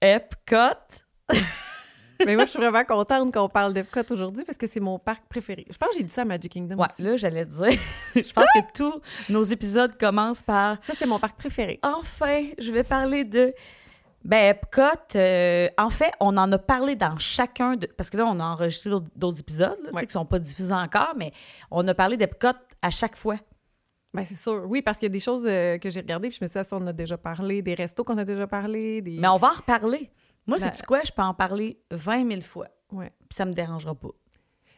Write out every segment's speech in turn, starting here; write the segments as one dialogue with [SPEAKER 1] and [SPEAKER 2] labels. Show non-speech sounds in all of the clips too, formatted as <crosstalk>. [SPEAKER 1] Epcot.
[SPEAKER 2] Mais moi, je suis vraiment contente qu'on parle d'Epcot aujourd'hui parce que c'est mon parc préféré. Je pense que j'ai dit ça à Magic Kingdom.
[SPEAKER 1] Ouais,
[SPEAKER 2] aussi.
[SPEAKER 1] là, j'allais te dire. <laughs> je pense que tous nos épisodes commencent par
[SPEAKER 2] Ça, c'est mon parc préféré.
[SPEAKER 1] Enfin, je vais parler de. Ben, Epcot, euh, en fait, on en a parlé dans chacun de. Parce que là, on a enregistré d'autres- d'autres épisodes, là, tu sais,
[SPEAKER 2] Ouais.
[SPEAKER 1] qui ne sont pas diffusés encore, mais on a parlé d'Epcot à chaque fois.
[SPEAKER 2] Ben, c'est sûr. Oui, parce qu'il y a des choses euh, que j'ai regardées, puis je me suis dit, ah, ça, on en a déjà parlé, des restos qu'on a déjà parlé, des.
[SPEAKER 1] Mais on va en reparler. Moi,
[SPEAKER 2] Ben-
[SPEAKER 1] c'est quoi? Je peux en parler 20 000 fois,
[SPEAKER 2] Ouais.
[SPEAKER 1] puis ça me dérangera pas.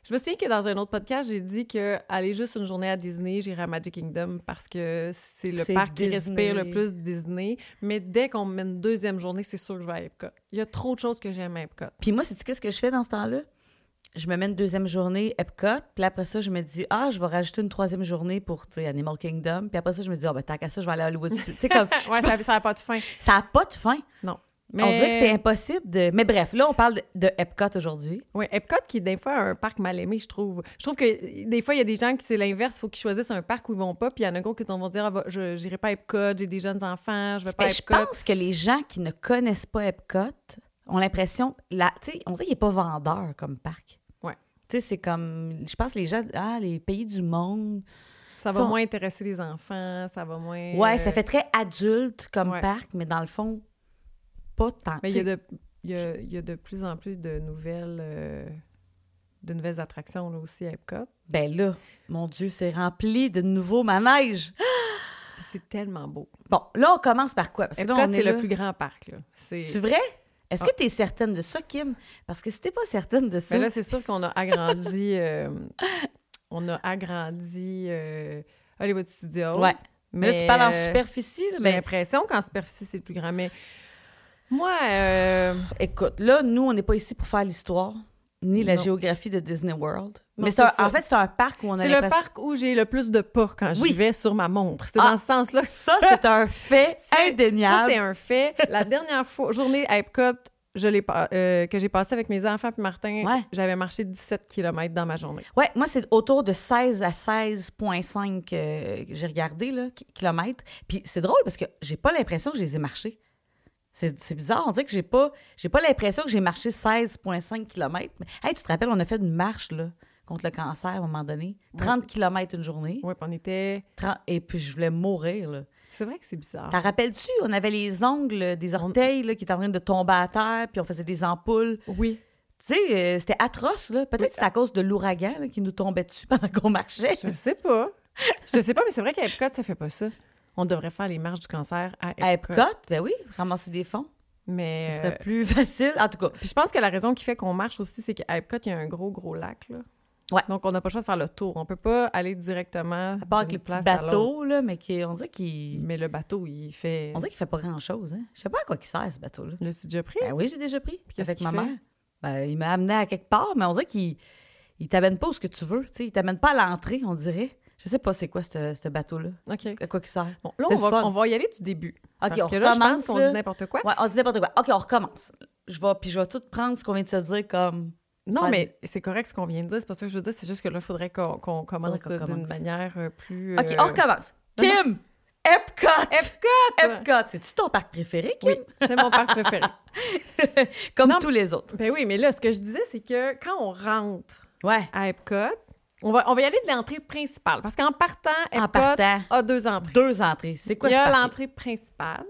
[SPEAKER 2] Je me souviens que dans un autre podcast, j'ai dit que aller juste une journée à Disney, j'irai à Magic Kingdom parce que c'est le
[SPEAKER 1] C'est
[SPEAKER 2] parc qui
[SPEAKER 1] Disney.
[SPEAKER 2] respire le plus Disney. Mais dès qu'on me met une deuxième journée, c'est sûr que je vais à Epcot. Il y a trop de choses que j'aime à Epcot.
[SPEAKER 1] Puis moi, sais-tu qu'est-ce que je fais dans ce temps-là? Je me mets une deuxième journée Epcot, puis après ça, je me dis, ah, je vais rajouter une troisième journée pour, tu sais, Animal Kingdom. Puis après ça, je me dis, ah, ben, tant qu'à ça, je vais aller à Hollywood Studios. Tu sais,
[SPEAKER 2] <laughs>
[SPEAKER 1] comme,
[SPEAKER 2] Ouais, ça- ça n'a pas de fin.
[SPEAKER 1] ça n'a pas de fin.
[SPEAKER 2] Non.
[SPEAKER 1] On dirait que c'est impossible de. Mais bref, là, on parle de, de Epcot aujourd'hui.
[SPEAKER 2] Oui, Epcot qui est des fois un parc mal aimé, je trouve. Je trouve que euh, des fois, il y a des gens qui c'est l'inverse, il faut qu'ils choisissent un parc où ils vont pas, puis il y en a gros qui vont dire ah, va- je n'irai pas à Epcot, j'ai des jeunes enfants, je vais pas
[SPEAKER 1] Mais
[SPEAKER 2] à
[SPEAKER 1] Ben, je
[SPEAKER 2] Epcot.
[SPEAKER 1] pense que les gens qui ne connaissent pas Epcot ont l'impression. la- Tu sais, on dirait qu'il n'est pas vendeur comme parc.
[SPEAKER 2] Ouais.
[SPEAKER 1] Tu sais, c'est comme. Je pense que les gens. Ah, les pays du monde.
[SPEAKER 2] Ça
[SPEAKER 1] Tu
[SPEAKER 2] va
[SPEAKER 1] sais, on-
[SPEAKER 2] moins intéresser les enfants, ça va moins.
[SPEAKER 1] Ouais, ça
[SPEAKER 2] euh,
[SPEAKER 1] fait très adulte comme
[SPEAKER 2] ouais.
[SPEAKER 1] parc, mais dans le fond, pas tant.
[SPEAKER 2] Mais il y, a
[SPEAKER 1] Tu sais,
[SPEAKER 2] de, il, y a, il y a de plus en plus de nouvelles, euh, de nouvelles attractions là, aussi à Epcot.
[SPEAKER 1] Ben là, mon Dieu, c'est rempli de nouveaux manèges.
[SPEAKER 2] Puis c'est tellement beau.
[SPEAKER 1] Bon, là, on commence par quoi? Parce que là,
[SPEAKER 2] Epcot,
[SPEAKER 1] on est
[SPEAKER 2] c'est le
[SPEAKER 1] là.
[SPEAKER 2] plus grand parc. Là. C'est... Ah.
[SPEAKER 1] C'est vrai? Est-ce que tu es certaine de ça, Kim? Parce que si t'es pas certaine de ça,
[SPEAKER 2] Mais Ben là, c'est sûr qu'on a agrandi. euh, on a agrandi euh, Hollywood Studios.
[SPEAKER 1] Ouais. Mais là, tu parles en
[SPEAKER 2] euh,
[SPEAKER 1] superficie. là,
[SPEAKER 2] J'ai
[SPEAKER 1] mais
[SPEAKER 2] l'impression qu'en superficie, c'est le plus grand. Mais moi, euh,
[SPEAKER 1] écoute, là, nous, on n'est pas ici pour faire l'histoire ni la
[SPEAKER 2] Non.
[SPEAKER 1] géographie de Disney World.
[SPEAKER 2] Non,
[SPEAKER 1] mais c'est un-
[SPEAKER 2] c'est ça.
[SPEAKER 1] en fait, c'est un parc où on a
[SPEAKER 2] c'est le
[SPEAKER 1] l'impression-
[SPEAKER 2] parc où j'ai le plus de pas quand j'y
[SPEAKER 1] Oui.
[SPEAKER 2] vais sur ma montre. C'est
[SPEAKER 1] Ah.
[SPEAKER 2] dans ce sens-là. <laughs>
[SPEAKER 1] Ça, c'est un fait
[SPEAKER 2] C'est- Ça,
[SPEAKER 1] indéniable.
[SPEAKER 2] c'est un fait. La dernière fois, journée à Epcot, je l'ai pas- euh, que j'ai passée avec mes enfants puis Martin,
[SPEAKER 1] Ouais.
[SPEAKER 2] j'avais marché 17 km dans ma journée.
[SPEAKER 1] Ouais, moi, c'est autour de 16 à 16,5 euh, que j'ai regardé, là, ki- kilomètres. Puis c'est drôle parce que j'ai pas l'impression que je les ai marchés. C'est c'est bizarre, on dirait que j'ai pas, j'ai pas l'impression que j'ai marché 16,5 kilomètres. Mais, Hey, tu te rappelles, on a fait une marche, là, contre le cancer à un moment donné. 30 kilomètres une journée.
[SPEAKER 2] Oui, on était.
[SPEAKER 1] 30 et puis je voulais mourir, là.
[SPEAKER 2] C'est vrai que c'est bizarre.
[SPEAKER 1] T'en rappelles-tu? On avait les ongles des orteils, là, qui étaient en train de tomber à terre, puis on faisait des ampoules.
[SPEAKER 2] Oui,
[SPEAKER 1] Tu sais, euh, c'était atroce, là. Peut-être que c'était à cause de l'ouragan, là, qui nous tombait dessus pendant qu'on marchait.
[SPEAKER 2] je sais pas. Je sais pas, mais c'est vrai qu'à Epcot, ça fait pas ça. On devrait faire les marches du cancer à Epcot.
[SPEAKER 1] À Epcot, ben oui, ramasser des fonds.
[SPEAKER 2] Mais.
[SPEAKER 1] C'était
[SPEAKER 2] euh,
[SPEAKER 1] plus <laughs> facile. En tout cas,
[SPEAKER 2] Puis je pense que la raison qui fait qu'on marche aussi, c'est qu'à Epcot, il y a un gros, gros lac. Là.
[SPEAKER 1] Ouais.
[SPEAKER 2] Donc, on n'a pas le choix de faire le tour. On peut pas aller directement.
[SPEAKER 1] à part avec
[SPEAKER 2] d'une
[SPEAKER 1] les petits
[SPEAKER 2] place à l'autre. Mm.
[SPEAKER 1] bateaux, là, mais qui, on dirait qu'il
[SPEAKER 2] Mais le bateau, il fait.
[SPEAKER 1] on dirait qu'il fait pas grand-chose. Hein. Je sais pas à quoi il sert, ce bateau-là.
[SPEAKER 2] Le déjà pris?
[SPEAKER 1] Ben oui, j'ai déjà pris
[SPEAKER 2] qu'est-ce
[SPEAKER 1] avec
[SPEAKER 2] qu'il
[SPEAKER 1] ma
[SPEAKER 2] fait?
[SPEAKER 1] mère. Ben, il m'a amené à quelque part, mais on dirait qu'il il t'amène pas où ce que tu veux. tu sais. Il t'amène pas à l'entrée, on dirait. Je sais pas c'est quoi ce, ce bateau-là.
[SPEAKER 2] OK.
[SPEAKER 1] À quoi il sert.
[SPEAKER 2] Bon, là,
[SPEAKER 1] C'est
[SPEAKER 2] on
[SPEAKER 1] le fun.
[SPEAKER 2] va, on va y aller du début.
[SPEAKER 1] OK,
[SPEAKER 2] Parce
[SPEAKER 1] on
[SPEAKER 2] que là, je pense
[SPEAKER 1] recommence,
[SPEAKER 2] qu'on
[SPEAKER 1] là.
[SPEAKER 2] dit n'importe quoi.
[SPEAKER 1] Ouais, on dit n'importe quoi. OK, on recommence. Je vais, puis je vais tout prendre ce qu'on vient de se dire comme...
[SPEAKER 2] Non,
[SPEAKER 1] Fun.
[SPEAKER 2] mais c'est correct ce qu'on vient de dire. C'est pas ça que je veux dire. C'est juste que là, il faudrait qu'on qu'on commence
[SPEAKER 1] qu'on
[SPEAKER 2] d'une
[SPEAKER 1] commence.
[SPEAKER 2] manière euh, plus.
[SPEAKER 1] OK,
[SPEAKER 2] euh,
[SPEAKER 1] on recommence.
[SPEAKER 2] non, non.
[SPEAKER 1] Kim! Epcot!
[SPEAKER 2] Epcot!
[SPEAKER 1] Epcot! C'est-tu ton parc préféré, Kim?
[SPEAKER 2] Oui, c'est mon parc préféré. <laughs>
[SPEAKER 1] Comme
[SPEAKER 2] Non.
[SPEAKER 1] tous les autres.
[SPEAKER 2] Ben oui, mais là, ce que je disais, c'est que quand on rentre
[SPEAKER 1] Ouais.
[SPEAKER 2] à Epcot, on va, on va y aller de l'entrée principale. Parce qu'en partant, Epcot
[SPEAKER 1] En partant,
[SPEAKER 2] a Ah, deux entrées.
[SPEAKER 1] deux entrées. C'est quoi
[SPEAKER 2] il y a
[SPEAKER 1] ce parc-là?
[SPEAKER 2] l'entrée principale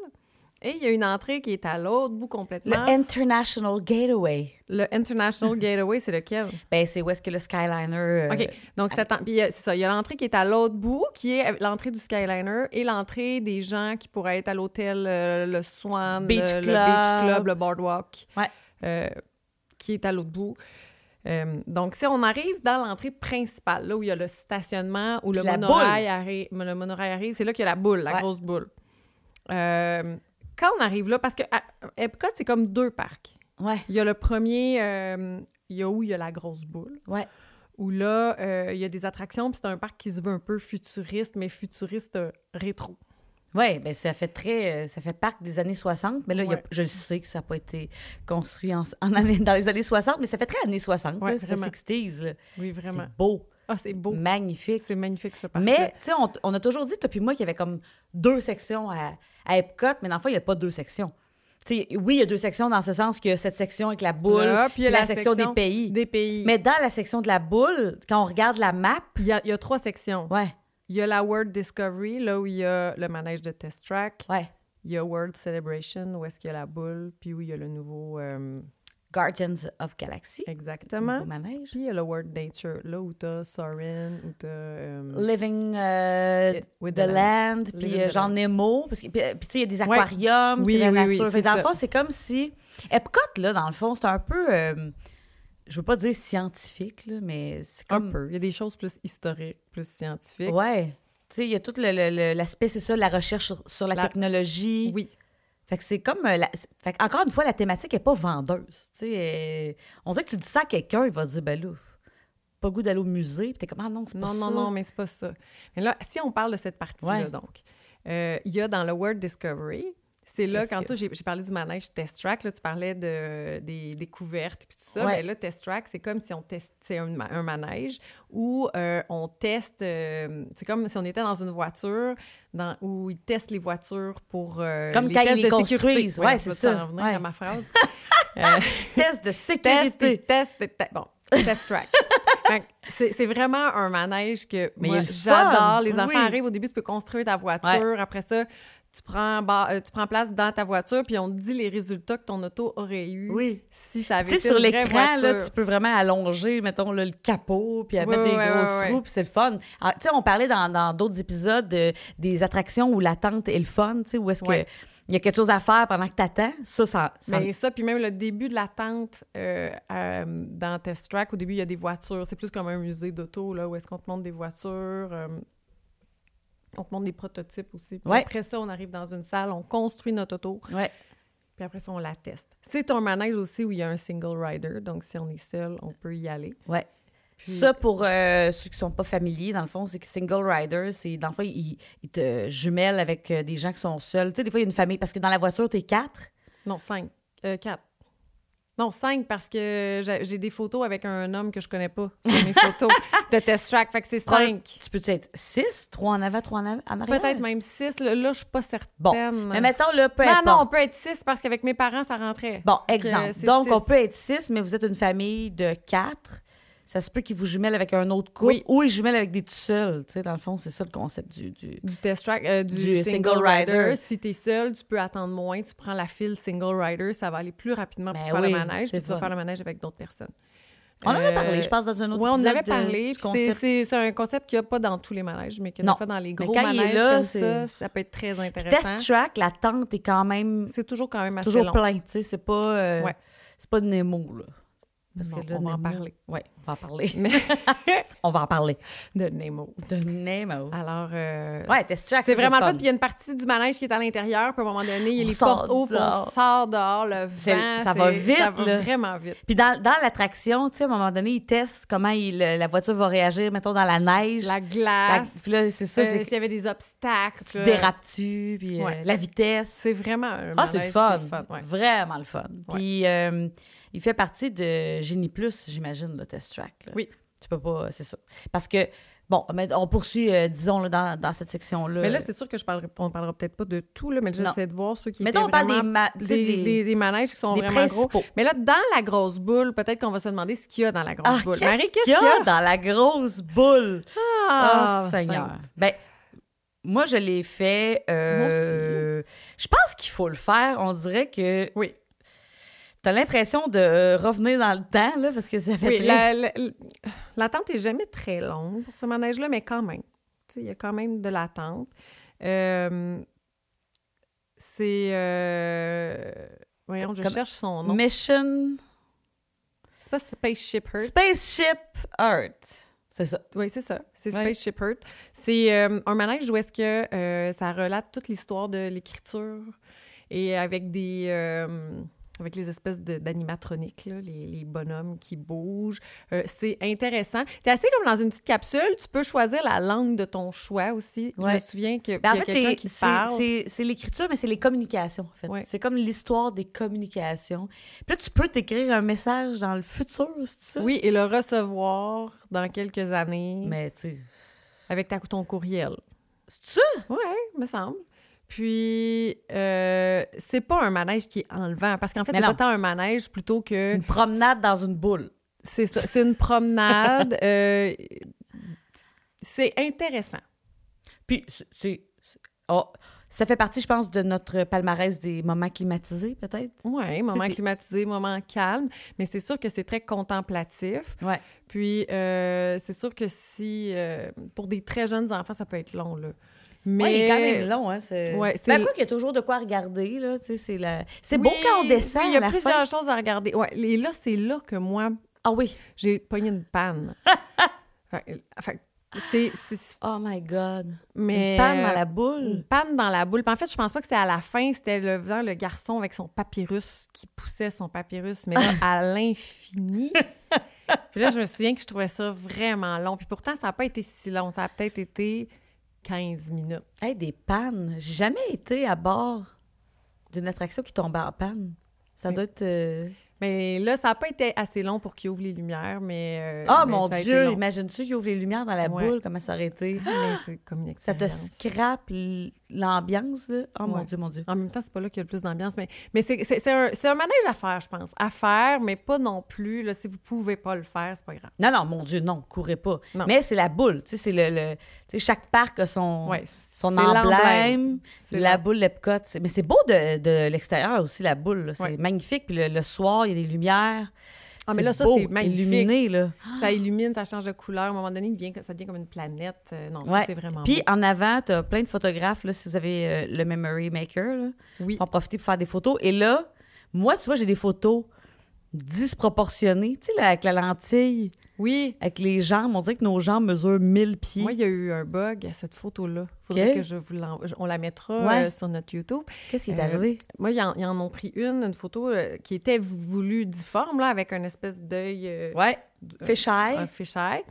[SPEAKER 2] et il y a une entrée qui est à l'autre bout
[SPEAKER 1] Le
[SPEAKER 2] complètement. Le,
[SPEAKER 1] International Gateway. <laughs>
[SPEAKER 2] International Gateway, c'est lequel?
[SPEAKER 1] Ben, c'est où est-ce que le Skyliner. euh,
[SPEAKER 2] OK. Donc, cette en- puis, euh, c'est ça. Il y a l'entrée qui est à l'autre bout, qui est euh, l'entrée du Skyliner et l'entrée des gens qui pourraient être à l'hôtel, euh, le Swan,
[SPEAKER 1] Beach
[SPEAKER 2] euh, le,
[SPEAKER 1] Club.
[SPEAKER 2] Beach Club, le Boardwalk,
[SPEAKER 1] Ouais.
[SPEAKER 2] euh, qui est à l'autre bout. Euh, donc, si on arrive dans l'entrée principale, là où il y a le stationnement, où le
[SPEAKER 1] Puis la
[SPEAKER 2] monorail, arri- le monorail arrive, c'est là qu'il y a la boule, la
[SPEAKER 1] Ouais.
[SPEAKER 2] grosse boule. Euh, quand on arrive là, parce que à- Epcot, c'est comme deux parcs.
[SPEAKER 1] Ouais,
[SPEAKER 2] Il y a le premier, euh, il y a où il y a la grosse boule,
[SPEAKER 1] ouais.
[SPEAKER 2] où là, euh, il y a des attractions, puis c'est un parc qui se veut un peu futuriste, mais futuriste euh, rétro.
[SPEAKER 1] Ouais, ben, ça fait très. euh, Ça fait parc des années 60, mais là, il y a-
[SPEAKER 2] Ouais.
[SPEAKER 1] je le sais que ça n'a pas été construit en, en année- dans les années 60, mais ça fait très années 60,
[SPEAKER 2] Ouais,
[SPEAKER 1] là, ça fait
[SPEAKER 2] vraiment.
[SPEAKER 1] 60s. là.
[SPEAKER 2] Oui, vraiment.
[SPEAKER 1] C'est beau,
[SPEAKER 2] Ah, c'est beau.
[SPEAKER 1] magnifique.
[SPEAKER 2] C'est magnifique, ce parc
[SPEAKER 1] Mais, tu sais, on, on a toujours dit, toi puis moi, qu'il y avait comme deux sections à, à Epcot, mais dans le fond, il n'y a pas deux sections. t'sais, oui, il y a deux sections dans ce sens que cette section avec la boule,
[SPEAKER 2] Là,
[SPEAKER 1] puis la, section, des pays.
[SPEAKER 2] Des pays.
[SPEAKER 1] Mais dans la section de la boule, quand on regarde la map,
[SPEAKER 2] il y, a, il y a trois sections.
[SPEAKER 1] ouais,
[SPEAKER 2] Il y a la World Discovery, là où il y a le manège de Test Track.
[SPEAKER 1] ouais,
[SPEAKER 2] Il y a World Celebration, où est-ce qu'il y a la boule, puis où il y a le nouveau... euh,
[SPEAKER 1] Guardians of Galaxy,
[SPEAKER 2] exactement.
[SPEAKER 1] nouveau manège.
[SPEAKER 2] Puis il y a le World Nature, là où t'as Soren, où t'as... euh,
[SPEAKER 1] Living euh,
[SPEAKER 2] It- with
[SPEAKER 1] the
[SPEAKER 2] the
[SPEAKER 1] Land, puis
[SPEAKER 2] Living
[SPEAKER 1] euh,
[SPEAKER 2] the
[SPEAKER 1] genre
[SPEAKER 2] Land.
[SPEAKER 1] Nemo, parce que, puis, euh, puis tu sais, il y a des
[SPEAKER 2] Ouais.
[SPEAKER 1] aquariums,
[SPEAKER 2] Oui,
[SPEAKER 1] c'est la
[SPEAKER 2] oui, oui,
[SPEAKER 1] nature. Fait que
[SPEAKER 2] c'est
[SPEAKER 1] dans le
[SPEAKER 2] ça.
[SPEAKER 1] fond, c'est comme si... Epcot, là, dans le fond, c'est un peu... euh, je veux pas dire scientifique, là, mais c'est
[SPEAKER 2] un
[SPEAKER 1] comme...
[SPEAKER 2] peu. Il y a des choses plus historiques, plus scientifiques.
[SPEAKER 1] Ouais. Tu sais, il y a tout le- le- le- l'aspect, c'est ça, de la recherche sur, sur la,
[SPEAKER 2] La-
[SPEAKER 1] technologie.
[SPEAKER 2] Oui.
[SPEAKER 1] Fait que c'est comme... euh, la- fait que encore une fois, la thématique est pas vendeuse. Tu sais, euh, on dirait que tu dis ça à quelqu'un, il va dire, ben là, pas le goût d'aller au musée. Puis t'es comme, ah non, c'est pas
[SPEAKER 2] Non,
[SPEAKER 1] ça.
[SPEAKER 2] non, non, mais c'est pas ça. Mais là, si on parle de cette partie-là,
[SPEAKER 1] Ouais.
[SPEAKER 2] donc, euh, il y a dans le World Discovery, c'est là,
[SPEAKER 1] Qu'est-ce
[SPEAKER 2] quand
[SPEAKER 1] que-
[SPEAKER 2] toi, j'ai j'ai parlé du manège Test Track, là, tu parlais de, des découvertes puis tout ça.
[SPEAKER 1] Ouais.
[SPEAKER 2] Mais là, Test Track, c'est comme si on testait un, ma- un manège où euh, on teste. euh, c'est comme si on était dans une voiture dans, où ils testent les voitures pour. euh,
[SPEAKER 1] Comme
[SPEAKER 2] les
[SPEAKER 1] quand ils
[SPEAKER 2] tests
[SPEAKER 1] les
[SPEAKER 2] de
[SPEAKER 1] construisent.
[SPEAKER 2] sécurité.
[SPEAKER 1] Ouais,
[SPEAKER 2] tu
[SPEAKER 1] c'est
[SPEAKER 2] vas
[SPEAKER 1] ça.
[SPEAKER 2] t'en revenir
[SPEAKER 1] Ouais.
[SPEAKER 2] à ma phrase.
[SPEAKER 1] Test de
[SPEAKER 2] test,
[SPEAKER 1] sécurité.
[SPEAKER 2] et test, et te- bon, test
[SPEAKER 1] <laughs>
[SPEAKER 2] track. Fait que c'est c'est vraiment un manège que
[SPEAKER 1] Mais il y a
[SPEAKER 2] moi,
[SPEAKER 1] le fun,
[SPEAKER 2] j'adore. Les enfants
[SPEAKER 1] oui.
[SPEAKER 2] arrivent au début, tu peux construire ta voiture. Après ça, tu prends, ba- euh, tu prends place dans ta voiture, puis on te dit les résultats que ton auto aurait eu
[SPEAKER 1] Oui.
[SPEAKER 2] si ça avait
[SPEAKER 1] Tu sais,
[SPEAKER 2] été
[SPEAKER 1] sur
[SPEAKER 2] une vraie
[SPEAKER 1] l'écran, là,
[SPEAKER 2] voiture.
[SPEAKER 1] tu peux vraiment allonger, mettons, là, le capot, puis
[SPEAKER 2] Ouais,
[SPEAKER 1] mettre des
[SPEAKER 2] ouais,
[SPEAKER 1] grosses
[SPEAKER 2] ouais, ouais.
[SPEAKER 1] roues, puis c'est le fun. Ah, Tu sais, on parlait dans dans d'autres épisodes de- des attractions où l'attente est le fun, tu sais, où est-ce que
[SPEAKER 2] Ouais.
[SPEAKER 1] il y a quelque chose à faire pendant que t'attends. Ça, ça... ça-
[SPEAKER 2] Mais ça, puis même le début de l'attente euh, euh, dans Test Track, au début, il y a des voitures. C'est plus comme un musée d'auto, là, où est-ce qu'on te montre des voitures. euh, on te montre des prototypes aussi. Puis
[SPEAKER 1] Ouais.
[SPEAKER 2] Après ça, on arrive dans une salle, on construit notre auto,
[SPEAKER 1] Ouais.
[SPEAKER 2] puis après ça, on la teste. C'est un manège aussi où il y a un single rider, donc si on est seul, on peut y aller.
[SPEAKER 1] Ouais.
[SPEAKER 2] Puis-
[SPEAKER 1] Ça, pour euh, ceux qui sont pas familiers, dans le fond, c'est que Single Rider, c'est dans le fond, ils ils te jumellent avec euh, des gens qui sont seuls. Tu sais, des fois, il y a une famille, parce que dans la voiture, t'es quatre.
[SPEAKER 2] Non, cinq. Euh, quatre. Non, cinq, parce que j'ai j'ai des photos avec un homme que je connais pas sur mes photos de Test Track, fait que c'est cinq.
[SPEAKER 1] Tu peux-tu être six, trois en avant, trois en, av- en arrière?
[SPEAKER 2] Peut-être même six. Là, là, je suis pas certaine.
[SPEAKER 1] Bon. Mais mettons, là, peu
[SPEAKER 2] non,
[SPEAKER 1] importe.
[SPEAKER 2] non, on peut être six parce qu'avec mes parents, ça rentrait.
[SPEAKER 1] Bon, exemple.
[SPEAKER 2] c'est
[SPEAKER 1] Donc,
[SPEAKER 2] six.
[SPEAKER 1] on peut être six, mais vous êtes une famille de quatre. Ça se peut qu'ils vous jumellent avec un autre couple
[SPEAKER 2] Oui.
[SPEAKER 1] ou ils jumellent avec des tout seuls. Tu sais, dans le fond, c'est ça le concept du. du-
[SPEAKER 2] Du test track, euh, du,
[SPEAKER 1] Du
[SPEAKER 2] single,
[SPEAKER 1] single
[SPEAKER 2] rider.
[SPEAKER 1] rider.
[SPEAKER 2] Si t'es seul, tu peux attendre moins. Tu prends la file single rider, ça va aller plus rapidement pour
[SPEAKER 1] Ben
[SPEAKER 2] faire
[SPEAKER 1] oui,
[SPEAKER 2] le manège.
[SPEAKER 1] c'est
[SPEAKER 2] Puis tu vas
[SPEAKER 1] fun.
[SPEAKER 2] faire le manège avec d'autres personnes.
[SPEAKER 1] On en a
[SPEAKER 2] Euh,
[SPEAKER 1] parlé, je pense, dans un autre
[SPEAKER 2] ouais, on en
[SPEAKER 1] épisode
[SPEAKER 2] avait
[SPEAKER 1] de-
[SPEAKER 2] parlé.
[SPEAKER 1] du
[SPEAKER 2] puis c'est-
[SPEAKER 1] concept.
[SPEAKER 2] C'est c'est un concept qu'il n'y a pas dans tous les manèges, mais qu'il y a
[SPEAKER 1] Non.
[SPEAKER 2] des fois dans les
[SPEAKER 1] Mais
[SPEAKER 2] gros
[SPEAKER 1] quand il est
[SPEAKER 2] manèges
[SPEAKER 1] là,
[SPEAKER 2] comme
[SPEAKER 1] c'est-
[SPEAKER 2] ça, ça peut être très intéressant.
[SPEAKER 1] Test track, la tente est quand même
[SPEAKER 2] C'est toujours quand même assez
[SPEAKER 1] toujours
[SPEAKER 2] long.
[SPEAKER 1] plein. Tu sais, c'est pas. euh,
[SPEAKER 2] Ouais.
[SPEAKER 1] C'est pas Nemo, là. Parce
[SPEAKER 2] Non,
[SPEAKER 1] que là,
[SPEAKER 2] on va en
[SPEAKER 1] Nemo-
[SPEAKER 2] parler.
[SPEAKER 1] Ouais, on va en parler.
[SPEAKER 2] Mais-
[SPEAKER 1] <laughs> on va en parler.
[SPEAKER 2] de Nemo.
[SPEAKER 1] De Nemo.
[SPEAKER 2] Alors, euh,
[SPEAKER 1] Ouais, test track,
[SPEAKER 2] c'est
[SPEAKER 1] ça, c'est
[SPEAKER 2] vraiment le
[SPEAKER 1] le
[SPEAKER 2] fun.
[SPEAKER 1] fun.
[SPEAKER 2] Puis il y a une partie du manège qui est à l'intérieur. Puis à un moment donné, il y a
[SPEAKER 1] On
[SPEAKER 2] les
[SPEAKER 1] sort
[SPEAKER 2] portes ouvrent,
[SPEAKER 1] dehors.
[SPEAKER 2] on sort dehors, le
[SPEAKER 1] C'est-
[SPEAKER 2] vent.
[SPEAKER 1] ça va
[SPEAKER 2] c'est-
[SPEAKER 1] vite,
[SPEAKER 2] Ça va
[SPEAKER 1] là.
[SPEAKER 2] vraiment vite.
[SPEAKER 1] Puis dans, dans l'attraction, tu sais, à un moment donné, ils testent comment il- la voiture va réagir, mettons, dans la neige.
[SPEAKER 2] La
[SPEAKER 1] La-
[SPEAKER 2] glace.
[SPEAKER 1] Puis là, c'est ça,
[SPEAKER 2] euh,
[SPEAKER 1] c'est
[SPEAKER 2] s'il y avait des obstacles.
[SPEAKER 1] tu
[SPEAKER 2] là.
[SPEAKER 1] dérapes-tu, puis euh,
[SPEAKER 2] Ouais.
[SPEAKER 1] la vitesse.
[SPEAKER 2] C'est vraiment un
[SPEAKER 1] Ah,
[SPEAKER 2] manège
[SPEAKER 1] c'est le
[SPEAKER 2] qui est
[SPEAKER 1] fun.
[SPEAKER 2] ouais.
[SPEAKER 1] Vraiment le fun.
[SPEAKER 2] Ouais.
[SPEAKER 1] Puis euh, il fait partie de Génie Plus, j'imagine, le test track. là.
[SPEAKER 2] Oui.
[SPEAKER 1] Tu peux pas, c'est ça. Parce que, bon, mais on poursuit, euh, disons, là, dans, dans cette section-là.
[SPEAKER 2] Mais là, c'est sûr que je parlerai, on parlera peut-être pas de tout, là, mais
[SPEAKER 1] Non.
[SPEAKER 2] j'essaie de voir ceux qui
[SPEAKER 1] Mettons, on
[SPEAKER 2] étaient
[SPEAKER 1] parle des,
[SPEAKER 2] vraiment-
[SPEAKER 1] ma- tu sais,
[SPEAKER 2] des,
[SPEAKER 1] des-
[SPEAKER 2] des- des manèges qui sont
[SPEAKER 1] des
[SPEAKER 2] vraiment gros.
[SPEAKER 1] principaux.
[SPEAKER 2] Mais là, dans la grosse boule, peut-être qu'on va se demander ce qu'il y a dans la grosse
[SPEAKER 1] Ah,
[SPEAKER 2] boule.
[SPEAKER 1] qu'est-ce qu'il y a dans la grosse boule? Ah, Seigneur.
[SPEAKER 2] Sainte.
[SPEAKER 1] Ben, moi, je l'ai fait. euh, je pense qu'il faut le faire. On dirait que
[SPEAKER 2] Oui.
[SPEAKER 1] t'as l'impression de euh, revenir dans le temps, là, parce que ça fait
[SPEAKER 2] Oui,
[SPEAKER 1] très-
[SPEAKER 2] la- la- l'attente est jamais très longue pour ce manège-là, mais quand même. Tu sais, Il y a quand même de l'attente. Euh, c'est. euh, voyons, je
[SPEAKER 1] Comme-
[SPEAKER 2] cherche son nom.
[SPEAKER 1] Mission
[SPEAKER 2] C'est pas Spaceship Earth.
[SPEAKER 1] Spaceship Earth. C'est ça.
[SPEAKER 2] Oui, c'est ça. C'est
[SPEAKER 1] Ouais.
[SPEAKER 2] Spaceship Earth. C'est euh, un manège où est-ce que euh, ça relate toute l'histoire de l'écriture et avec des. euh, avec les espèces de- d'animatroniques, là, les, les bonhommes qui bougent. Euh, c'est intéressant. Tu es assez comme dans une petite capsule. Tu peux choisir la langue de ton choix aussi. Je
[SPEAKER 1] Ouais.
[SPEAKER 2] me souviens que
[SPEAKER 1] Ben, en
[SPEAKER 2] il y a
[SPEAKER 1] fait,
[SPEAKER 2] quelqu'un
[SPEAKER 1] c'est-
[SPEAKER 2] qui te
[SPEAKER 1] c'est-
[SPEAKER 2] parle.
[SPEAKER 1] c'est c'est l'écriture, mais c'est les communications. En fait.
[SPEAKER 2] Ouais.
[SPEAKER 1] C'est comme l'histoire des communications. Puis là, tu peux t'écrire un message dans le futur, c'est ça?
[SPEAKER 2] Oui, et le recevoir dans quelques années
[SPEAKER 1] Mais tu sais,
[SPEAKER 2] avec ta, ton courriel.
[SPEAKER 1] c'est ça?
[SPEAKER 2] Oui, me semble. Puis, euh, c'est pas un manège qui est enlevant, parce qu'en fait,
[SPEAKER 1] Mais
[SPEAKER 2] c'est
[SPEAKER 1] non. Mm.
[SPEAKER 2] pas tant un manège plutôt que.
[SPEAKER 1] Une promenade dans une boule.
[SPEAKER 2] C'est ça, c'est une promenade. <laughs> euh, c'est intéressant.
[SPEAKER 1] Puis, c'est- c'est. c'est- oh, ça fait partie, je pense, de notre palmarès des moments climatisés, peut-être?
[SPEAKER 2] Oui, moment
[SPEAKER 1] C'était-
[SPEAKER 2] climatisé, moment calme, mais c'est sûr que c'est très contemplatif.
[SPEAKER 1] Ouais.
[SPEAKER 2] Puis, euh, c'est sûr que si. euh, pour des très jeunes enfants, ça peut être long, là. Mais.
[SPEAKER 1] Ouais, il est quand même long, hein. C'est...
[SPEAKER 2] Ouais,
[SPEAKER 1] Mais
[SPEAKER 2] c'est-
[SPEAKER 1] après, qu'il y a toujours de quoi regarder, là. Tu sais, c'est la... c'est beau
[SPEAKER 2] Oui,
[SPEAKER 1] quand on descend.
[SPEAKER 2] oui, Il y
[SPEAKER 1] à la
[SPEAKER 2] a plusieurs
[SPEAKER 1] fin.
[SPEAKER 2] choses à regarder. Ouais, et là, c'est là que moi,
[SPEAKER 1] Ah oui.
[SPEAKER 2] j'ai pogné une panne.
[SPEAKER 1] <laughs>
[SPEAKER 2] Fait- euh, fait- c'est. c'est-
[SPEAKER 1] Oh my God.
[SPEAKER 2] Mais.
[SPEAKER 1] Une
[SPEAKER 2] euh, mm.
[SPEAKER 1] panne dans la
[SPEAKER 2] Une
[SPEAKER 1] boule.
[SPEAKER 2] panne dans la boule. Puis en fait, je pense pas que c'était à la fin, c'était le, dans le garçon avec son papyrus qui poussait son papyrus,
[SPEAKER 1] <laughs>
[SPEAKER 2] mais là, à l'infini. Puis là, je me souviens que je trouvais ça vraiment long. Puis pourtant, ça n'a pas été si long. Ça a peut-être été 15 minutes.
[SPEAKER 1] Hey, des pannes. J'ai jamais été à bord d'une attraction qui tombait en panne. Ça
[SPEAKER 2] Oui.
[SPEAKER 1] doit être. euh,
[SPEAKER 2] Mais là, ça n'a pas été assez long pour qu'il ouvre les lumières, mais. euh,
[SPEAKER 1] Ah
[SPEAKER 2] mais
[SPEAKER 1] mon
[SPEAKER 2] ça a été
[SPEAKER 1] Dieu,
[SPEAKER 2] long.
[SPEAKER 1] imagine-tu qu'il ouvre les lumières dans la
[SPEAKER 2] Ouais.
[SPEAKER 1] boule, comment ça aurait été.
[SPEAKER 2] Mais c'est comme une
[SPEAKER 1] Ça te
[SPEAKER 2] expérience.
[SPEAKER 1] scrape l- l'ambiance, là. Oh mon
[SPEAKER 2] Ouais.
[SPEAKER 1] Dieu, mon Dieu.
[SPEAKER 2] En même temps, c'est pas là qu'il y a le plus d'ambiance, mais, mais c'est c'est- c'est un, c'est un manège à faire, je pense. À faire, mais pas non plus. Là, si vous pouvez pas le faire, c'est pas grave.
[SPEAKER 1] Non, non, mon Dieu, non, courez pas.
[SPEAKER 2] Non.
[SPEAKER 1] Mais c'est la boule, tu sais, c'est le... le- tu sais, chaque parc a son,
[SPEAKER 2] Ouais,
[SPEAKER 1] son
[SPEAKER 2] c'est l'emblème.
[SPEAKER 1] emblème.
[SPEAKER 2] C'est
[SPEAKER 1] La
[SPEAKER 2] l'em-
[SPEAKER 1] boule Epcot. c'est- Mais c'est beau de, de l'extérieur aussi, la boule. là. C'est
[SPEAKER 2] Ouais.
[SPEAKER 1] magnifique. Puis le, le soir, il y a des lumières.
[SPEAKER 2] Ah, mais là, ça,
[SPEAKER 1] beau,
[SPEAKER 2] c'est magnifique.
[SPEAKER 1] Illuminé, là.
[SPEAKER 2] Ça illumine, ça change de couleur. À un moment donné, il devient- ça devient comme une planète. Euh, non,
[SPEAKER 1] Ouais.
[SPEAKER 2] ça, c'est vraiment
[SPEAKER 1] Puis
[SPEAKER 2] beau.
[SPEAKER 1] en avant, tu as plein de photographes, là, si vous avez euh, le Memory Maker. Là.
[SPEAKER 2] Oui.
[SPEAKER 1] Faut en profiter pour faire des photos. Et là, moi, tu vois, j'ai des photos disproportionnées. Tu sais, là, avec la lentille,
[SPEAKER 2] Oui.
[SPEAKER 1] avec les jambes. On dirait que nos jambes mesurent 1000 pieds.
[SPEAKER 2] Moi, il y a eu un bug à cette photo-là. Faudrait
[SPEAKER 1] Ok.
[SPEAKER 2] que je vous l'en- je- on la mettra
[SPEAKER 1] Ouais.
[SPEAKER 2] euh, sur notre YouTube.
[SPEAKER 1] Qu'est-ce qui est
[SPEAKER 2] Euh,
[SPEAKER 1] arrivé?
[SPEAKER 2] Moi, ils en, ils en ont pris une, une photo euh, qui était voulue difforme, là, avec un espèce d'œil, euh,
[SPEAKER 1] Ouais, Fisheye.
[SPEAKER 2] un fisheye.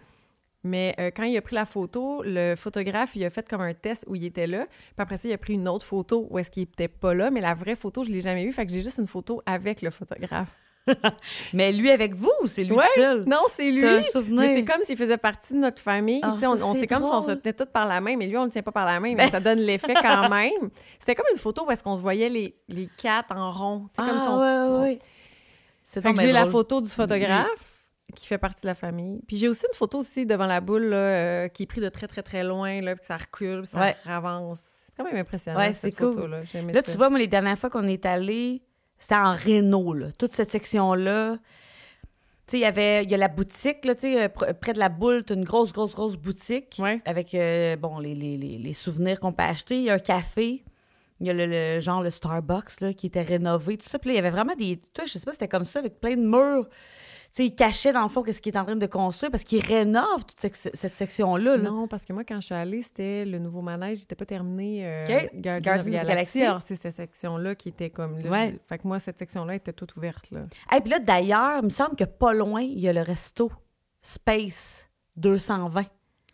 [SPEAKER 2] Mais euh, quand il a pris la photo, le photographe, il a fait comme un test où il était là. Puis après ça, il a pris une autre photo où est-ce qu'il était pas là. Mais la vraie photo, je l'ai jamais vue. Fait que j'ai juste une photo avec le photographe.
[SPEAKER 1] Mais lui avec vous, ou c'est lui
[SPEAKER 2] Ouais,
[SPEAKER 1] tout seul.
[SPEAKER 2] <laughs> Non, c'est lui.
[SPEAKER 1] T'as un souvenir.
[SPEAKER 2] Mais c'est comme s'il faisait partie de notre famille.
[SPEAKER 1] Ah,
[SPEAKER 2] Tu sais, on
[SPEAKER 1] ça,
[SPEAKER 2] on-
[SPEAKER 1] c'est
[SPEAKER 2] c'est Ben. comme si on se
[SPEAKER 1] drôle.
[SPEAKER 2] tenait toutes par la main, mais lui, on ne le tient pas par la main, mais ça donne l'effet <laughs> quand même. C'était comme une photo où est-ce qu'on se voyait les, les quatre en rond. C'est comme si on-
[SPEAKER 1] ouais, ouais, ouais. C'est
[SPEAKER 2] Fait que
[SPEAKER 1] donc
[SPEAKER 2] j'ai
[SPEAKER 1] bien
[SPEAKER 2] la
[SPEAKER 1] drôle. Mm-hmm.
[SPEAKER 2] photo du photographe qui fait partie de la famille. Puis j'ai aussi une photo aussi devant la boule là, euh, qui est prise de très, très, très loin, là, puis ça recule, puis ça
[SPEAKER 1] Ouais.
[SPEAKER 2] avance. C'est quand même impressionnant,
[SPEAKER 1] Ouais,
[SPEAKER 2] cette
[SPEAKER 1] c'est cool.
[SPEAKER 2] photo-là. J'ai aimé
[SPEAKER 1] Là,
[SPEAKER 2] ça.
[SPEAKER 1] tu vois, moi, les dernières fois qu'on est allé, c'était en Renault, là. Toute cette section-là. Tu sais, il y avait il y a la boutique, là, tu sais, euh, pr- près de la boule, t'as une grosse, grosse, grosse boutique.
[SPEAKER 2] Ouais.
[SPEAKER 1] Avec, euh, bon, les, les, les, les souvenirs qu'on peut acheter. Il y a un café. Il y a le, le- genre le Starbucks, là, qui était rénové, tout ça. Puis là, il y avait vraiment des... Toi, je sais pas, c'était comme ça, avec plein de murs. Tu sais, ils cachaient, dans le fond, ce qu'ils étaient en train de construire, parce qu'ils rénovent toute cette, cette section-là, là.
[SPEAKER 2] Non, parce que moi, quand je suis allée, c'était le nouveau manège, il n'était pas terminé. Euh,
[SPEAKER 1] OK. Guardians
[SPEAKER 2] Guardians of
[SPEAKER 1] of the
[SPEAKER 2] the Galaxy.
[SPEAKER 1] Galaxy.
[SPEAKER 2] Alors, c'est cette section-là qui était comme. là,
[SPEAKER 1] Ouais.
[SPEAKER 2] j'ai- Fait que moi, cette section-là était toute ouverte. Là.
[SPEAKER 1] Et puis là, d'ailleurs, il me semble que pas loin, il y a le resto Space 220.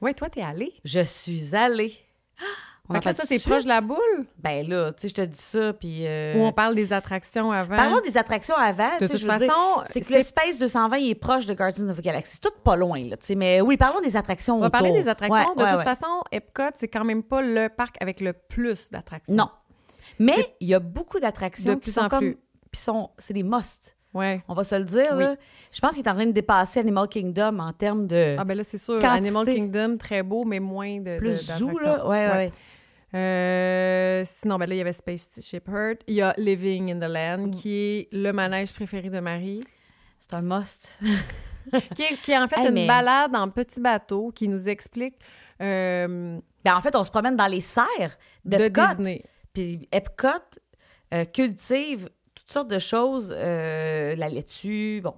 [SPEAKER 2] Ouais, toi, t'es allée.
[SPEAKER 1] Je suis allée. Ah! On
[SPEAKER 2] Fait
[SPEAKER 1] en
[SPEAKER 2] que là,
[SPEAKER 1] parle
[SPEAKER 2] ça,
[SPEAKER 1] tout de
[SPEAKER 2] c'est
[SPEAKER 1] suite?
[SPEAKER 2] proche de la boule.
[SPEAKER 1] Ben là, tu sais, je te dis ça, puis... euh,
[SPEAKER 2] Où on parle des attractions avant.
[SPEAKER 1] Parlons des attractions avant. tu
[SPEAKER 2] de
[SPEAKER 1] sais,
[SPEAKER 2] toute
[SPEAKER 1] je veux dire,
[SPEAKER 2] façon,
[SPEAKER 1] c'est que le Space 220 il est proche de Guardians of the Galaxy. C'est tout pas loin, là, tu sais. Mais oui, parlons des attractions
[SPEAKER 2] on va parler
[SPEAKER 1] autour.
[SPEAKER 2] des attractions.
[SPEAKER 1] Ouais,
[SPEAKER 2] de
[SPEAKER 1] ouais,
[SPEAKER 2] toute
[SPEAKER 1] ouais.
[SPEAKER 2] façon, Epcot, c'est quand même pas le parc avec le plus d'attractions.
[SPEAKER 1] Non. Mais il y a beaucoup d'attractions
[SPEAKER 2] De
[SPEAKER 1] qui
[SPEAKER 2] plus
[SPEAKER 1] sont
[SPEAKER 2] en
[SPEAKER 1] comme...
[SPEAKER 2] plus.
[SPEAKER 1] Puis sont... c'est des musts.
[SPEAKER 2] Ouais.
[SPEAKER 1] On va se le dire,
[SPEAKER 2] Oui.
[SPEAKER 1] là. Je pense qu'il est en train de dépasser Animal Kingdom en termes de...
[SPEAKER 2] Ah ben là, c'est sûr.
[SPEAKER 1] Euh, Quantité.
[SPEAKER 2] Animal Kingdom, très beau, mais moins de. de-
[SPEAKER 1] plus zoo,
[SPEAKER 2] d'attractions.
[SPEAKER 1] là. Ouais, ouais, ouais.
[SPEAKER 2] Euh, sinon, ben là, il y avait Spaceship Earth. Il y a Living in the Land,
[SPEAKER 1] Mm.
[SPEAKER 2] qui est le manège préféré de Marie.
[SPEAKER 1] C'est un
[SPEAKER 2] <laughs>
[SPEAKER 1] must.
[SPEAKER 2] qui est, qui est en fait
[SPEAKER 1] Hey,
[SPEAKER 2] une
[SPEAKER 1] mais-
[SPEAKER 2] balade en petit bateau qui nous explique euh,
[SPEAKER 1] Ben, en fait, on se promène dans les serres
[SPEAKER 2] de
[SPEAKER 1] d'Epcot.
[SPEAKER 2] Disney.
[SPEAKER 1] Puis Epcot euh, cultive toutes sortes de choses, euh, la laitue, bon.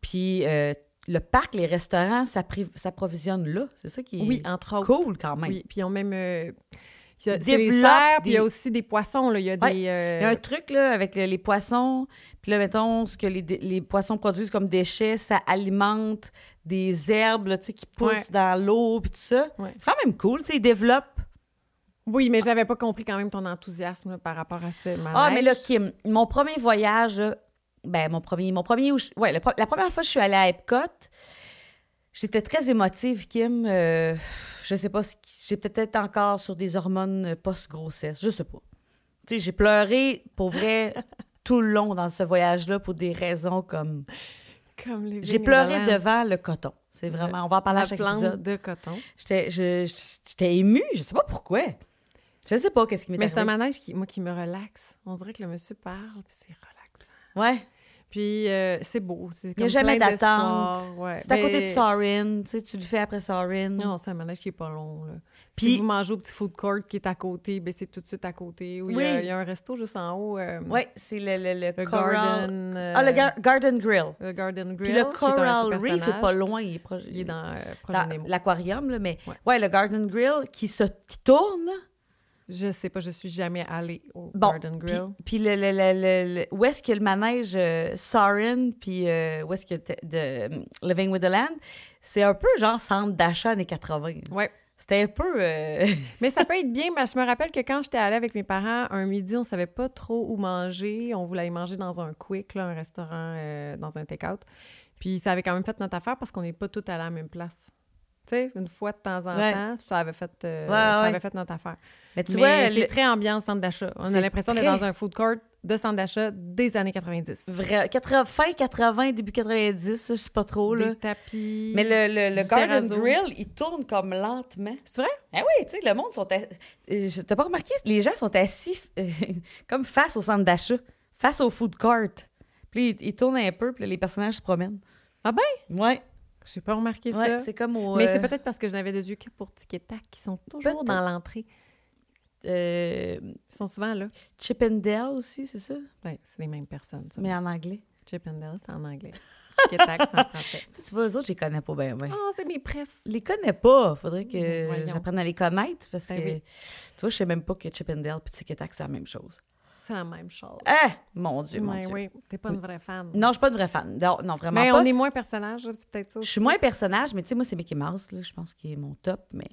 [SPEAKER 1] Puis euh, le parc, les restaurants ça pri- s'approvisionnent là. C'est ça qui est
[SPEAKER 2] Oui, entre autres.
[SPEAKER 1] cool quand même.
[SPEAKER 2] Oui, puis ils ont même euh, il y a-
[SPEAKER 1] Ils
[SPEAKER 2] c'est les
[SPEAKER 1] développent
[SPEAKER 2] cerfs, puis il y a
[SPEAKER 1] des-
[SPEAKER 2] aussi des poissons là, il y a
[SPEAKER 1] Ouais.
[SPEAKER 2] des euh,
[SPEAKER 1] Il y a un truc là, avec le- les poissons, puis là, mettons, ce que les, dé- les poissons produisent comme déchets, ça alimente des herbes là, tu sais, qui poussent
[SPEAKER 2] Ouais.
[SPEAKER 1] dans l'eau, puis tout ça.
[SPEAKER 2] Ouais.
[SPEAKER 1] C'est quand même cool, tu sais, ils développent
[SPEAKER 2] Oui, mais j'avais pas compris quand même ton enthousiasme là, par rapport à ce manège.
[SPEAKER 1] Ah, mais là, Kim, mon premier voyage, là, ben, mon premier, mon premier, où je- ouais, le pro- la première fois que je suis allée à Epcot, j'étais très émotive, Kim. Euh, je sais pas, ce qui- j'ai peut-être encore sur des hormones post-grossesse, je sais pas. Tu sais, j'ai pleuré pour
[SPEAKER 2] <laughs>
[SPEAKER 1] vrai tout le long dans ce voyage-là pour des raisons comme.
[SPEAKER 2] Comme les
[SPEAKER 1] J'ai pleuré devant le coton. C'est vraiment, on va en parler à
[SPEAKER 2] la
[SPEAKER 1] chaque
[SPEAKER 2] plante
[SPEAKER 1] épisode.
[SPEAKER 2] de coton.
[SPEAKER 1] J'étais, je- je- j'étais émue, je sais pas pourquoi. Je sais pas qu'est-ce qui m'est
[SPEAKER 2] Mais c'est un
[SPEAKER 1] arrivé.
[SPEAKER 2] manège qui, moi, qui me relaxe. On dirait que le monsieur parle, puis c'est relaxant.
[SPEAKER 1] Ouais,
[SPEAKER 2] Puis euh, c'est beau. Il
[SPEAKER 1] y a jamais d'attente. c'est à côté de Sorin, tu sais, tu le fais après Sorin.
[SPEAKER 2] Non, c'est un manège qui est pas long. Là.
[SPEAKER 1] Puis-
[SPEAKER 2] si vous mangez au petit food court qui est à côté, ben c'est tout de suite à côté. Ou il y, a-
[SPEAKER 1] Oui.
[SPEAKER 2] il y a un resto juste en haut. euh,
[SPEAKER 1] Ouais, c'est le, le, le,
[SPEAKER 2] Le
[SPEAKER 1] Coral-
[SPEAKER 2] Garden, euh,
[SPEAKER 1] Ah, le Gar- Garden Grill.
[SPEAKER 2] le Garden
[SPEAKER 1] Puis le
[SPEAKER 2] Grill. qui est un resto
[SPEAKER 1] Coral Reef est
[SPEAKER 2] personnage.
[SPEAKER 1] pas loin, il est proche.
[SPEAKER 2] Il est dans euh, Proche
[SPEAKER 1] dans
[SPEAKER 2] de Nemo.
[SPEAKER 1] l'aquarium, là, mais ouais.
[SPEAKER 2] Ouais.
[SPEAKER 1] le Garden Grill qui se qui tourne.
[SPEAKER 2] Je sais pas, je suis jamais allée au
[SPEAKER 1] Bon,
[SPEAKER 2] Garden
[SPEAKER 1] puis-
[SPEAKER 2] Grill.
[SPEAKER 1] Puis le, le- le- le- le- où est-ce que le manège euh, Soarin', puis euh, où est-ce que t'es- de euh, Living with the Land, c'est un peu genre centre d'achat années 80.
[SPEAKER 2] Ouais.
[SPEAKER 1] C'était un peu... euh, <laughs>
[SPEAKER 2] Mais ça peut être bien. mais je me rappelle que quand j'étais allée avec mes parents, un midi, on savait pas trop où manger. On voulait aller manger dans un quick, là, un restaurant, euh, dans un take-out. Puis ça avait quand même fait notre affaire parce qu'on n'est pas toutes allées à la même place. Tu sais, une fois de temps en
[SPEAKER 1] Ouais.
[SPEAKER 2] temps, ça avait fait, euh,
[SPEAKER 1] Ouais,
[SPEAKER 2] ça
[SPEAKER 1] ouais.
[SPEAKER 2] avait fait notre affaire.
[SPEAKER 1] Mais tu
[SPEAKER 2] Mais
[SPEAKER 1] vois,
[SPEAKER 2] c'est
[SPEAKER 1] le-
[SPEAKER 2] très ambiant centre d'achat. On
[SPEAKER 1] C'est
[SPEAKER 2] a l'impression
[SPEAKER 1] très-
[SPEAKER 2] d'être dans un food court de centre d'achat des années 90.
[SPEAKER 1] vrai, 80, fin 80, début 90, je sais pas trop, là.
[SPEAKER 2] Des tapis.
[SPEAKER 1] Mais le, le- le
[SPEAKER 2] du
[SPEAKER 1] Garden
[SPEAKER 2] terrazzo.
[SPEAKER 1] Grill, il tourne comme lentement.
[SPEAKER 2] C'est vrai?
[SPEAKER 1] Ah oui, tu sais, le monde sont... ass- Euh, je- T'as pas remarqué? Les gens sont assis euh, <laughs> comme face au centre d'achat, face au food court. Puis ils, ils tournent un peu, puis là, les personnages se promènent.
[SPEAKER 2] Ah ben?
[SPEAKER 1] Ouais,
[SPEAKER 2] J'ai pas remarqué
[SPEAKER 1] ouais,
[SPEAKER 2] ça.
[SPEAKER 1] c'est comme au...
[SPEAKER 2] Mais
[SPEAKER 1] euh,
[SPEAKER 2] c'est peut-être parce que je n'avais de yeux que pour Tic et Tac, qui sont toujours
[SPEAKER 1] Peut-être.
[SPEAKER 2] dans l'entrée.
[SPEAKER 1] euh,
[SPEAKER 2] Ils sont souvent là.
[SPEAKER 1] Chip and Dale aussi, c'est ça?
[SPEAKER 2] Ouais, c'est les mêmes personnes. Ça.
[SPEAKER 1] Mais en anglais.
[SPEAKER 2] Chip and Dale, c'est en <laughs> anglais. Tic et Tac, c'est en français.
[SPEAKER 1] Tu, sais, tu vois, eux autres, je les connais pas bien, bien.
[SPEAKER 2] Oh, c'est mes prefs.
[SPEAKER 1] Je les connais pas. Faudrait
[SPEAKER 2] Ben,
[SPEAKER 1] que
[SPEAKER 2] voyons.
[SPEAKER 1] j'apprenne à les connaître parce
[SPEAKER 2] Ben
[SPEAKER 1] que,
[SPEAKER 2] oui.
[SPEAKER 1] tu vois, je sais même pas que Chip and Dale puis Tic et Tac, c'est la même chose.
[SPEAKER 2] C'est la même chose.
[SPEAKER 1] Ah! Mon Dieu, mon
[SPEAKER 2] Mais
[SPEAKER 1] Dieu.
[SPEAKER 2] oui, t'es pas une vraie fan.
[SPEAKER 1] Non, je suis pas une vraie fan. Non, non, vraiment
[SPEAKER 2] Mais
[SPEAKER 1] pas.
[SPEAKER 2] on est moins personnage, là, c'est peut-être ça.
[SPEAKER 1] Je suis moins personnage, mais tu sais, moi, c'est Mickey Mouse, là, je pense qu'il est mon top. Mais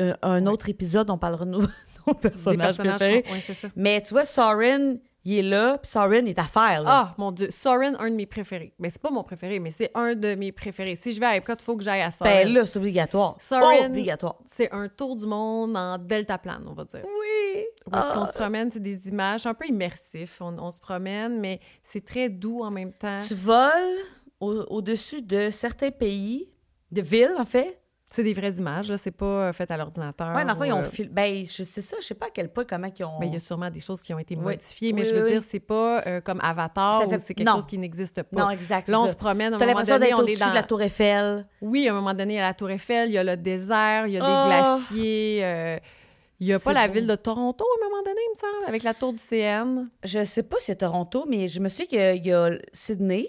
[SPEAKER 1] euh, un autre épisode, on parlera <laughs> de nos, nos
[SPEAKER 2] Des
[SPEAKER 1] personnages
[SPEAKER 2] personnages.
[SPEAKER 1] préférés.
[SPEAKER 2] qu'on- ouais, c'est ça.
[SPEAKER 1] Mais tu vois, Soren, il est là, puis Soren est à faire. Là.
[SPEAKER 2] Ah, mon Dieu. Soren, un de mes préférés. Mais c'est pas mon préféré, mais c'est un de mes préférés. Si je vais à Epcot, il faut que j'aille à Soren.
[SPEAKER 1] ben là, c'est obligatoire.
[SPEAKER 2] Soren-
[SPEAKER 1] Obligatoire.
[SPEAKER 2] C'est un tour du monde en deltaplane, on va dire.
[SPEAKER 1] Oui.
[SPEAKER 2] Où est-ce
[SPEAKER 1] Ah, euh,
[SPEAKER 2] qu'on se promène, c'est des images c'est un peu immersif. On, on se promène, mais c'est très doux en même temps.
[SPEAKER 1] Hein? Tu voles au- au-dessus de certains pays, de villes, en fait.
[SPEAKER 2] C'est des vraies images, là, c'est pas euh, fait à l'ordinateur.
[SPEAKER 1] Ouais, dans le fond,
[SPEAKER 2] ou,
[SPEAKER 1] ils ont
[SPEAKER 2] euh,
[SPEAKER 1] fil- Ben, je sais ça, je sais pas à quel point, comment ils ont.
[SPEAKER 2] Mais Ben, il y a sûrement des choses qui ont été
[SPEAKER 1] Oui.
[SPEAKER 2] modifiées, mais
[SPEAKER 1] Oui,
[SPEAKER 2] je veux
[SPEAKER 1] oui,
[SPEAKER 2] dire,
[SPEAKER 1] oui.
[SPEAKER 2] c'est pas euh, comme Avatar
[SPEAKER 1] Ça fait-
[SPEAKER 2] où c'est quelque
[SPEAKER 1] non.
[SPEAKER 2] chose qui n'existe pas.
[SPEAKER 1] Non, exact.
[SPEAKER 2] Là, on
[SPEAKER 1] c'est
[SPEAKER 2] se
[SPEAKER 1] ça.
[SPEAKER 2] promène, à un
[SPEAKER 1] T'as
[SPEAKER 2] moment
[SPEAKER 1] l'impression
[SPEAKER 2] donné,
[SPEAKER 1] d'être
[SPEAKER 2] on est
[SPEAKER 1] au-dessus
[SPEAKER 2] dans...
[SPEAKER 1] de la Tour Eiffel.
[SPEAKER 2] Oui, à un moment donné, il y a la Tour Eiffel, il y a le désert, il y a
[SPEAKER 1] Oh!
[SPEAKER 2] des glaciers. euh, il y a
[SPEAKER 1] C'est
[SPEAKER 2] pas la
[SPEAKER 1] beau.
[SPEAKER 2] ville de Toronto, à un moment donné, il me semble, avec la Tour du CN.
[SPEAKER 1] Je sais pas si c'est Toronto, mais je me souviens qu'il y a- il y a Sydney.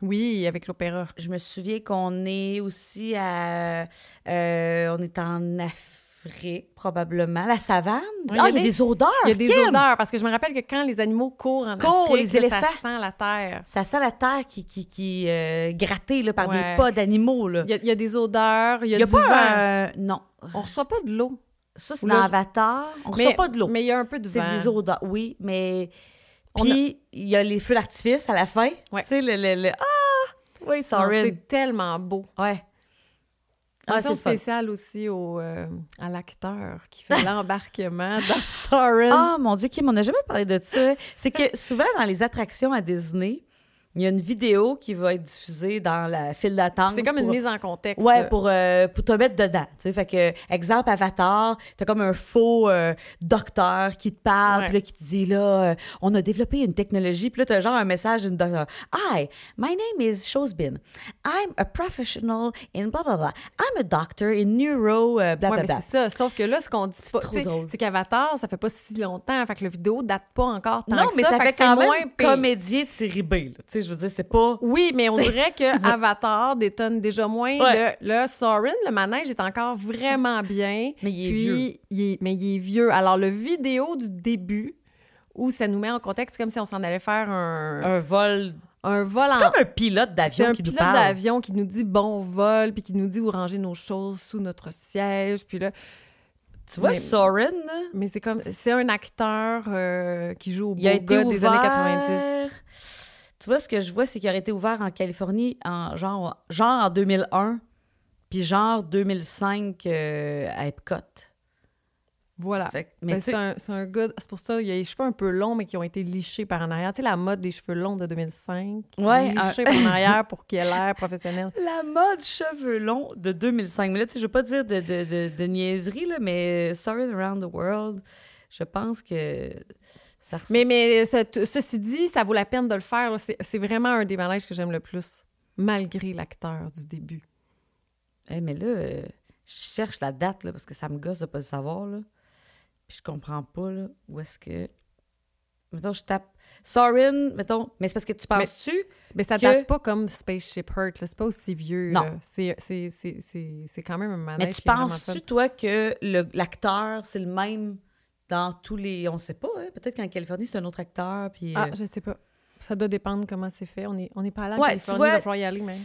[SPEAKER 2] Oui, avec l'opéra.
[SPEAKER 1] Je me souviens qu'on est aussi à. euh, on est en Afrique, probablement. La savane.
[SPEAKER 2] Ouais,
[SPEAKER 1] ah, il y a des odeurs.
[SPEAKER 2] Il y a des
[SPEAKER 1] Kim!
[SPEAKER 2] odeurs, parce que je me rappelle que quand les animaux courent en
[SPEAKER 1] Courent,
[SPEAKER 2] Afrique,
[SPEAKER 1] les
[SPEAKER 2] là, ça
[SPEAKER 1] éléphants.
[SPEAKER 2] sent la terre.
[SPEAKER 1] Ça sent la terre qui, qui, qui euh, grattée là, par des
[SPEAKER 2] Ouais.
[SPEAKER 1] pas d'animaux. là.
[SPEAKER 2] Il y, a, il y a des odeurs, il y a,
[SPEAKER 1] Il y a
[SPEAKER 2] du vent.
[SPEAKER 1] pas un- euh, Non.
[SPEAKER 2] On reçoit pas de l'eau.
[SPEAKER 1] Ça, c'est
[SPEAKER 2] Là,
[SPEAKER 1] dans
[SPEAKER 2] je-
[SPEAKER 1] Avatar. On
[SPEAKER 2] Mais-
[SPEAKER 1] reçoit pas de l'eau.
[SPEAKER 2] Mais il y a un peu de
[SPEAKER 1] C'est
[SPEAKER 2] vent.
[SPEAKER 1] des odeurs. Oui, mais.
[SPEAKER 2] On
[SPEAKER 1] Puis, il y a les feux d'artifice à la fin.
[SPEAKER 2] Ouais.
[SPEAKER 1] Tu sais, le, le- le- Ah! Oui,
[SPEAKER 2] Non,
[SPEAKER 1] sorry.
[SPEAKER 2] C'est tellement beau.
[SPEAKER 1] Ouais. Ah, c'est
[SPEAKER 2] Mention
[SPEAKER 1] le fun.
[SPEAKER 2] spéciale aussi au, euh, à l'acteur qui fait <laughs> l'embarquement dans Soren.
[SPEAKER 1] Ah, mon Dieu, Kim, on n'a jamais parlé de ça. C'est que souvent, dans les attractions à Disney, il y a une vidéo qui va être diffusée dans la file d'attente.
[SPEAKER 2] c'est comme une
[SPEAKER 1] pour-
[SPEAKER 2] mise en contexte.
[SPEAKER 1] Ouais, pour, euh, pour te mettre dedans. tu sais. Fait que, exemple, Avatar, t'as comme un faux euh, docteur qui te parle,
[SPEAKER 2] Ouais.
[SPEAKER 1] puis là, qui te dit, là, euh, on a développé une technologie, puis là, t'as genre un message d'une docteur. Hi, my name is Shosbin. I'm a professional in blah, blah, blah. I'm a doctor in neuro, euh, blah, blah,
[SPEAKER 2] Ouais, mais
[SPEAKER 1] blah.
[SPEAKER 2] c'est ça. Sauf que là, ce qu'on dit pas,
[SPEAKER 1] trop
[SPEAKER 2] tu sais,
[SPEAKER 1] drôle.
[SPEAKER 2] c'est qu'Avatar, ça fait pas si longtemps. Fait que la vidéo date pas encore tant
[SPEAKER 1] Non,
[SPEAKER 2] que
[SPEAKER 1] mais ça,
[SPEAKER 2] fait
[SPEAKER 1] fait
[SPEAKER 2] que c'est
[SPEAKER 1] quand
[SPEAKER 2] moins
[SPEAKER 1] même
[SPEAKER 2] pire.
[SPEAKER 1] comédien de série B. là. Tu sais, je veux dire, c'est pas...
[SPEAKER 2] Oui, mais on dirait que
[SPEAKER 1] <laughs>
[SPEAKER 2] Avatar détonne déjà moins.
[SPEAKER 1] Ouais.
[SPEAKER 2] Le, le Sorin, le manège est encore vraiment bien.
[SPEAKER 1] Mais il est
[SPEAKER 2] Puis,
[SPEAKER 1] vieux.
[SPEAKER 2] il est- mais il est vieux. Alors, le vidéo du début, où ça nous met en contexte comme si on s'en allait faire un,
[SPEAKER 1] Un vol...
[SPEAKER 2] un vol en...
[SPEAKER 1] Comme un pilote
[SPEAKER 2] Ah.
[SPEAKER 1] d'avion
[SPEAKER 2] C'est un
[SPEAKER 1] qui nous
[SPEAKER 2] pilote
[SPEAKER 1] parle.
[SPEAKER 2] d'avion qui nous dit bon vol, puis qui nous dit où ranger nos choses sous notre siège. Puis là,
[SPEAKER 1] Tu vois,
[SPEAKER 2] Mais-
[SPEAKER 1] Soren, là,
[SPEAKER 2] mais c'est comme, c'est un acteur euh, qui joue au beau
[SPEAKER 1] Il a
[SPEAKER 2] gars
[SPEAKER 1] été ouvert...
[SPEAKER 2] des années 90.
[SPEAKER 1] Tu vois, ce que je vois, c'est qu'il aurait été ouvert en Californie en genre, genre en 2001. Puis genre 2005 euh, à Epcot.
[SPEAKER 2] Voilà.
[SPEAKER 1] Fait que-
[SPEAKER 2] Ben,
[SPEAKER 1] mais tu
[SPEAKER 2] c'est
[SPEAKER 1] sais,
[SPEAKER 2] un, c'est un gars, c'est pour ça, il a les cheveux un peu longs, mais qui ont été lichés par en arrière. Tu sais, la mode des cheveux longs de 2005.
[SPEAKER 1] Ouais,
[SPEAKER 2] Lichés par en arrière pour qu'il ait l'air professionnel.
[SPEAKER 1] la mode cheveux longs de 2005. Mais là, tu sais, je veux pas dire de, de, de, de niaiserie, là, mais euh, Sorry Around the World, je pense que ça ressemble.
[SPEAKER 2] Mais, mais ce- t- ceci dit, ça vaut la peine de le faire. là. C'est c'est vraiment un des manèges que j'aime le plus, malgré l'acteur du début.
[SPEAKER 1] Hey, mais là, euh, je cherche la date là, parce que ça me gosse de pas le savoir. Là. Puis je comprends pas là, où est-ce que. Mettons, je tape Sorin, mettons. Mais c'est parce que tu penses-tu?
[SPEAKER 2] Mais ça
[SPEAKER 1] Que-
[SPEAKER 2] date pas comme Spaceship Hurt, là. c'est pas aussi vieux.
[SPEAKER 1] Non.
[SPEAKER 2] là. C'est c'est- c'est- c'est- c'est quand même un manège.
[SPEAKER 1] Mais,
[SPEAKER 2] qui
[SPEAKER 1] tu
[SPEAKER 2] est vraiment fun.
[SPEAKER 1] penses-tu, toi, que le- l'acteur, c'est le même dans tous les. On sait pas, hein? Peut-être qu'en Californie, c'est un autre acteur. Puis,
[SPEAKER 2] Ah,
[SPEAKER 1] euh,
[SPEAKER 2] je sais pas. Ça doit dépendre comment c'est fait. On n'est on est pas allé en
[SPEAKER 1] Ouais, tu
[SPEAKER 2] Californie,
[SPEAKER 1] vois-
[SPEAKER 2] il va falloir y aller, mais...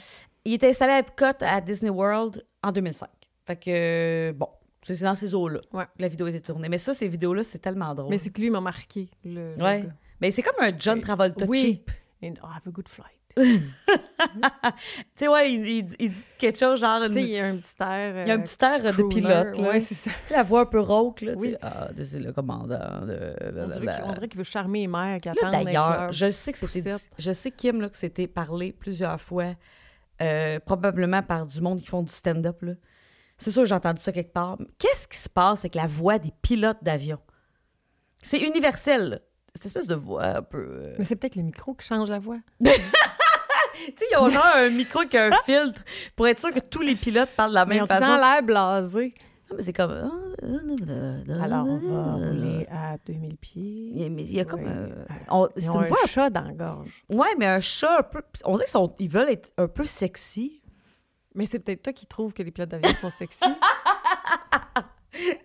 [SPEAKER 1] Il était installé à Epcot à Disney World en 2005. Fait que, euh, bon, tu sais, c'est dans ces eaux-là
[SPEAKER 2] Ouais.
[SPEAKER 1] que la vidéo était tournée. Mais ça, ces vidéos-là, c'est tellement drôle.
[SPEAKER 2] Mais c'est que lui, il m'a marqué. Le, le
[SPEAKER 1] Ouais.
[SPEAKER 2] gars.
[SPEAKER 1] Mais c'est comme un John
[SPEAKER 2] Et-
[SPEAKER 1] Travolta
[SPEAKER 2] oui.
[SPEAKER 1] cheap.
[SPEAKER 2] And I oh, have a good flight.
[SPEAKER 1] Tu sais, ouais, il, il- il dit quelque chose genre.
[SPEAKER 2] tu
[SPEAKER 1] une-
[SPEAKER 2] sais, il y a un petit air.
[SPEAKER 1] il y a un
[SPEAKER 2] euh,
[SPEAKER 1] petit air de
[SPEAKER 2] crooner.
[SPEAKER 1] pilote. Là.
[SPEAKER 2] Ouais, c'est ça.
[SPEAKER 1] Tu sais, la voix un peu rauque. Là, tu
[SPEAKER 2] Oui.
[SPEAKER 1] sais, Ah, c'est le commandant. de-
[SPEAKER 2] On
[SPEAKER 1] la-
[SPEAKER 2] dirait
[SPEAKER 1] la-
[SPEAKER 2] qu'il- on dirait qu'il veut charmer les mères qui
[SPEAKER 1] Là,
[SPEAKER 2] attendent. avec
[SPEAKER 1] d'ailleurs,
[SPEAKER 2] leur-
[SPEAKER 1] je sais que c'était. dit-
[SPEAKER 2] poussette.
[SPEAKER 1] Je sais, Kim, là, que c'était parlé plusieurs fois, euh, probablement par du monde qui font du stand-up. là. C'est sûr, j'ai entendu ça quelque part. Mais Qu'est-ce qui se passe avec la voix des pilotes d'avion? C'est universel, là. Cette espèce de voix un peu.
[SPEAKER 2] <laughs>
[SPEAKER 1] euh,
[SPEAKER 2] Mais c'est peut-être le micro qui change la voix.
[SPEAKER 1] Tu sais, ils ont genre un micro qui a un filtre pour être sûr que tous les pilotes parlent de la
[SPEAKER 2] Mais
[SPEAKER 1] même
[SPEAKER 2] on
[SPEAKER 1] façon.
[SPEAKER 2] faisant l'air blasé.
[SPEAKER 1] Non, mais c'est comme. euh,
[SPEAKER 2] Alors, on va rouler à 2000 pieds.
[SPEAKER 1] Ah. Il y a- mais il y a comme,
[SPEAKER 2] Ouais.
[SPEAKER 1] euh, on- c'est
[SPEAKER 2] Ils
[SPEAKER 1] une
[SPEAKER 2] ont un
[SPEAKER 1] voix.
[SPEAKER 2] chat dans la gorge.
[SPEAKER 1] Ouais, mais un chat un peu. On dirait qu'ils sont- ils veulent être un peu sexy.
[SPEAKER 2] Mais c'est peut-être toi qui trouves que les pilotes d'avion
[SPEAKER 1] <laughs>
[SPEAKER 2] sont sexy.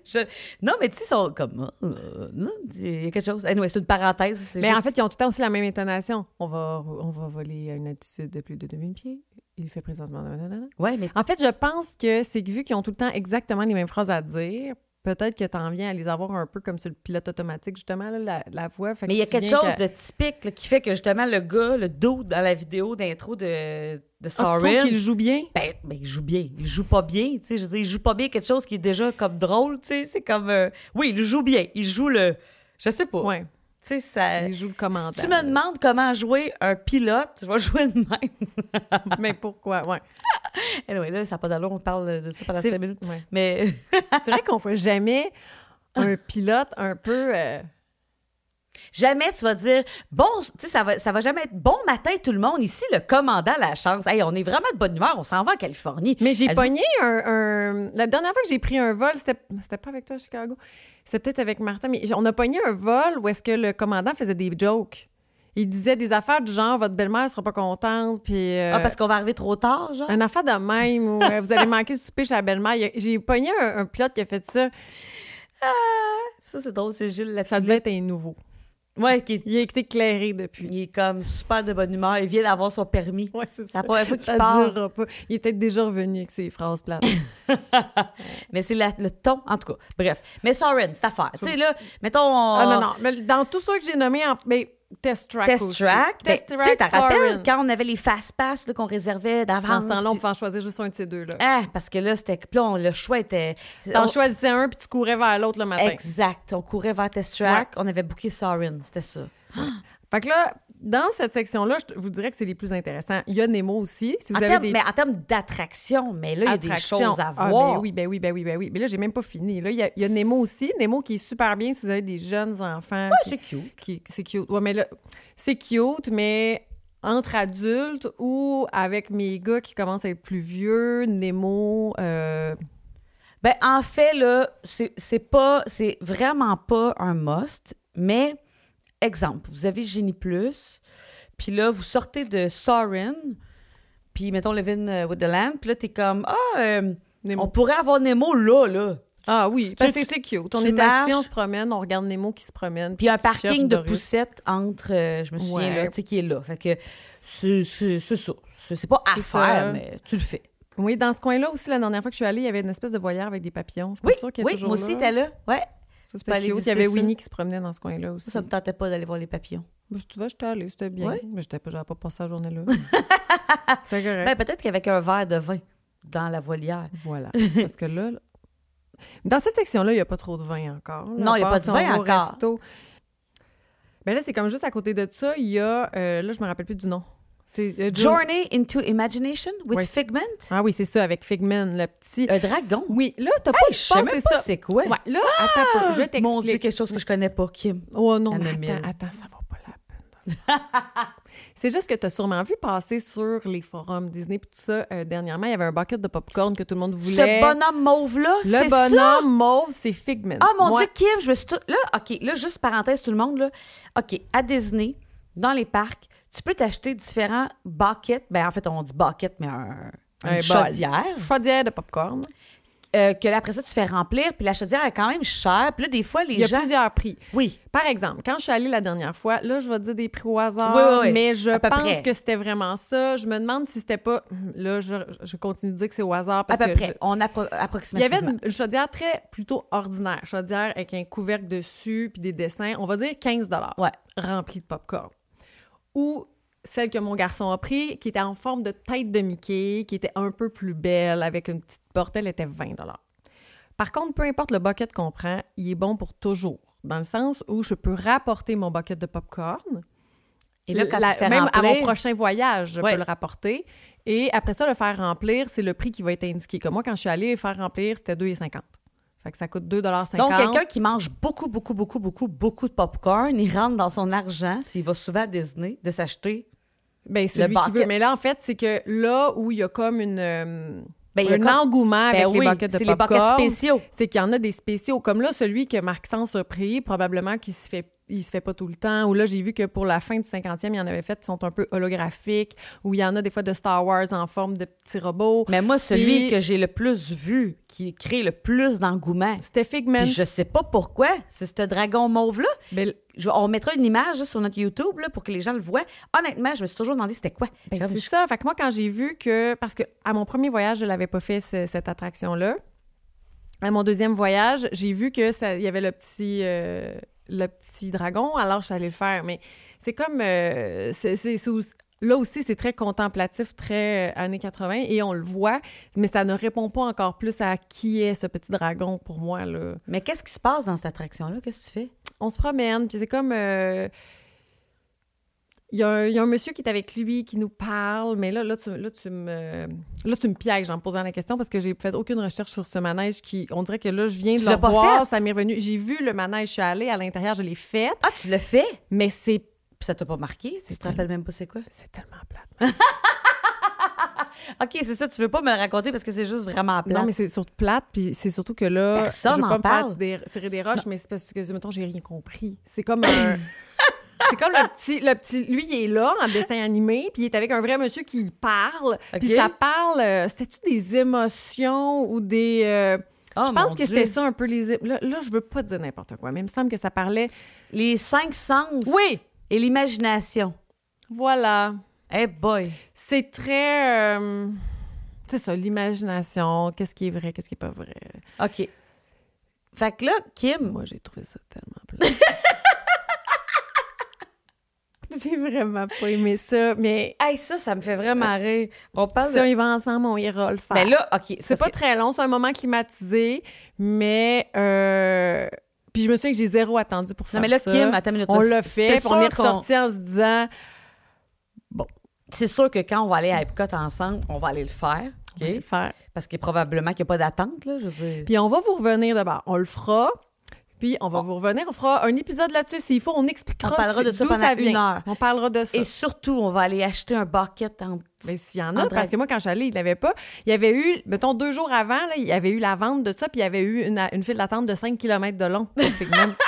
[SPEAKER 1] Je- Non, mais tu sais, ils sont comme. euh, non, il y a quelque chose. Anyway, c'est une parenthèse. c'est
[SPEAKER 2] Mais en
[SPEAKER 1] juste-
[SPEAKER 2] fait, ils ont tout le temps aussi la même intonation. On va, on va voler à une altitude de plus de 2000 pieds. Il fait présentement... nanana.
[SPEAKER 1] Ouais, mais.
[SPEAKER 2] En fait, je pense que c'est que vu qu'ils ont tout le temps exactement les mêmes phrases à dire, peut-être que t'en viens à les avoir un peu comme sur le pilote automatique, justement, là, la, la voix. Fait que
[SPEAKER 1] Mais il y a
[SPEAKER 2] tu
[SPEAKER 1] quelque
[SPEAKER 2] viens
[SPEAKER 1] chose
[SPEAKER 2] qu'à-
[SPEAKER 1] de typique là, qui fait que justement le gars, le dos dans la vidéo d'intro de, de
[SPEAKER 2] Ah, tu trouves
[SPEAKER 1] Sorin,
[SPEAKER 2] qu'il joue bien?
[SPEAKER 1] ben, ben, il joue bien. Il joue pas bien. Tu sais, je veux dire, il joue pas bien quelque chose qui est déjà comme drôle. Tu sais, c'est comme. euh, Oui, il joue bien. Il joue le. Je sais pas.
[SPEAKER 2] Ouais,
[SPEAKER 1] Tu sais, ça.
[SPEAKER 2] il joue le commandant.
[SPEAKER 1] Si tu me demandes comment jouer un pilote, je vais <laughs> jouer de même.
[SPEAKER 2] là. <laughs> Mais pourquoi? Ouais.
[SPEAKER 1] Anyway, là, ça n'a pas d'allure, on parle de ça pendant
[SPEAKER 2] C'est-
[SPEAKER 1] cinq minutes.
[SPEAKER 2] <laughs> ouais.
[SPEAKER 1] Mais <laughs>
[SPEAKER 2] C'est vrai qu'on voit jamais un pilote un peu... euh,
[SPEAKER 1] jamais tu vas dire bon, tu sais, ça va, ça va jamais être bon matin tout le monde. Ici, le commandant a la chance. Hey, on est vraiment de bonne humeur, on s'en va en Californie.
[SPEAKER 2] Mais j'ai
[SPEAKER 1] Elle-
[SPEAKER 2] pogné un, un- La dernière fois que j'ai pris un vol, c'était c'était pas avec toi à Chicago. C'était peut-être avec Martin, mais on a pogné un vol où est-ce que le commandant faisait des jokes. Il disait des affaires du genre votre belle-mère sera pas contente, puis. euh,
[SPEAKER 1] Ah, parce qu'on va arriver trop tard, genre.
[SPEAKER 2] Un affaire de même où euh, vous allez manquer le souper chez la belle-mère. Il y a- J'ai pogné un, un pilote qui a fait ça.
[SPEAKER 1] Ça, c'est drôle, c'est Gilles
[SPEAKER 2] Ça
[SPEAKER 1] là-dessus.
[SPEAKER 2] devait être un nouveau.
[SPEAKER 1] Ouais, qui est,
[SPEAKER 2] Il a été éclairé depuis.
[SPEAKER 1] il est comme super de bonne humeur. Il vient d'avoir son permis.
[SPEAKER 2] Ouais, c'est
[SPEAKER 1] C'est la
[SPEAKER 2] ça.
[SPEAKER 1] première fois
[SPEAKER 2] Ça
[SPEAKER 1] qu'il part.
[SPEAKER 2] durera pas. Il est peut-être déjà revenu avec ses phrases plates.
[SPEAKER 1] Mais c'est la- le ton, en tout cas. Bref. Mais Soren, cette affaire. Tu sais, là, mettons. on-
[SPEAKER 2] Ah non, non. Mais dans tout ça que j'ai nommé, en... mais Test Track
[SPEAKER 1] Test
[SPEAKER 2] aussi.
[SPEAKER 1] track. Ben,
[SPEAKER 2] Test
[SPEAKER 1] Tu sais,
[SPEAKER 2] Track,
[SPEAKER 1] t'as rappelles
[SPEAKER 2] Soarin'.
[SPEAKER 1] quand on avait les fast pass là, qu'on réservait
[SPEAKER 2] Dans
[SPEAKER 1] d'avance.
[SPEAKER 2] ce temps-là, on
[SPEAKER 1] puis-
[SPEAKER 2] pouvait en choisir juste un de ces deux-là.
[SPEAKER 1] Ah, parce que là, c'était puis là, on- le choix était.
[SPEAKER 2] T'en
[SPEAKER 1] on-
[SPEAKER 2] choisissais un, puis tu courais vers l'autre le matin.
[SPEAKER 1] Exact. On courait vers Test Track. On avait booké Sorin. C'était ça.
[SPEAKER 2] Fait que là, dans cette section-là, je te- vous dirais que c'est les plus intéressants. Il y a Nemo aussi. Si vous
[SPEAKER 1] En
[SPEAKER 2] avez
[SPEAKER 1] termes-
[SPEAKER 2] des
[SPEAKER 1] Mais en termes d'attraction, mais là, il y a des
[SPEAKER 2] attractions-
[SPEAKER 1] choses à
[SPEAKER 2] Ah,
[SPEAKER 1] voir.
[SPEAKER 2] ben oui, ben oui, ben oui, ben oui. Mais là, j'ai même pas fini. Là, il y, a- il y a Nemo aussi. Nemo qui est super bien si vous avez des jeunes enfants.
[SPEAKER 1] Ah,
[SPEAKER 2] qui-
[SPEAKER 1] c'est cute.
[SPEAKER 2] qui- c'est cute. Ouais, mais là, c'est cute, mais entre adultes ou avec mes gars qui commencent à être plus vieux, Nemo. euh,
[SPEAKER 1] Ben, en fait, là, c'est c'est pas, c'est vraiment pas un must, mais exemple, vous avez Génie Plus, puis là, vous sortez de Sorin, puis mettons Levin with the Land, puis là, t'es comme, ah, euh,
[SPEAKER 2] Nemo.
[SPEAKER 1] on pourrait avoir Nemo là, là.
[SPEAKER 2] Ah oui, parce
[SPEAKER 1] Tu-
[SPEAKER 2] que c'est cute. On
[SPEAKER 1] tu
[SPEAKER 2] est assis,
[SPEAKER 1] marches.
[SPEAKER 2] on se promène, on regarde Nemo qui se promène.
[SPEAKER 1] Puis un
[SPEAKER 2] qui cherche
[SPEAKER 1] parking de
[SPEAKER 2] Doris.
[SPEAKER 1] poussettes entre, euh, je me souviens,
[SPEAKER 2] Ouais.
[SPEAKER 1] là, tu sais, qui est là. Fait que c'est c'est- c'est ça. C'est c'est pas à
[SPEAKER 2] C'est
[SPEAKER 1] faire,
[SPEAKER 2] ça.
[SPEAKER 1] mais tu le fais.
[SPEAKER 2] Oui, dans ce coin-là aussi, la dernière fois que je suis allée, il y avait une espèce de volière avec des papillons. Je suis pas
[SPEAKER 1] Oui,
[SPEAKER 2] sûre qu'elle est
[SPEAKER 1] oui,
[SPEAKER 2] toujours
[SPEAKER 1] moi aussi,
[SPEAKER 2] là.
[SPEAKER 1] t'es là. Ouais,
[SPEAKER 2] Ça,
[SPEAKER 1] peux aller
[SPEAKER 2] c'était cute. Il y
[SPEAKER 1] visiter
[SPEAKER 2] avait
[SPEAKER 1] ça.
[SPEAKER 2] Winnie qui se promenait dans ce coin-là aussi.
[SPEAKER 1] ça, ça me tentait pas d'aller voir les papillons.
[SPEAKER 2] Moi, je- tu vois, j'étais allée, c'était bien.
[SPEAKER 1] Ouais. <laughs>
[SPEAKER 2] Mais j'étais pas, j'avais pas passé la journée là. c'est correct.
[SPEAKER 1] Ben, peut-être qu'avec un verre de vin dans la volière. <laughs>
[SPEAKER 2] Voilà. Parce que là, là- dans cette section-là, il n'y a pas trop de vin encore. là,
[SPEAKER 1] Non,
[SPEAKER 2] à
[SPEAKER 1] il y a
[SPEAKER 2] part
[SPEAKER 1] pas de
[SPEAKER 2] si on
[SPEAKER 1] vin
[SPEAKER 2] va au
[SPEAKER 1] encore.
[SPEAKER 2] resto. Ben là, c'est comme juste à côté de ça, il y a. euh, là, je me rappelle plus du nom. C'est euh, Jour-
[SPEAKER 1] Journey into Imagination with
[SPEAKER 2] Ouais.
[SPEAKER 1] Figment.
[SPEAKER 2] Ah oui, c'est ça, avec Figman, le petit.
[SPEAKER 1] Un dragon.
[SPEAKER 2] oui, là, t'as pas
[SPEAKER 1] Hey,
[SPEAKER 2] le
[SPEAKER 1] je
[SPEAKER 2] choix,
[SPEAKER 1] sais même
[SPEAKER 2] c'est Ah,
[SPEAKER 1] pas
[SPEAKER 2] ça.
[SPEAKER 1] c'est quoi.
[SPEAKER 2] Ouais, là, attends, un peu, je t'explique.
[SPEAKER 1] Mon Dieu, quelque chose que je connais pas, Kim.
[SPEAKER 2] Oh non,
[SPEAKER 1] Il y en
[SPEAKER 2] mais
[SPEAKER 1] a mille.
[SPEAKER 2] attends, attends, ça vaut pas la peine. de
[SPEAKER 1] <laughs>
[SPEAKER 2] le faire. C'est juste que tu as sûrement vu passer sur les forums Disney puis tout ça. euh, dernièrement, il y avait un bucket de popcorn que tout le monde
[SPEAKER 1] Ce
[SPEAKER 2] voulait.
[SPEAKER 1] bonhomme mauve-là,
[SPEAKER 2] le
[SPEAKER 1] c'est ça?
[SPEAKER 2] bonhomme mauve, c'est Figment.
[SPEAKER 1] Ah mon
[SPEAKER 2] Moi,
[SPEAKER 1] Dieu, Kim, je me suis tout... Là, OK, là, juste parenthèse, tout le monde, là. OK, à Disney, dans les parcs, tu peux t'acheter différents buckets. Ben, en fait, on dit bucket, mais un, une
[SPEAKER 2] Un bol.
[SPEAKER 1] chaudière.
[SPEAKER 2] Chaudière de popcorn.
[SPEAKER 1] Euh, que là, après ça, tu fais remplir. Puis la chaudière est quand même chère. Puis là, des fois, les
[SPEAKER 2] Il y a
[SPEAKER 1] gens...
[SPEAKER 2] plusieurs prix.
[SPEAKER 1] Oui.
[SPEAKER 2] Par exemple, quand je suis allée la dernière fois, là, je vais dire des prix au hasard,
[SPEAKER 1] Oui, oui, oui,
[SPEAKER 2] mais je
[SPEAKER 1] à peu
[SPEAKER 2] pense
[SPEAKER 1] près.
[SPEAKER 2] que c'était vraiment ça. Je me demande si c'était pas. hum, Là, je, je continue de dire que c'est au hasard
[SPEAKER 1] À
[SPEAKER 2] parce
[SPEAKER 1] peu
[SPEAKER 2] que
[SPEAKER 1] près.
[SPEAKER 2] je-
[SPEAKER 1] On appro
[SPEAKER 2] Il y
[SPEAKER 1] approximativement.
[SPEAKER 2] avait une chaudière très plutôt ordinaire, chaudière avec un couvercle dessus puis des dessins, on va dire 15 dollars,
[SPEAKER 1] Ouais.
[SPEAKER 2] remplie de popcorn. Ou celle que mon garçon a pris qui était en forme de tête de Mickey, qui était un peu plus belle avec une petite portelle était 20 dollars. Par contre, peu importe le bucket qu'on prend, il est bon pour toujours, dans le sens où je peux rapporter mon bucket de popcorn
[SPEAKER 1] Et là, quand
[SPEAKER 2] la-
[SPEAKER 1] tu fais
[SPEAKER 2] même à mon
[SPEAKER 1] remplir-
[SPEAKER 2] prochain voyage, je
[SPEAKER 1] Ouais.
[SPEAKER 2] peux le rapporter. Et après ça, le faire remplir, c'est le prix qui va être indiqué. Comme moi, quand je suis allée faire remplir, c'était 2,50 Fait que ça coûte 2,50
[SPEAKER 1] Donc, quelqu'un qui mange beaucoup, beaucoup, beaucoup, beaucoup, beaucoup de popcorn, il rentre dans son argent, s'il va souvent à Disney, de s'acheter.
[SPEAKER 2] ben, celui qui
[SPEAKER 1] bucket.
[SPEAKER 2] veut. Mais là, en fait, c'est que là où il y a comme une, euh,
[SPEAKER 1] Ben, il y a
[SPEAKER 2] un
[SPEAKER 1] comme-
[SPEAKER 2] engouement avec
[SPEAKER 1] Ben
[SPEAKER 2] les
[SPEAKER 1] oui,
[SPEAKER 2] buckets de
[SPEAKER 1] c'est les buckets
[SPEAKER 2] popcorn,
[SPEAKER 1] spéciaux.
[SPEAKER 2] c'est qu'il y en a des spéciaux. Comme là, celui que Marc-Sens a pris, probablement qu'il se fait il se fait pas tout le temps. Ou là, j'ai vu que pour la fin du 50e, il y en avait fait qui sont un peu holographiques, ou il y en a des fois de Star Wars en forme de petits robots.
[SPEAKER 1] Mais moi, celui
[SPEAKER 2] Puis-
[SPEAKER 1] que j'ai le plus vu, qui crée le plus d'engouement,
[SPEAKER 2] C'était Figment.
[SPEAKER 1] puis je sais pas pourquoi, c'est ce dragon mauve-là.
[SPEAKER 2] Ben,
[SPEAKER 1] Je- on mettra une image là, sur notre YouTube là, pour que les gens le voient. Honnêtement, je me suis toujours demandé c'était quoi.
[SPEAKER 2] Ben,
[SPEAKER 1] Comme
[SPEAKER 2] c'est
[SPEAKER 1] je-
[SPEAKER 2] ça. Fait que moi, quand j'ai vu que. Parce que à mon premier voyage, je l'avais pas fait, ce- cette attraction-là. À mon deuxième voyage, j'ai vu que ça- il y avait le petit. euh, le petit dragon, alors je suis allée le faire. Mais c'est comme. euh, c'est, c'est- c'est aussi- là aussi, c'est très contemplatif, très euh, années 80, et on le voit, mais ça ne répond pas encore plus à qui est ce petit dragon pour moi. Là.
[SPEAKER 1] Mais qu'est-ce qui se passe dans cette attraction-là? Qu'est-ce que tu fais?
[SPEAKER 2] on se promène, puis c'est comme... euh, Il y, a un- il y a un monsieur qui est avec lui, qui nous parle, mais là, là, tu, là, tu me, là, tu me pièges en me posant la question parce que j'ai fait aucune recherche sur ce manège qui, on dirait que là, je viens de
[SPEAKER 1] Tu
[SPEAKER 2] le
[SPEAKER 1] l'as pas
[SPEAKER 2] voir,
[SPEAKER 1] fait?
[SPEAKER 2] ça m'est revenu. J'ai vu le manège, je suis allée à l'intérieur, je l'ai fait,
[SPEAKER 1] Ah, tu le fais? Puis
[SPEAKER 2] mais c'est,
[SPEAKER 1] ça t'a pas marqué?
[SPEAKER 2] C'est
[SPEAKER 1] Tu te rappelles même pas c'est quoi?
[SPEAKER 2] c'est tellement plate.
[SPEAKER 1] OK, c'est ça, tu veux pas me le raconter parce que c'est juste vraiment plat.
[SPEAKER 2] Non, mais c'est surtout plate, puis c'est surtout que là,
[SPEAKER 1] Personne
[SPEAKER 2] je veux
[SPEAKER 1] n'en
[SPEAKER 2] pas me
[SPEAKER 1] parle.
[SPEAKER 2] faire tirer, tirer des roches, mais c'est parce que, mettons, j'ai rien compris. C'est comme un...
[SPEAKER 1] <laughs>
[SPEAKER 2] c'est comme le petit, le petit... Lui, il est là, en dessin animé, puis il est avec un vrai monsieur qui parle, puis
[SPEAKER 1] Ok.
[SPEAKER 2] ça parle... euh, C'était-tu des émotions ou des... euh,
[SPEAKER 1] Oh,
[SPEAKER 2] je pense
[SPEAKER 1] mon
[SPEAKER 2] que c'était
[SPEAKER 1] Dieu.
[SPEAKER 2] ça un peu les... é- Là, là, je veux pas dire n'importe quoi, mais il me semble que ça parlait...
[SPEAKER 1] Les cinq sens
[SPEAKER 2] Oui!
[SPEAKER 1] et l'imagination.
[SPEAKER 2] Voilà.
[SPEAKER 1] Hey boy!
[SPEAKER 2] C'est très... euh, C'est ça, l'imagination, qu'est-ce qui est vrai, qu'est-ce qui est pas vrai.
[SPEAKER 1] OK. Fait que là, Kim,
[SPEAKER 2] Moi, j'ai trouvé ça <laughs> tellement plat. j'ai vraiment pas aimé ça, mais
[SPEAKER 1] hey, ça, ça me fait
[SPEAKER 2] Euh,
[SPEAKER 1] vraiment rire. On parle
[SPEAKER 2] si on
[SPEAKER 1] de...
[SPEAKER 2] y va ensemble, on ira le faire.
[SPEAKER 1] Mais là, OK.
[SPEAKER 2] Ben, c'est
[SPEAKER 1] parce
[SPEAKER 2] pas très long, c'est un moment climatisé, mais... euh, Puis je me souviens que j'ai zéro attendu pour
[SPEAKER 1] que-
[SPEAKER 2] faire
[SPEAKER 1] Non, mais là,
[SPEAKER 2] ça.
[SPEAKER 1] Kim, attends une minute.
[SPEAKER 2] on
[SPEAKER 1] là,
[SPEAKER 2] l'a
[SPEAKER 1] c'est
[SPEAKER 2] fait, puis on
[SPEAKER 1] sûr
[SPEAKER 2] est
[SPEAKER 1] qu'on-
[SPEAKER 2] ressorti en se disant...
[SPEAKER 1] C'est sûr que quand on va aller à Epcot ensemble, on va aller le faire.
[SPEAKER 2] on va le faire.
[SPEAKER 1] Parce que probablement qu'il n'y a pas d'attente, là, je veux dire.
[SPEAKER 2] Puis on va vous revenir d'abord. On le fera. Puis on va vous revenir. On fera un épisode là-dessus s'il faut. On expliquera
[SPEAKER 1] On parlera
[SPEAKER 2] si-
[SPEAKER 1] de ça
[SPEAKER 2] d'où ça
[SPEAKER 1] pendant
[SPEAKER 2] vient.
[SPEAKER 1] une heure.
[SPEAKER 2] On parlera de ça.
[SPEAKER 1] Et surtout, on va aller acheter un bucket en
[SPEAKER 2] Mais s'il y en
[SPEAKER 1] En
[SPEAKER 2] a,
[SPEAKER 1] drague.
[SPEAKER 2] parce que moi, quand j'allais, il l'avait pas. Il y avait eu, mettons, deux jours avant, là, il y avait eu la vente de ça, puis il y avait eu une, une file d'attente de 5 km de long. Fait que même- <laughs>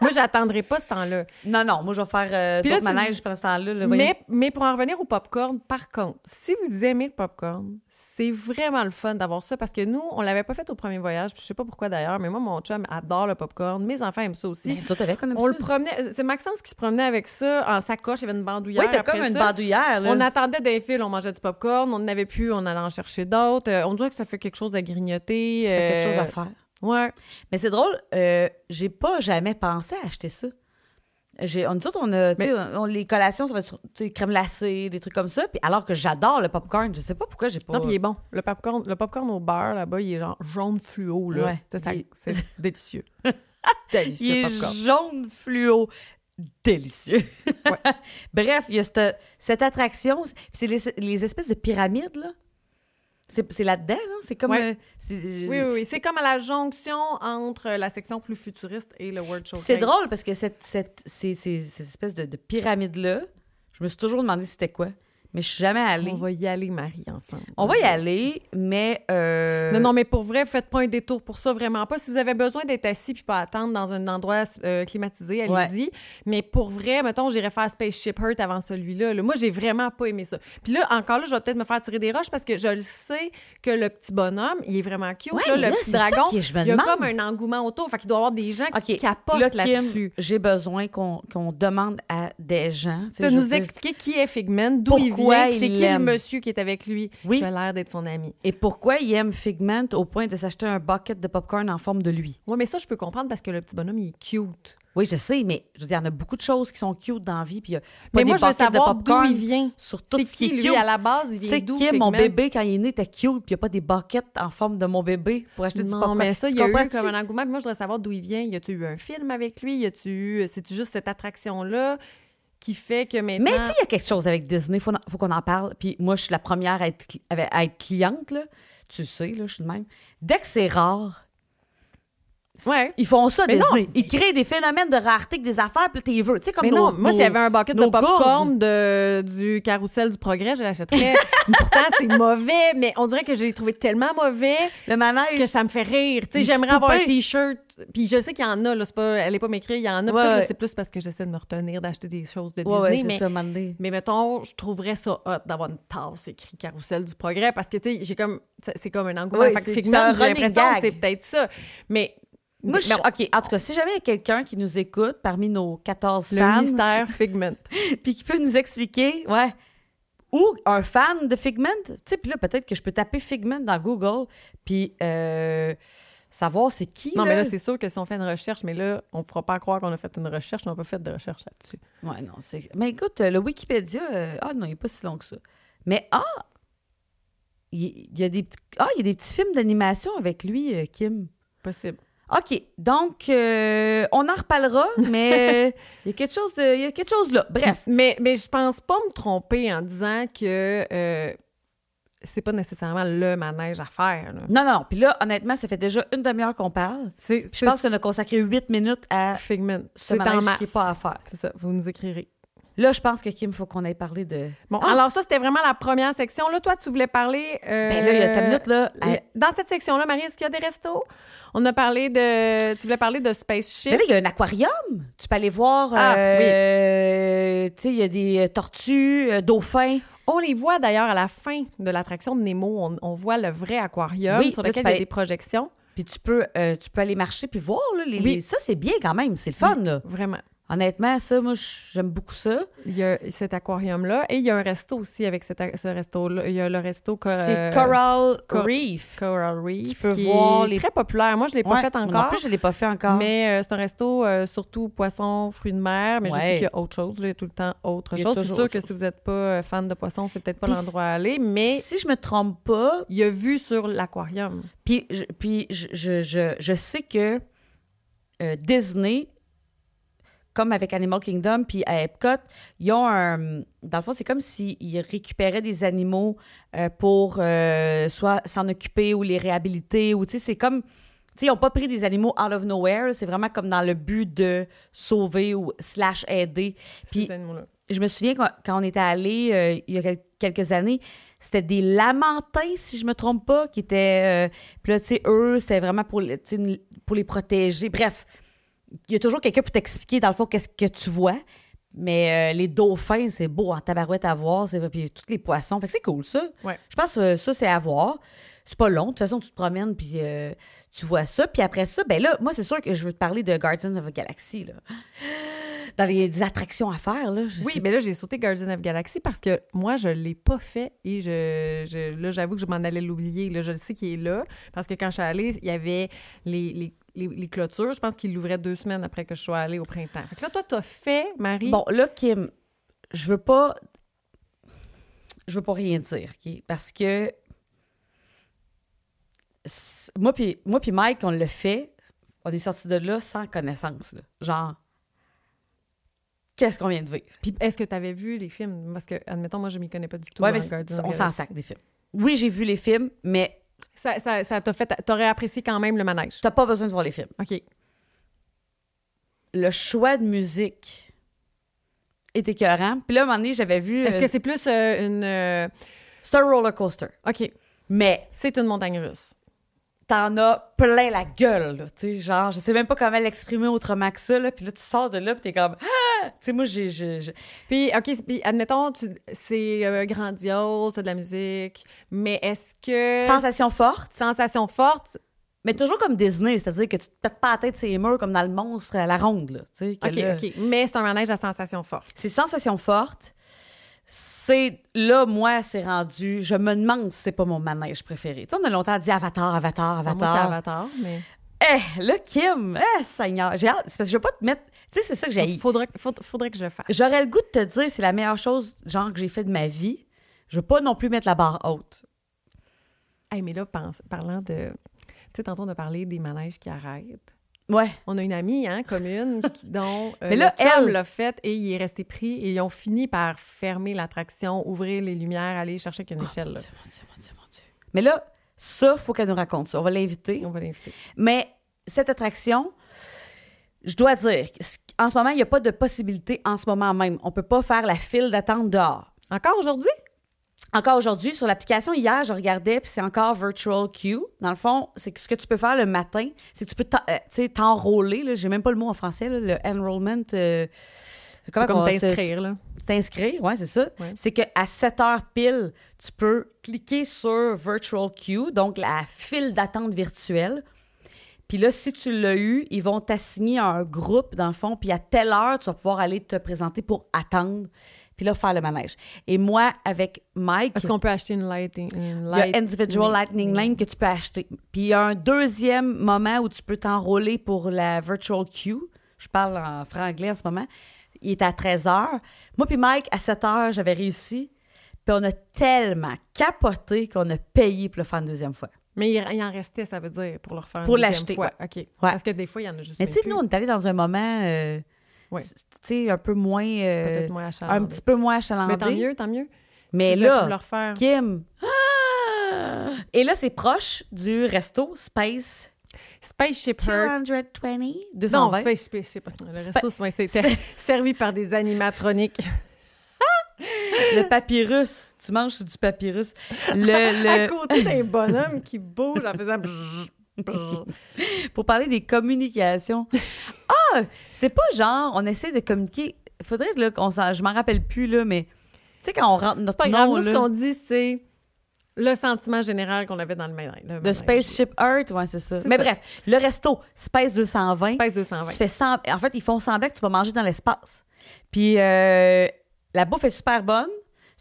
[SPEAKER 2] moi, j'attendrai pas ce temps-là.
[SPEAKER 1] Non, non, moi, je vais faire euh,
[SPEAKER 2] Puis là,
[SPEAKER 1] d'autres
[SPEAKER 2] tu
[SPEAKER 1] manèges
[SPEAKER 2] dis-
[SPEAKER 1] pendant ce temps-là. là, voyons.
[SPEAKER 2] Mais, mais pour en revenir au popcorn, par contre, si vous aimez le popcorn, c'est vraiment le fun d'avoir ça parce que nous, on l'avait pas fait au premier voyage, puis je sais pas pourquoi d'ailleurs, mais moi, mon chum adore le popcorn. Mes enfants aiment ça aussi.
[SPEAKER 1] Ben, tu savais qu'on aime
[SPEAKER 2] on
[SPEAKER 1] ça.
[SPEAKER 2] le promenait, c'est Maxence qui se promenait avec ça en sacoche, il y avait une bandoulière.
[SPEAKER 1] Oui, t'as
[SPEAKER 2] après
[SPEAKER 1] comme une
[SPEAKER 2] ça.
[SPEAKER 1] bandoulière, là.
[SPEAKER 2] On attendait des fils, on mangeait du popcorn, on n'avait plus, on allait en chercher d'autres. Euh, on dirait que ça fait quelque chose à grignoter.
[SPEAKER 1] Ça fait quelque
[SPEAKER 2] euh,
[SPEAKER 1] chose à faire.
[SPEAKER 2] Ouais.
[SPEAKER 1] Mais c'est drôle, euh, j'ai pas jamais pensé à acheter ça. J'ai, on, nous autres, on a, tu sais,
[SPEAKER 2] Mais-
[SPEAKER 1] on- les collations, ça va être sur, tu sais, crème glacée, des trucs comme ça. Puis alors que j'adore le popcorn, je sais pas pourquoi j'ai pas.
[SPEAKER 2] Non, puis il est bon. Le popcorn, le popcorn au beurre, là-bas, il est genre jaune fluo, là.
[SPEAKER 1] Ouais.
[SPEAKER 2] Ça, ça-
[SPEAKER 1] Il- <laughs>
[SPEAKER 2] C'est délicieux.
[SPEAKER 1] Il
[SPEAKER 2] délicieux,
[SPEAKER 1] est
[SPEAKER 2] popcorn.
[SPEAKER 1] jaune fluo. <laughs> Délicieux.
[SPEAKER 2] Ouais.
[SPEAKER 1] Bref, il y a cette, cette attraction. c'est- puis C'est les, les espèces de pyramides, là. C'est, c'est là-dedans, non? C'est comme...
[SPEAKER 2] Ouais.
[SPEAKER 1] euh, c'est,
[SPEAKER 2] Oui, oui, oui. C'est comme à la jonction entre la section plus futuriste et le World
[SPEAKER 1] Puis
[SPEAKER 2] Showcase.
[SPEAKER 1] C'est drôle parce que cette, cette, ces, ces, ces espèces de, de pyramides-là, je me suis toujours demandé c'était quoi. Mais je suis jamais allée.
[SPEAKER 2] On va y aller, Marie, ensemble.
[SPEAKER 1] y aller, mais... euh,
[SPEAKER 2] Non, non, mais pour vrai, faites pas un détour pour ça, vraiment pas. Si vous avez besoin d'être assis puis pas attendre dans un endroit euh, climatisé, allez-y. Mais pour vrai, mettons, j'irais faire Spaceship Earth avant celui-là. là. Moi, j'ai vraiment pas aimé ça. Puis là, encore là, je vais peut-être me faire tirer des roches parce que je le sais que le petit bonhomme, il est vraiment cute.
[SPEAKER 1] Ouais,
[SPEAKER 2] là,
[SPEAKER 1] mais
[SPEAKER 2] le
[SPEAKER 1] là,
[SPEAKER 2] petit
[SPEAKER 1] c'est ça
[SPEAKER 2] dragon,
[SPEAKER 1] que je me
[SPEAKER 2] il y a
[SPEAKER 1] demande.
[SPEAKER 2] comme un engouement autour. Fait qu'il doit y avoir des gens qui
[SPEAKER 1] OK, là,
[SPEAKER 2] capotent
[SPEAKER 1] Kim,
[SPEAKER 2] là-dessus.
[SPEAKER 1] j'ai besoin qu'on, qu'on demande à des gens... tu sais,
[SPEAKER 2] De
[SPEAKER 1] je
[SPEAKER 2] nous
[SPEAKER 1] veux dire,
[SPEAKER 2] expliquer qui est Figment, d'où il
[SPEAKER 1] Pourquoi
[SPEAKER 2] vient, puis c'est
[SPEAKER 1] il
[SPEAKER 2] qui
[SPEAKER 1] l'aime.
[SPEAKER 2] le monsieur qui est avec lui,
[SPEAKER 1] Oui.
[SPEAKER 2] qui a l'air d'être son ami.
[SPEAKER 1] Et pourquoi il aime Figment au point de s'acheter un bucket de popcorn en forme de lui?
[SPEAKER 2] Ouais, mais ça, je peux comprendre parce que le petit bonhomme, il est cute.
[SPEAKER 1] Oui, je sais, mais je veux dire, il y en a beaucoup de choses qui sont cute dans la vie, puis il y a pas
[SPEAKER 2] Mais
[SPEAKER 1] des
[SPEAKER 2] moi, je veux
[SPEAKER 1] buckets de
[SPEAKER 2] savoir d'où
[SPEAKER 1] popcorn
[SPEAKER 2] il vient.
[SPEAKER 1] Sur tout
[SPEAKER 2] C'est
[SPEAKER 1] ce qui,
[SPEAKER 2] qui,
[SPEAKER 1] est
[SPEAKER 2] lui,
[SPEAKER 1] cute.
[SPEAKER 2] à la base, il
[SPEAKER 1] Tu
[SPEAKER 2] vient
[SPEAKER 1] sais,
[SPEAKER 2] d'où?
[SPEAKER 1] Kim, mon
[SPEAKER 2] Figment?
[SPEAKER 1] bébé, quand il est né, était cute, puis il n'y a pas des buckets en forme de mon bébé pour acheter du
[SPEAKER 2] Non,
[SPEAKER 1] popcorn.
[SPEAKER 2] mais ça,
[SPEAKER 1] Tu
[SPEAKER 2] il y a eu
[SPEAKER 1] comprends-tu?
[SPEAKER 2] comme un engouement. Puis Moi, je voudrais savoir d'où il vient. Y a-tu eu un film avec lui? Y a-tu eu... euh, C'est-tu juste cette attraction-là qui fait que maintenant...
[SPEAKER 1] Mais tu sais, il y a quelque chose avec Disney, faut, faut qu'on en parle. Puis moi, je suis la première à être, cli- avec- à être cliente, là. Tu sais, là, je suis le même. Dès que c'est rare,
[SPEAKER 2] Ouais.
[SPEAKER 1] ils font ça,
[SPEAKER 2] Mais non,
[SPEAKER 1] Disney. Ils créent des phénomènes de rareté, que des affaires, puis là, t'es veux. Tu sais, comme
[SPEAKER 2] Mais
[SPEAKER 1] nos-
[SPEAKER 2] non,
[SPEAKER 1] nos-
[SPEAKER 2] moi, s'il y avait un bucket de
[SPEAKER 1] nos gourdes.
[SPEAKER 2] popcorn de, du carrousel du progrès, je l'achèterais. <laughs> Mais Pourtant, c'est mauvais, mais on dirait que je l'ai trouvé tellement mauvais
[SPEAKER 1] Le manège.
[SPEAKER 2] que ça me fait rire. Tu sais,
[SPEAKER 1] Une
[SPEAKER 2] j'aimerais
[SPEAKER 1] petite
[SPEAKER 2] avoir un
[SPEAKER 1] poupée.
[SPEAKER 2] T-shirt. Puis je sais qu'il y en a, là, c'est pas, elle est pas m'écrire, il y en a.
[SPEAKER 1] Ouais,
[SPEAKER 2] Peut-être là,
[SPEAKER 1] ouais.
[SPEAKER 2] c'est plus parce que j'essaie de me retenir d'acheter des choses de
[SPEAKER 1] Ouais, ouais,
[SPEAKER 2] Disney,
[SPEAKER 1] c'est
[SPEAKER 2] mais
[SPEAKER 1] ça, Monday.
[SPEAKER 2] Mais mettons, je trouverais ça hot d'avoir une tasse écrit Carousel du progrès parce que, tu sais, j'ai comme. ça- C'est comme un engouement.
[SPEAKER 1] Oui,
[SPEAKER 2] Fait que
[SPEAKER 1] c'est-
[SPEAKER 2] Figment,
[SPEAKER 1] c'est un
[SPEAKER 2] j'ai l'impression
[SPEAKER 1] running
[SPEAKER 2] que c'est
[SPEAKER 1] gag.
[SPEAKER 2] peut-être ça. Mais.
[SPEAKER 1] Moi, je
[SPEAKER 2] mais
[SPEAKER 1] suis- OK, en tout cas, si jamais il y a quelqu'un qui nous écoute parmi nos 14
[SPEAKER 2] le
[SPEAKER 1] fans, <laughs>
[SPEAKER 2] mystère Figment.
[SPEAKER 1] puis qui peut nous expliquer, ouais, ou un fan de Figment, tu sais, puis là, peut-être que je peux taper Figment dans Google, puis euh, savoir c'est qui.
[SPEAKER 2] Non, mais là, c'est sûr que si on fait une recherche, mais là, on ne fera pas croire qu'on a fait une recherche. On n'a pas fait de recherche là-dessus.
[SPEAKER 1] Ouais, non, c'est. Mais écoute, euh, le Wikipédia, euh, ah non, il n'est pas si long que ça. Mais ah! Il il y, a des petits... ah, il y a des petits films d'animation avec lui, euh, Kim.
[SPEAKER 2] Possible.
[SPEAKER 1] OK, donc euh, on en
[SPEAKER 2] <laughs>
[SPEAKER 1] reparlera, mais euh, il y a quelque chose de... il y a quelque chose là. Bref.
[SPEAKER 2] Mais, mais je pense pas me tromper en disant que euh, c'est pas nécessairement le manège à faire. là.
[SPEAKER 1] Non, non, non. Puis là, honnêtement, ça fait déjà une demi-heure qu'on parle.
[SPEAKER 2] C'est
[SPEAKER 1] Puis Je pense qu'on a consacré huit minutes à
[SPEAKER 2] Figment.
[SPEAKER 1] ce
[SPEAKER 2] C'est en
[SPEAKER 1] manège
[SPEAKER 2] masse.
[SPEAKER 1] qui n'est pas à faire.
[SPEAKER 2] C'est ça. Vous nous écrirez.
[SPEAKER 1] Là, je pense que Kim, faut qu'on aille parler de.
[SPEAKER 2] Bon,
[SPEAKER 1] Ah!
[SPEAKER 2] alors ça, c'était vraiment la première section. Là, toi, tu voulais parler... euh,
[SPEAKER 1] Ben là, il y a ta minute, là.
[SPEAKER 2] le- euh, Dans cette section-là, Marie, est-ce qu'il y a des restos? On a parlé de... Tu voulais parler de
[SPEAKER 1] Mais
[SPEAKER 2] Spaceship.
[SPEAKER 1] là, il y a un aquarium. Tu peux aller voir.
[SPEAKER 2] Ah,
[SPEAKER 1] euh, Tu sais, il y a des tortues, euh, dauphins.
[SPEAKER 2] On les voit d'ailleurs à la fin de l'attraction de Nemo. On, on voit le vrai aquarium
[SPEAKER 1] Oui,
[SPEAKER 2] sur
[SPEAKER 1] là,
[SPEAKER 2] lequel
[SPEAKER 1] tu
[SPEAKER 2] il y
[SPEAKER 1] peux-
[SPEAKER 2] a des projections.
[SPEAKER 1] Puis tu peux, euh, tu peux aller marcher puis voir. Là, les,
[SPEAKER 2] Oui.
[SPEAKER 1] les- Ça, c'est bien quand même. C'est le fun, là.
[SPEAKER 2] Vraiment.
[SPEAKER 1] Honnêtement, ça, moi, j- j'aime beaucoup ça.
[SPEAKER 2] Il y a cet aquarium-là. Et il y a un resto aussi avec cet a- ce resto-là. Il y a le resto... co- euh,
[SPEAKER 1] c'est Coral
[SPEAKER 2] Cor-
[SPEAKER 1] Reef.
[SPEAKER 2] Coral Reef.
[SPEAKER 1] Tu peux
[SPEAKER 2] qui
[SPEAKER 1] voir
[SPEAKER 2] est
[SPEAKER 1] les-
[SPEAKER 2] très populaire. Moi, je ne l'ai pas
[SPEAKER 1] Ouais,
[SPEAKER 2] fait
[SPEAKER 1] moi
[SPEAKER 2] encore.
[SPEAKER 1] Non plus, je ne l'ai pas fait encore.
[SPEAKER 2] Mais euh, c'est un resto euh, surtout poisson, fruits de mer, mais je
[SPEAKER 1] Ouais.
[SPEAKER 2] sais qu'il y a autre chose. là, il y a tout le temps autre
[SPEAKER 1] Il y a
[SPEAKER 2] chose. C'est
[SPEAKER 1] toujours
[SPEAKER 2] sûr
[SPEAKER 1] autre
[SPEAKER 2] que si vous n'êtes pas euh, fan de poisson, c'est peut-être pas
[SPEAKER 1] Puis
[SPEAKER 2] l'endroit à aller, mais
[SPEAKER 1] si je me trompe pas,
[SPEAKER 2] il y a vu sur l'aquarium.
[SPEAKER 1] Puis, je, puis je, je, je, je sais que euh, Disney, comme avec Animal Kingdom, puis à Epcot, ils ont un... Dans le fond, c'est comme s'ils récupéraient des animaux euh, pour euh, soit s'en occuper ou les réhabiliter, ou tu sais, c'est comme... Tu sais, ils n'ont pas pris des animaux out of nowhere. C'est vraiment comme dans le but de sauver ou slash aider. Puis
[SPEAKER 2] ces animaux-là.
[SPEAKER 1] je me souviens quand, quand on était allé euh, il y a quel- quelques années, c'était des lamentins, si je me trompe pas, qui étaient. euh, puis là, tu sais, eux, c'est vraiment pour, le- tu sais, une- pour les protéger. Bref, il y a toujours quelqu'un pour t'expliquer, dans le fond, qu'est-ce que tu vois. Mais euh, les dauphins, c'est beau en tabarouette à voir. C'est vrai. Puis tous les poissons. Fait que c'est cool, ça.
[SPEAKER 2] Ouais.
[SPEAKER 1] Je pense que ça, c'est à voir. C'est pas long. De toute façon, tu te promènes, puis euh, tu vois ça. Puis après ça, ben là, moi, c'est sûr que je veux te parler de Guardians of the Galaxy, là. <gasps> Dans les, des attractions à faire, là. je
[SPEAKER 2] Oui,
[SPEAKER 1] sais
[SPEAKER 2] mais là, j'ai sauté Guardian of Galaxy parce que moi, je l'ai pas fait et je, je- là, j'avoue que je m'en allais l'oublier. Là, je le sais qu'il est là parce que quand je suis allée, il y avait les, les, les, les clôtures. Je pense qu'il l'ouvrait deux semaines après que je sois allée au printemps. Fait que là, toi, t'as fait, Marie.
[SPEAKER 1] Bon, là, Kim, je veux pas. Je veux pas rien dire, OK? Parce que. c'est- Moi puis moi puis Mike, on le fait. On est sortis de là sans connaissance. là. Genre, qu'est-ce qu'on vient de vivre?
[SPEAKER 2] Puis est-ce que t'avais vu les films? Parce que, admettons, moi, je m'y connais pas du tout.
[SPEAKER 1] Ouais,
[SPEAKER 2] dans
[SPEAKER 1] mais
[SPEAKER 2] Guardians
[SPEAKER 1] c'est-
[SPEAKER 2] of
[SPEAKER 1] on
[SPEAKER 2] the
[SPEAKER 1] s'en
[SPEAKER 2] Galaxy.
[SPEAKER 1] sac des films. Oui, j'ai vu les films, mais
[SPEAKER 2] Ça, ça, ça t'a fait. T'aurais apprécié quand même le manège.
[SPEAKER 1] t'as pas besoin de voir les films.
[SPEAKER 2] OK.
[SPEAKER 1] Euh, Le choix de musique est écœurant. Puis là, à un moment donné, j'avais vu.
[SPEAKER 2] Est-ce
[SPEAKER 1] euh,
[SPEAKER 2] que c'est plus euh, une. euh,
[SPEAKER 1] C'est un roller coaster.
[SPEAKER 2] OK.
[SPEAKER 1] Mais
[SPEAKER 2] C'est une montagne russe.
[SPEAKER 1] t'en as plein la gueule, là, tu sais, genre, je sais même pas comment l'exprimer autrement que ça, là, puis là, tu sors de là, puis t'es comme, ah! Tu sais, moi, j'ai... j'ai- j'ai-
[SPEAKER 2] Puis, OK, c'est- puis admettons, tu- c'est euh, grandiose, t'as de la musique, mais est-ce que.
[SPEAKER 1] Sensation forte,
[SPEAKER 2] Sensation forte.
[SPEAKER 1] mais toujours comme Disney, c'est-à-dire que tu te pètes pas la tête ces murs comme dans le monstre à la ronde, là, tu sais. que
[SPEAKER 2] OK,
[SPEAKER 1] là-
[SPEAKER 2] OK. Mais c'est un manège à sensation forte.
[SPEAKER 1] C'est sensation forte. C'est là, moi, c'est rendu. Je me demande si c'est pas mon manège préféré. Tu sais, on a longtemps dit Avatar, Avatar,
[SPEAKER 2] Pour
[SPEAKER 1] Avatar.
[SPEAKER 2] Moi, c'est Avatar, mais.
[SPEAKER 1] Eh, là, Kim, eh, Seigneur. J'ai hâte. C'est parce que je veux pas te mettre. Tu sais, c'est ça que j'ai.
[SPEAKER 2] Faudrait, faudrait, faudrait que je le fasse.
[SPEAKER 1] J'aurais le goût de te dire c'est la meilleure chose genre que j'ai fait de ma vie. Je veux pas non plus mettre la barre haute.
[SPEAKER 2] Hey, mais là, pense- parlant de. Tu sais, tantôt, on a parlé des manèges qui arrêtent.
[SPEAKER 1] Ouais.
[SPEAKER 2] On a une amie, hein, commune, qui- <laughs> dont euh,
[SPEAKER 1] Mais là,
[SPEAKER 2] le chum
[SPEAKER 1] elle-
[SPEAKER 2] l'a fait et il est resté pris et ils ont fini par fermer l'attraction, ouvrir les lumières, aller chercher avec une échelle. là.
[SPEAKER 1] Oh Mon Dieu, mon Dieu, mon Dieu, mon Dieu. Mais là, ça, faut qu'elle nous raconte ça. On va l'inviter.
[SPEAKER 2] On va l'inviter.
[SPEAKER 1] Mais cette attraction, je dois dire, que c- en ce moment, il n'y a pas de possibilité en ce moment même. On peut pas faire la file d'attente dehors.
[SPEAKER 2] Encore aujourd'hui?
[SPEAKER 1] Encore aujourd'hui, sur l'application, hier, je regardais, puis c'est encore Virtual Queue. Dans le fond, c'est que ce que tu peux faire le matin, c'est que tu peux t'en- euh, tu sais, t'enrôler. là. J'ai même pas le mot en français, là, le enrollment. euh, comment
[SPEAKER 2] Comme
[SPEAKER 1] qu'on-
[SPEAKER 2] t'inscrire, là.
[SPEAKER 1] t'inscrire, ouais, c'est ça.
[SPEAKER 2] Ouais.
[SPEAKER 1] C'est qu'à 7 heures pile, tu peux cliquer sur Virtual Queue, donc la file d'attente virtuelle. Puis là, si tu l'as eu, ils vont t'assigner à un groupe, dans le fond, puis à telle heure, tu vas pouvoir aller te présenter pour attendre, puis là, faire le manège. Et moi, avec Mike,
[SPEAKER 2] Est-ce qu'on peut acheter une light? Une
[SPEAKER 1] il y a
[SPEAKER 2] light-
[SPEAKER 1] Individual Lightning Lane que tu peux acheter. Puis il y a un deuxième moment où tu peux t'enrôler pour la Virtual Queue. Je parle en franglais en ce moment. Il est à 13h. Moi puis Mike, à 7h, j'avais réussi. Puis on a tellement capoté qu'on a payé pour le faire une deuxième fois.
[SPEAKER 2] Mais il, il en restait, ça veut dire, pour le refaire une
[SPEAKER 1] Pour
[SPEAKER 2] deuxième
[SPEAKER 1] l'acheter,
[SPEAKER 2] fois.
[SPEAKER 1] ouais.
[SPEAKER 2] OK. Parce que des fois, il y en a juste
[SPEAKER 1] Mais tu sais,
[SPEAKER 2] plus,
[SPEAKER 1] nous, on est allés dans un moment, euh,
[SPEAKER 2] Ouais.
[SPEAKER 1] c- tu sais, un peu moins... euh,
[SPEAKER 2] peut-être moins
[SPEAKER 1] un
[SPEAKER 2] achalandé.
[SPEAKER 1] petit peu moins achalandé.
[SPEAKER 2] Mais tant mieux, hein. tant mieux.
[SPEAKER 1] Mais
[SPEAKER 2] Si
[SPEAKER 1] là,
[SPEAKER 2] j'avais pu le refaire.
[SPEAKER 1] Kim... Ah! Et là, c'est proche du resto Space
[SPEAKER 2] Space Shepherd.
[SPEAKER 1] 220?
[SPEAKER 2] Non,
[SPEAKER 1] 220.
[SPEAKER 2] Space Space Shepherd. Le resto, c'est- ouais, c'est c'est <laughs> servi par des animatroniques.
[SPEAKER 1] le papyrus. Tu manges sur du papyrus. Le,
[SPEAKER 2] <laughs> À
[SPEAKER 1] le-
[SPEAKER 2] côté d'un bonhomme qui bouge en faisant... brrr, brrr.
[SPEAKER 1] Pour parler des communications. Ah! C'est pas genre, on essaie de communiquer. Faudrait là, qu'on s'en... Je m'en rappelle plus, là, mais... Tu sais, quand on rentre notre
[SPEAKER 2] C'est pas
[SPEAKER 1] nom,
[SPEAKER 2] grave. Nous, ce
[SPEAKER 1] là,
[SPEAKER 2] qu'on dit, c'est le sentiment général qu'on avait dans le manège. le
[SPEAKER 1] de
[SPEAKER 2] manège.
[SPEAKER 1] Spaceship Earth, ouais, c'est ça.
[SPEAKER 2] C'est
[SPEAKER 1] Mais
[SPEAKER 2] ça.
[SPEAKER 1] bref, le resto, Space 220.
[SPEAKER 2] Space
[SPEAKER 1] Tu
[SPEAKER 2] 220.
[SPEAKER 1] fais sem- En fait, ils font semblant que tu vas manger dans l'espace. Puis euh, la bouffe est super bonne.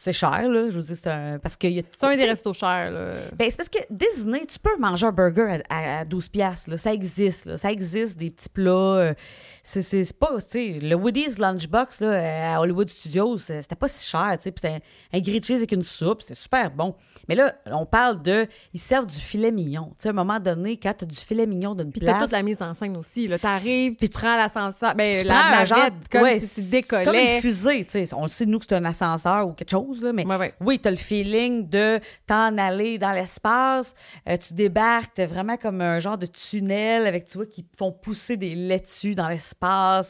[SPEAKER 1] C'est cher, là. Je vous dis, c'est un... Parce qu'il y a...
[SPEAKER 2] C'est un des restos chers, là.
[SPEAKER 1] Ben, c'est parce que Disney, tu peux manger un burger à, à- à 12 piastres, là. Ça existe, là. Ça existe, des petits plats. euh, C'est, c'est, c'est pas, tu sais, le Woody's Lunchbox, là, euh, à Hollywood Studios, c'est- c'était pas si cher, tu sais. Puis c'était un, un grilled cheese avec une soupe, c'était super bon. Mais là, on parle de... Ils servent du filet mignon. Tu sais, à un moment donné, quand t'as du filet mignon d'une
[SPEAKER 2] Puis
[SPEAKER 1] place...
[SPEAKER 2] t'as toute la mise en scène aussi. Là, t'arrives, tu prends l'ascenseur, ben,
[SPEAKER 1] tu
[SPEAKER 2] la
[SPEAKER 1] prends un genre-
[SPEAKER 2] navette, comme
[SPEAKER 1] ouais,
[SPEAKER 2] si tu
[SPEAKER 1] c'est Comme une
[SPEAKER 2] décollais.
[SPEAKER 1] fusée, tu sais. On le sait, nous, que c'est un ascenseur ou quelque chose, là, mais
[SPEAKER 2] Ouais, ouais.
[SPEAKER 1] oui, t'as le feeling de t'en aller dans l'espace, euh, tu débarques, t'es vraiment comme un genre de tunnel avec, tu vois, qui font pousser des laitues dans l'espace,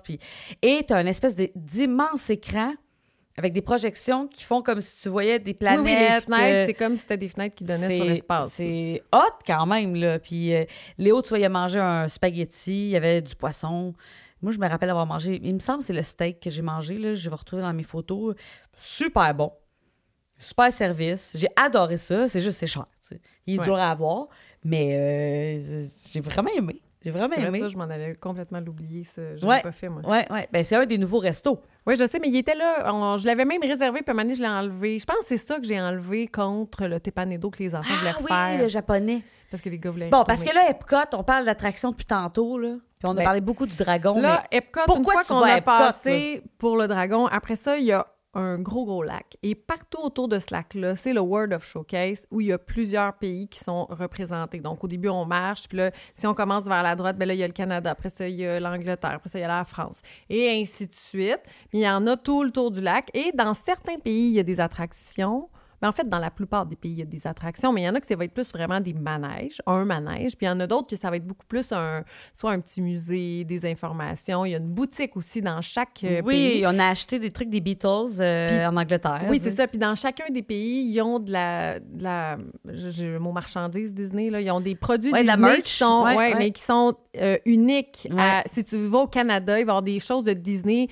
[SPEAKER 1] puis... Et t'as une espèce de- d'immense écran avec des projections qui font comme si tu voyais des planètes...
[SPEAKER 2] oui, oui, les
[SPEAKER 1] euh,
[SPEAKER 2] fenêtres, c'est comme si c'était des fenêtres qui donnaient sur
[SPEAKER 1] c'est-
[SPEAKER 2] l'espace.
[SPEAKER 1] C'est hot quand même, là. Puis euh, Léo, tu voyais manger un spaghetti, il y avait du poisson. Moi, je me rappelle avoir mangé, il me semble que c'est le steak que j'ai mangé, là. Je vais retrouver dans mes photos. Super bon. Super service. J'ai adoré ça. C'est juste, c'est cher. tu sais. Il est
[SPEAKER 2] Ouais.
[SPEAKER 1] dur à avoir, mais euh, c'est- j'ai vraiment aimé. J'ai vraiment
[SPEAKER 2] C'est vrai,
[SPEAKER 1] aimé.
[SPEAKER 2] toi, je m'en avais complètement oublié, ça. Je
[SPEAKER 1] Ouais.
[SPEAKER 2] l'ai pas fait, moi.
[SPEAKER 1] Ouais, ouais. Ben, c'est un des nouveaux restos.
[SPEAKER 2] Oui, je sais, mais il était là. On- je l'avais même réservé, puis à un moment donné, je l'ai enlevé. Je pense que c'est ça que j'ai enlevé contre le tépanédo que les enfants voulaient
[SPEAKER 1] Ah oui,
[SPEAKER 2] faire.
[SPEAKER 1] le japonais.
[SPEAKER 2] Parce que les gars voulaient
[SPEAKER 1] Bon,
[SPEAKER 2] y
[SPEAKER 1] parce que
[SPEAKER 2] retourner.
[SPEAKER 1] là, Epcot, on parle d'attraction depuis tantôt, là. Puis on a
[SPEAKER 2] Ben,
[SPEAKER 1] parlé beaucoup du dragon.
[SPEAKER 2] Là, Epcot,
[SPEAKER 1] pourquoi
[SPEAKER 2] une
[SPEAKER 1] tu
[SPEAKER 2] fois qu'on
[SPEAKER 1] vas à
[SPEAKER 2] a
[SPEAKER 1] Epcot,
[SPEAKER 2] passé pour le dragon, après ça, il y a un gros, gros lac. Et partout autour de ce lac-là, c'est le World of Showcase où il y a plusieurs pays qui sont représentés. Donc, au début, on marche, puis là, si on commence vers la droite, ben là, il y a le Canada, après ça, il y a l'Angleterre, après ça, il y a la France, et ainsi de suite. Puis, il y en a tout le tour du lac. Et dans certains pays, il y a des attractions. Mais en fait, dans la plupart des pays, il y a des attractions, mais il y en a que ça va être plus vraiment des manèges, un manège, puis il y en a d'autres que ça va être beaucoup plus un, soit un petit musée, des informations. Il y a une boutique aussi dans chaque euh,
[SPEAKER 1] là.
[SPEAKER 2] pays.
[SPEAKER 1] Oui, on a acheté des trucs des Beatles euh,
[SPEAKER 2] Puis-
[SPEAKER 1] en Angleterre.
[SPEAKER 2] Oui, c'est ça. Puis dans chacun des pays, ils ont de la, de la j'ai le mot marchandise Disney là, ils ont des produits
[SPEAKER 1] Ouais, de la
[SPEAKER 2] Disney
[SPEAKER 1] merch.
[SPEAKER 2] qui sont,
[SPEAKER 1] Ouais,
[SPEAKER 2] ouais,
[SPEAKER 1] ouais.
[SPEAKER 2] mais qui sont euh, uniques.
[SPEAKER 1] Ouais.
[SPEAKER 2] à- si tu vas au Canada, il va y avoir des choses de Disney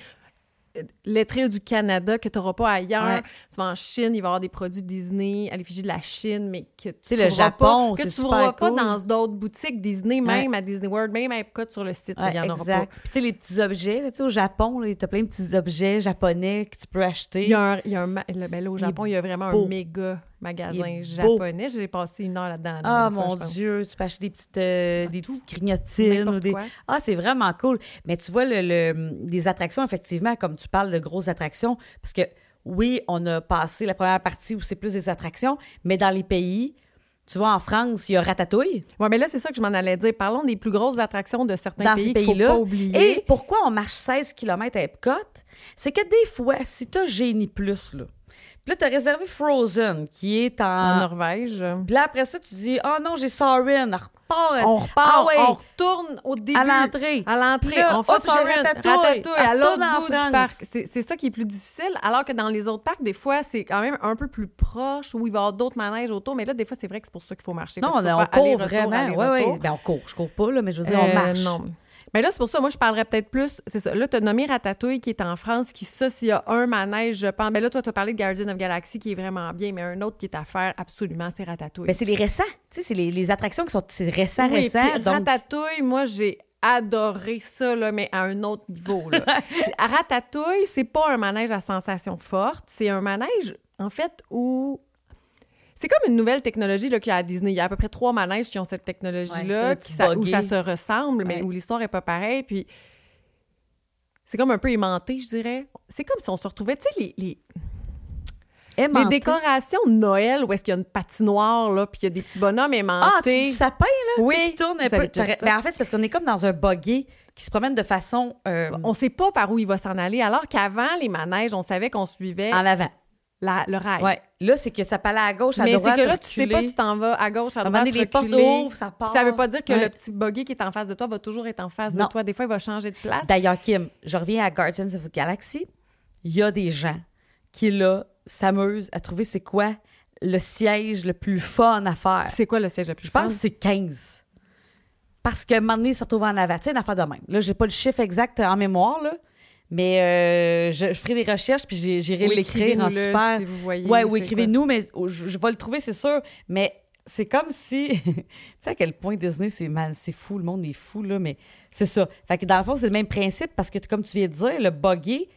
[SPEAKER 2] euh, lettrées du Canada que tu n'auras pas ailleurs.
[SPEAKER 1] Ouais.
[SPEAKER 2] Tu vas en Chine, il va y avoir des produits Disney à l'effigie de la Chine, mais que tu
[SPEAKER 1] sais, le
[SPEAKER 2] trouveras
[SPEAKER 1] Japon,
[SPEAKER 2] pas, que
[SPEAKER 1] c'est
[SPEAKER 2] tu
[SPEAKER 1] super
[SPEAKER 2] trouveras pas
[SPEAKER 1] cool.
[SPEAKER 2] dans d'autres boutiques Disney, même à Disney World, même à Epcot sur le site, là,
[SPEAKER 1] Ouais,
[SPEAKER 2] il y en aura pas.
[SPEAKER 1] exact. Puis tu sais, les petits objets, là, tu sais, au Japon, là, t'as plein de petits objets japonais que tu peux acheter.
[SPEAKER 2] Il y a un, il y a un ma- le- ben là, au
[SPEAKER 1] Il est
[SPEAKER 2] Japon, il y a vraiment
[SPEAKER 1] beau.
[SPEAKER 2] un méga magasin
[SPEAKER 1] Il est beau.
[SPEAKER 2] japonais. J'ai passé une heure là-dedans. la
[SPEAKER 1] Ah
[SPEAKER 2] dernière fois,
[SPEAKER 1] mon
[SPEAKER 2] je pense.
[SPEAKER 1] Dieu, tu peux acheter des petites, euh, des
[SPEAKER 2] tout.
[SPEAKER 1] petites grignotines ou
[SPEAKER 2] N'importe
[SPEAKER 1] des.
[SPEAKER 2] quoi.
[SPEAKER 1] Ah, c'est vraiment cool. Mais tu vois, le, le- les attractions, effectivement, comme tu parles de grosses attractions, parce que oui, on a passé la première partie où c'est plus des attractions, mais dans les pays, tu vois, en France, il y a Ratatouille.
[SPEAKER 2] Ouais, mais là, c'est ça que je m'en allais dire. Parlons des plus grosses attractions de certains
[SPEAKER 1] dans
[SPEAKER 2] pays
[SPEAKER 1] ces
[SPEAKER 2] qu'il faut
[SPEAKER 1] pays-là.
[SPEAKER 2] pas oublier.
[SPEAKER 1] Et pourquoi on marche 16 km à Epcot? C'est que des fois, si t'as Génie Plus, là, puis là, t'as réservé Frozen, qui est
[SPEAKER 2] En
[SPEAKER 1] en...
[SPEAKER 2] Norvège.
[SPEAKER 1] Puis là, après ça, tu dis, « Ah non, j'ai Soarin, on repart.
[SPEAKER 2] On repart,
[SPEAKER 1] Ah ouais,
[SPEAKER 2] on retourne au début.
[SPEAKER 1] à l'entrée.
[SPEAKER 2] À l'entrée,
[SPEAKER 1] Puis là,
[SPEAKER 2] on fait
[SPEAKER 1] hop, j'ai
[SPEAKER 2] Soren,
[SPEAKER 1] Ratatouille.
[SPEAKER 2] Ratatouille, à
[SPEAKER 1] Elle
[SPEAKER 2] l'autre
[SPEAKER 1] tourne en
[SPEAKER 2] bout du
[SPEAKER 1] France.
[SPEAKER 2] parc. C'est c'est ça qui est plus difficile, alors que dans les autres parcs, des fois, c'est quand même un peu plus proche, où il va y avoir d'autres manèges autour, mais là, des fois, c'est vrai que c'est pour ça qu'il faut marcher.
[SPEAKER 1] Non,
[SPEAKER 2] parce
[SPEAKER 1] on,
[SPEAKER 2] qu'il faut
[SPEAKER 1] on
[SPEAKER 2] faire aller-retour,
[SPEAKER 1] court vraiment.
[SPEAKER 2] aller-retour.
[SPEAKER 1] Oui, oui. Ben, on court. Je cours pas, là, mais je veux dire,
[SPEAKER 2] Euh,
[SPEAKER 1] on marche.
[SPEAKER 2] Non. Mais là, c'est pour ça, moi, je parlerais peut-être plus. C'est ça. Là, tu as nommé Ratatouille qui est en France, qui, ça, s'il y a un manège, je pense. Mais là, toi, tu as parlé de Guardian of Galaxy qui est vraiment bien, mais un autre qui est à faire absolument, c'est Ratatouille.
[SPEAKER 1] Ben, c'est les récents. Tu sais, c'est les, les attractions qui sont c'est récents,
[SPEAKER 2] Oui,
[SPEAKER 1] récents.
[SPEAKER 2] puis
[SPEAKER 1] Donc,
[SPEAKER 2] Ratatouille, moi, j'ai adoré ça, là, mais à un autre
[SPEAKER 1] <laughs>
[SPEAKER 2] niveau. Là. à Ratatouille, c'est pas un manège à sensation forte. C'est un manège, en fait, où. C'est comme une nouvelle technologie là, qu'il y a à Disney. Il y a à peu près trois manèges qui ont cette technologie-là,
[SPEAKER 1] Ouais,
[SPEAKER 2] qui
[SPEAKER 1] c'est un
[SPEAKER 2] ça- où
[SPEAKER 1] petit
[SPEAKER 2] ça
[SPEAKER 1] buggy.
[SPEAKER 2] se ressemble, mais
[SPEAKER 1] Ouais.
[SPEAKER 2] où l'histoire est pas pareille. Puis c'est comme un peu aimanté, je dirais. C'est comme si on se retrouvait, tu sais, les- les, les
[SPEAKER 1] aimanté.
[SPEAKER 2] décorations de Noël où est-ce qu'il y a une patinoire, là, puis il y a des petits bonhommes aimantés.
[SPEAKER 1] Ah, tu dis sapin, là?
[SPEAKER 2] Oui,
[SPEAKER 1] Tu sais, qui tourne un
[SPEAKER 2] vous
[SPEAKER 1] peu.
[SPEAKER 2] avez déjà
[SPEAKER 1] T'aurais-
[SPEAKER 2] ça.
[SPEAKER 1] Ben, en fait, c'est parce qu'on est comme dans un buggy qui se promène de façon euh,
[SPEAKER 2] on sait pas par où il va s'en aller, alors qu'avant, les manèges, on savait qu'on suivait
[SPEAKER 1] en avant.
[SPEAKER 2] la- le rail.
[SPEAKER 1] Ouais. Là, c'est que ça palait à gauche, à
[SPEAKER 2] Mais c'est
[SPEAKER 1] droite.
[SPEAKER 2] que là, tu sais pas,
[SPEAKER 1] reculer.
[SPEAKER 2] tu t'en vas à gauche, à
[SPEAKER 1] À un moment
[SPEAKER 2] droite,
[SPEAKER 1] donné, les portes
[SPEAKER 2] reculer.
[SPEAKER 1] ouvrent, ça part.
[SPEAKER 2] Puis Ça veut pas dire que
[SPEAKER 1] Ouais.
[SPEAKER 2] le petit buggy qui est en face de toi va toujours être en face
[SPEAKER 1] Non.
[SPEAKER 2] de toi. Des fois, il va changer de place.
[SPEAKER 1] D'ailleurs, Kim, je reviens à Guardians of the Galaxy. Il y a des gens qui, là, s'amusent à trouver c'est quoi le siège le plus fun à faire.
[SPEAKER 2] C'est quoi le siège le plus
[SPEAKER 1] Je pense que c'est 15. Parce que un moment donné, ils se retrouvent en avant. Tu sais, une affaire de même. Là, j'ai pas le chiffre exact en mémoire, là. Mais euh, je, je ferai des recherches puis j'ai- j'irai l'écrire en super.
[SPEAKER 2] Si vous voyez,
[SPEAKER 1] Ouais, ou
[SPEAKER 2] c'est
[SPEAKER 1] écrivez-nous, mais oh, je, je vais le trouver, c'est sûr. Mais c'est comme si. <laughs> tu sais à quel point Disney, c'est mal, c'est fou, le monde est fou, là, mais c'est ça. Fait que dans le fond, c'est le même principe parce que, comme tu viens de dire, le buggy,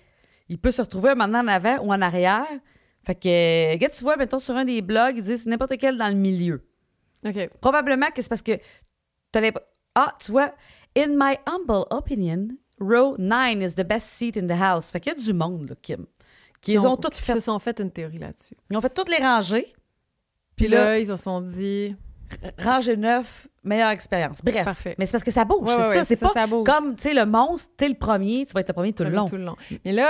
[SPEAKER 1] il peut se retrouver maintenant en avant ou en arrière. Fait que, regarde, tu vois, mettons, sur un des blogs, ils disent n'importe quel dans le milieu.
[SPEAKER 2] quoi. OK.
[SPEAKER 1] Probablement que c'est parce que t'as l'imp- Ah, tu vois, in my humble opinion, row 9 is the best seat in the house. Fait qu'il y a du monde, là, Kim. Qui
[SPEAKER 2] Ils
[SPEAKER 1] les ont, toutes
[SPEAKER 2] qui
[SPEAKER 1] fait.
[SPEAKER 2] se sont fait une théorie là-dessus.
[SPEAKER 1] Ils ont fait toutes les rangées.
[SPEAKER 2] Puis
[SPEAKER 1] Puis
[SPEAKER 2] là,
[SPEAKER 1] là-
[SPEAKER 2] ils se sont dit...
[SPEAKER 1] Rangée 9, meilleure expérience. Bref.
[SPEAKER 2] Parfait.
[SPEAKER 1] Mais c'est parce que ça bouge,
[SPEAKER 2] Ouais,
[SPEAKER 1] Oh, c'est
[SPEAKER 2] ouais,
[SPEAKER 1] ça.
[SPEAKER 2] ouais,
[SPEAKER 1] c'est
[SPEAKER 2] ça,
[SPEAKER 1] pas
[SPEAKER 2] ça bouge.
[SPEAKER 1] comme, tu sais, le monstre, t'es le premier, tu vas être le premier tout le long.
[SPEAKER 2] Tout le long. Mais là,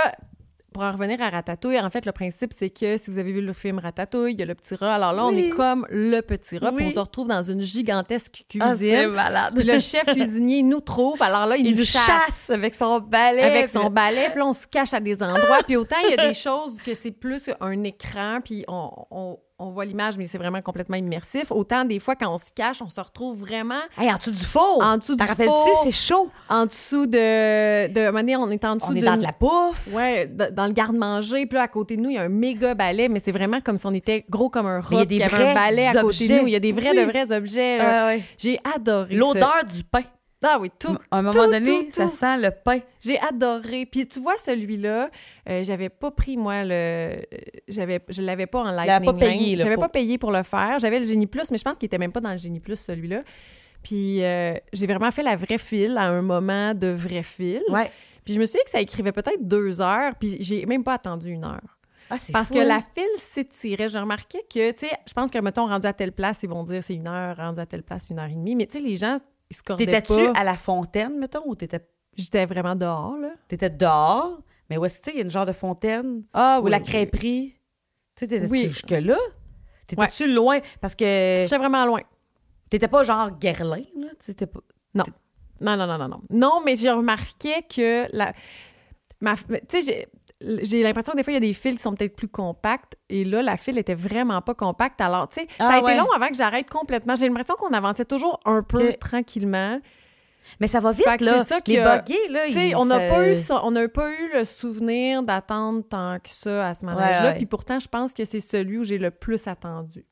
[SPEAKER 2] pour en revenir à Ratatouille, en fait, le principe, c'est que si vous avez vu le film Ratatouille, il y a le petit rat. Alors là, on
[SPEAKER 1] Oui.
[SPEAKER 2] est comme le petit rat, puis
[SPEAKER 1] Oui.
[SPEAKER 2] on se retrouve dans une gigantesque
[SPEAKER 1] Ah, c'est
[SPEAKER 2] cuisine.
[SPEAKER 1] malade.
[SPEAKER 2] Puis le chef cuisinier nous trouve, alors là, il,
[SPEAKER 1] il
[SPEAKER 2] nous chasse.
[SPEAKER 1] avec son balai.
[SPEAKER 2] Avec
[SPEAKER 1] puis-
[SPEAKER 2] son balai, puis là, on se cache à des
[SPEAKER 1] Ah!
[SPEAKER 2] endroits. Puis autant, il y a des choses que c'est plus un écran, puis on, on- on voit l'image, mais c'est vraiment complètement immersif. Autant, des fois, quand on se cache, on se retrouve vraiment
[SPEAKER 1] Hey, en dessous du four.
[SPEAKER 2] En dessous
[SPEAKER 1] T'en
[SPEAKER 2] du
[SPEAKER 1] rappelles-tu,
[SPEAKER 2] four.
[SPEAKER 1] c'est chaud.
[SPEAKER 2] en dessous de... de à un moment donné, on est en dessous
[SPEAKER 1] On est dans
[SPEAKER 2] d'une-
[SPEAKER 1] de la bouffe.
[SPEAKER 2] Ouais, d- dans le garde-manger, puis là, à côté de nous, il y a un méga balai, mais c'est vraiment comme si on était gros comme un
[SPEAKER 1] Mais il y
[SPEAKER 2] rat,
[SPEAKER 1] a
[SPEAKER 2] puis
[SPEAKER 1] des
[SPEAKER 2] il y avait un
[SPEAKER 1] vrais
[SPEAKER 2] balai à côté de
[SPEAKER 1] objets.
[SPEAKER 2] nous. Il y a des vrais, de
[SPEAKER 1] Oui.
[SPEAKER 2] vrais objets. là.
[SPEAKER 1] Ah ouais.
[SPEAKER 2] J'ai adoré ça.
[SPEAKER 1] L'odeur du pain.
[SPEAKER 2] Ah oui, tout.
[SPEAKER 1] À un moment
[SPEAKER 2] tout,
[SPEAKER 1] donné,
[SPEAKER 2] tout,
[SPEAKER 1] ça
[SPEAKER 2] tout.
[SPEAKER 1] sent le pain.
[SPEAKER 2] J'ai adoré. Puis tu vois celui-là, euh, j'avais pas pris moi le j'avais je l'avais pas en
[SPEAKER 1] l'avais
[SPEAKER 2] lightning
[SPEAKER 1] pas payé,
[SPEAKER 2] Lane.
[SPEAKER 1] là,
[SPEAKER 2] J'avais
[SPEAKER 1] pour-
[SPEAKER 2] pas payé pour le faire. J'avais le génie plus mais je pense qu'il était même pas dans le génie plus celui-là. Puis euh, j'ai vraiment fait la vraie file à un moment de vraie file.
[SPEAKER 1] Ouais.
[SPEAKER 2] Puis je me suis dit que ça écrivait peut-être deux heures, puis j'ai même pas attendu une heure.
[SPEAKER 1] Ah, c'est
[SPEAKER 2] Parce
[SPEAKER 1] fou,
[SPEAKER 2] que
[SPEAKER 1] hein?
[SPEAKER 2] la file s'étirait. Je remarquais que, tu sais, je pense que, mettons, rendu à telle place, ils vont dire c'est une heure, rendu à telle place, une heure et demie. Mais tu sais, les gens, ils se cordaient
[SPEAKER 1] T'étais-tu
[SPEAKER 2] pas.
[SPEAKER 1] à la fontaine, mettons, ou t'étais
[SPEAKER 2] J'étais vraiment dehors, là.
[SPEAKER 1] t'étais dehors? Mais où est-ce que tu sais, il y a une genre de fontaine?
[SPEAKER 2] Ah,
[SPEAKER 1] ou la crêperie? Tu sais, t'étais-tu
[SPEAKER 2] Oui.
[SPEAKER 1] jusque-là? T'étais-tu loin? Parce que
[SPEAKER 2] J'étais vraiment loin.
[SPEAKER 1] t'étais pas genre Guerlain, là? tu sais, t'es pas-
[SPEAKER 2] Non, non, non, non, non. Non, mais j'ai remarqué que la. ma- Tu sais, j'ai. J'ai l'impression que des fois, il y a des fils qui sont peut-être plus compactes. Et là, la file était vraiment pas compacte. Alors, tu sais, ça
[SPEAKER 1] Ah
[SPEAKER 2] a été
[SPEAKER 1] ouais.
[SPEAKER 2] long avant que j'arrête complètement. J'ai l'impression qu'on avançait toujours un peu
[SPEAKER 1] Ok.
[SPEAKER 2] tranquillement.
[SPEAKER 1] Mais ça va vite,
[SPEAKER 2] Fait que
[SPEAKER 1] là.
[SPEAKER 2] c'est ça qu'il
[SPEAKER 1] Les
[SPEAKER 2] y a-
[SPEAKER 1] buggés, là,
[SPEAKER 2] Tu sais,
[SPEAKER 1] ils-
[SPEAKER 2] on n'a
[SPEAKER 1] ça-
[SPEAKER 2] pas eu ça- on n'a pas eu le souvenir d'attendre tant que ça à ce manège-là.
[SPEAKER 1] Ouais, ouais.
[SPEAKER 2] Puis pourtant, je pense que c'est celui où j'ai le plus attendu.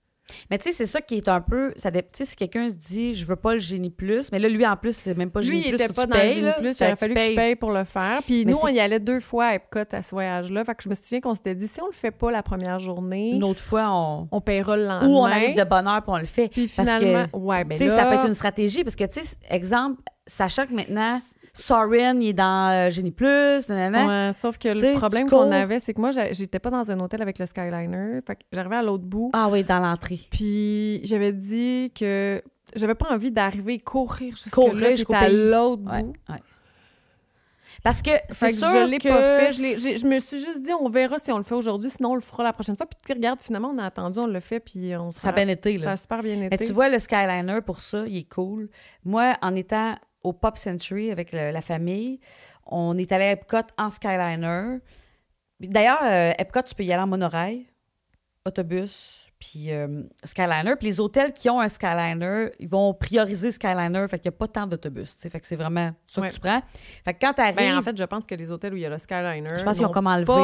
[SPEAKER 1] Mais tu sais, c'est ça qui est un peu... Ça, dé- tu sais, si quelqu'un se dit « Je veux pas le Génie Plus », mais là, lui, en plus, c'est même pas
[SPEAKER 2] Lui,
[SPEAKER 1] Génie
[SPEAKER 2] il
[SPEAKER 1] Plus
[SPEAKER 2] était
[SPEAKER 1] faut que
[SPEAKER 2] pas
[SPEAKER 1] tu
[SPEAKER 2] dans le
[SPEAKER 1] payes,
[SPEAKER 2] Génie
[SPEAKER 1] là.
[SPEAKER 2] Plus.
[SPEAKER 1] Fait
[SPEAKER 2] Il aurait fallu que je
[SPEAKER 1] tu payes.
[SPEAKER 2] paye pour le faire. Puis
[SPEAKER 1] Mais
[SPEAKER 2] nous, on
[SPEAKER 1] c'est-
[SPEAKER 2] y allait deux fois à Epcot à ce voyage-là. Fait que je me souviens qu'on s'était dit, si on le fait pas la première journée,
[SPEAKER 1] Une autre fois, on...
[SPEAKER 2] on paiera le lendemain.
[SPEAKER 1] Ou on arrive de bonne heure puis on le fait.
[SPEAKER 2] Puis
[SPEAKER 1] Parce que-
[SPEAKER 2] finalement, ouais, ben
[SPEAKER 1] tu sais,
[SPEAKER 2] là,
[SPEAKER 1] ça peut être une stratégie parce que, tu sais, exemple, sachant que maintenant, Sorin, il est dans euh, Génie Plus, nanana.
[SPEAKER 2] ouais, sauf que
[SPEAKER 1] Tu sais,
[SPEAKER 2] le
[SPEAKER 1] tu
[SPEAKER 2] problème
[SPEAKER 1] cours.
[SPEAKER 2] qu'on avait, c'est que moi, j'a- j'étais pas dans un hôtel avec le Skyliner. Fait que j'arrivais à l'autre bout.
[SPEAKER 1] Ah oui, dans l'entrée.
[SPEAKER 2] Puis j'avais dit que j'avais pas envie d'arriver courir jusqu'à
[SPEAKER 1] Courir
[SPEAKER 2] là, puis
[SPEAKER 1] jusqu'au
[SPEAKER 2] t'es à
[SPEAKER 1] pays.
[SPEAKER 2] l'autre
[SPEAKER 1] Ouais,
[SPEAKER 2] bout.
[SPEAKER 1] ouais. Parce que
[SPEAKER 2] Fait
[SPEAKER 1] c'est
[SPEAKER 2] que
[SPEAKER 1] sûr
[SPEAKER 2] je l'ai
[SPEAKER 1] que
[SPEAKER 2] pas fait. Je, l'ai- j'ai- je me suis juste dit, on verra si on le fait aujourd'hui, sinon on le fera la prochaine fois. Puis tu regardes, finalement, on a attendu, on le fait, puis on
[SPEAKER 1] ça
[SPEAKER 2] sera,
[SPEAKER 1] a bien été, là.
[SPEAKER 2] ça a super bien été.
[SPEAKER 1] Mais tu vois, le Skyliner, pour ça, il est cool. Moi, en étant au Pop Century avec le- la famille, on est allé à Epcot en Skyliner. D'ailleurs, euh, Epcot, tu peux y aller en monorail, autobus, puis euh, Skyliner. Puis les hôtels qui ont un Skyliner, ils vont prioriser Skyliner, fait qu'il n'y a pas tant d'autobus. tu sais. Fait que c'est vraiment ça
[SPEAKER 2] Ouais.
[SPEAKER 1] que tu prends. Fait que quand tu
[SPEAKER 2] Ben, en fait, je pense que les hôtels où il y a le Skyliner,
[SPEAKER 1] Je pense qu'ils ont
[SPEAKER 2] n'ont
[SPEAKER 1] comme enlevé- ils
[SPEAKER 2] pas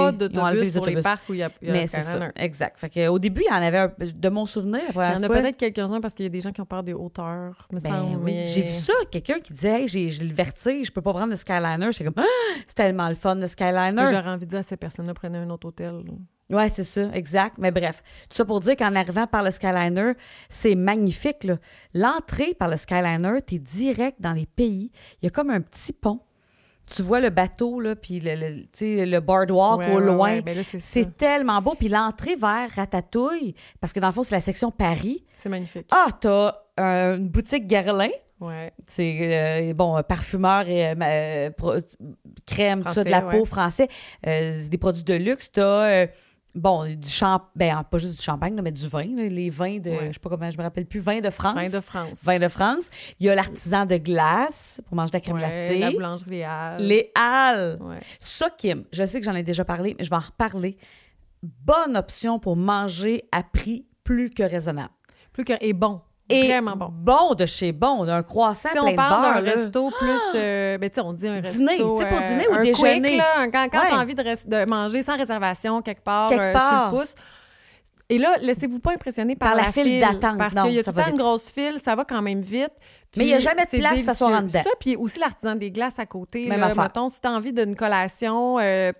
[SPEAKER 1] ont enlevé
[SPEAKER 2] d'autobus
[SPEAKER 1] les
[SPEAKER 2] pour les
[SPEAKER 1] autobus.
[SPEAKER 2] parcs où il y a, il y a
[SPEAKER 1] mais
[SPEAKER 2] le
[SPEAKER 1] c'est ça,
[SPEAKER 2] Skyliner.
[SPEAKER 1] exact. Fait que, au début, il y en avait, un- de mon souvenir, la
[SPEAKER 2] Il
[SPEAKER 1] première
[SPEAKER 2] y en a
[SPEAKER 1] fois,
[SPEAKER 2] peut-être quelques-uns parce qu'il y a des gens qui ont peur des hauteurs, me
[SPEAKER 1] Ben
[SPEAKER 2] semble.
[SPEAKER 1] oui.
[SPEAKER 2] mais-
[SPEAKER 1] J'ai vu ça, quelqu'un qui disait Hey, j'ai j'ai le vertige, je peux pas prendre le Skyliner. J'étais comme Ah, c'est tellement le fun le Skyliner.
[SPEAKER 2] J'aurais envie de dire à ces personnes-là, prenez un autre hôtel.
[SPEAKER 1] Ouais, c'est ça, exact. Mais bref, tout ça pour dire qu'en arrivant par le Skyliner, c'est magnifique. là. L'entrée par le Skyliner, t'es direct dans les pays. Il y a comme un petit pont. Tu vois le bateau là, puis le, le, tu sais, le boardwalk
[SPEAKER 2] Ouais,
[SPEAKER 1] au
[SPEAKER 2] ouais,
[SPEAKER 1] loin.
[SPEAKER 2] ouais. Ben là, c'est ça.
[SPEAKER 1] C'est tellement beau. Puis l'entrée vers Ratatouille, parce que dans le fond, c'est la section Paris.
[SPEAKER 2] C'est magnifique.
[SPEAKER 1] Ah, t'as euh, une boutique Guerlain.
[SPEAKER 2] Ouais.
[SPEAKER 1] c'est euh, bon euh, parfumeur et euh, ma- euh, pro- crème tout ça, de la
[SPEAKER 2] Français, ouais.
[SPEAKER 1] peau français Euh, c'est des produits de luxe t'as euh, bon du champagne ben pas juste du champagne là, mais du vin là, les vins de
[SPEAKER 2] Ouais.
[SPEAKER 1] je sais pas comment je me rappelle plus vin de France
[SPEAKER 2] Vin de France.
[SPEAKER 1] Vin de France. il y a l'artisan de glace pour manger de la crème
[SPEAKER 2] Ouais,
[SPEAKER 1] glacée
[SPEAKER 2] La boulangerie à...
[SPEAKER 1] les halles
[SPEAKER 2] Ouais.
[SPEAKER 1] ça Kim je sais que j'en ai déjà parlé mais je vais en reparler bonne option pour manger à prix plus que raisonnable
[SPEAKER 2] Plus que... Et bon.
[SPEAKER 1] et
[SPEAKER 2] Vraiment bon.
[SPEAKER 1] bon de chez bon d'un croissant
[SPEAKER 2] Si
[SPEAKER 1] plein
[SPEAKER 2] on
[SPEAKER 1] de
[SPEAKER 2] parle d'un
[SPEAKER 1] beurre, là. Ah!
[SPEAKER 2] resto plus... euh, ben, tu sais, on dit un resto...
[SPEAKER 1] Dîner, tu sais, pour
[SPEAKER 2] euh,
[SPEAKER 1] dîner ou
[SPEAKER 2] un
[SPEAKER 1] déjeuner.
[SPEAKER 2] Quick, là, un- quand quand
[SPEAKER 1] Ouais.
[SPEAKER 2] t'as envie de, res- de manger sans réservation quelque part,
[SPEAKER 1] Quelque
[SPEAKER 2] euh,
[SPEAKER 1] part.
[SPEAKER 2] sur le pouce... Et là, laissez-vous pas impressionner par,
[SPEAKER 1] Par la file d'attente.
[SPEAKER 2] Parce
[SPEAKER 1] Non,
[SPEAKER 2] qu'il y a
[SPEAKER 1] ça
[SPEAKER 2] tout le
[SPEAKER 1] va
[SPEAKER 2] temps une
[SPEAKER 1] vite.
[SPEAKER 2] grosse file, ça va quand même vite.
[SPEAKER 1] Mais il y a jamais de
[SPEAKER 2] c'est
[SPEAKER 1] place à
[SPEAKER 2] délicieux.
[SPEAKER 1] s'asseoir en dedans.
[SPEAKER 2] Ça, puis aussi l'artisan des glaces à côté.
[SPEAKER 1] Même
[SPEAKER 2] là,
[SPEAKER 1] affaire.
[SPEAKER 2] mettons, si t'as envie d'une collation... euh,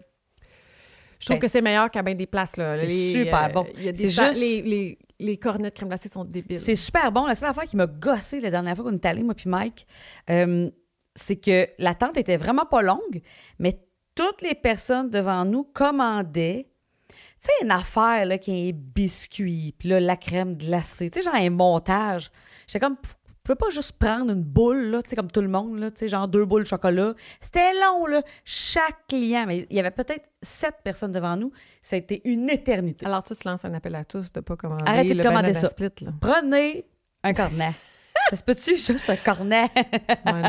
[SPEAKER 2] je trouve
[SPEAKER 1] Ben,
[SPEAKER 2] que c'est meilleur qu'à bien des places. là.
[SPEAKER 1] c'est
[SPEAKER 2] Les,
[SPEAKER 1] super
[SPEAKER 2] euh,
[SPEAKER 1] bon.
[SPEAKER 2] il y a des
[SPEAKER 1] C'est
[SPEAKER 2] sta-
[SPEAKER 1] juste-
[SPEAKER 2] les, les, les cornets de crème glacée sont débiles.
[SPEAKER 1] C'est super bon. La seule affaire qui m'a gossé la dernière fois qu'on est allé, moi puis Mike, euh, c'est que l'attente était vraiment pas longue, mais toutes les personnes devant nous commandaient. Tu sais, une affaire là, qui est biscuit, puis là, la crème glacée, tu sais, genre un montage. J'étais comme, P- vous pouvez pas juste prendre une boule, là, tu sais, comme tout le monde, là, tu sais, genre deux boules de chocolat. C'était long, là. Chaque client, mais il y avait peut-être sept personnes devant nous. Ça a été une éternité.
[SPEAKER 2] Alors, tu te lances un appel à tous de pas commander
[SPEAKER 1] Arrêtez de
[SPEAKER 2] le
[SPEAKER 1] commander
[SPEAKER 2] banana
[SPEAKER 1] ça.
[SPEAKER 2] split. Là.
[SPEAKER 1] prenez un cornet. <laughs> ça se peut-tu juste un
[SPEAKER 2] <laughs>
[SPEAKER 1] cornet?
[SPEAKER 2] Ouais,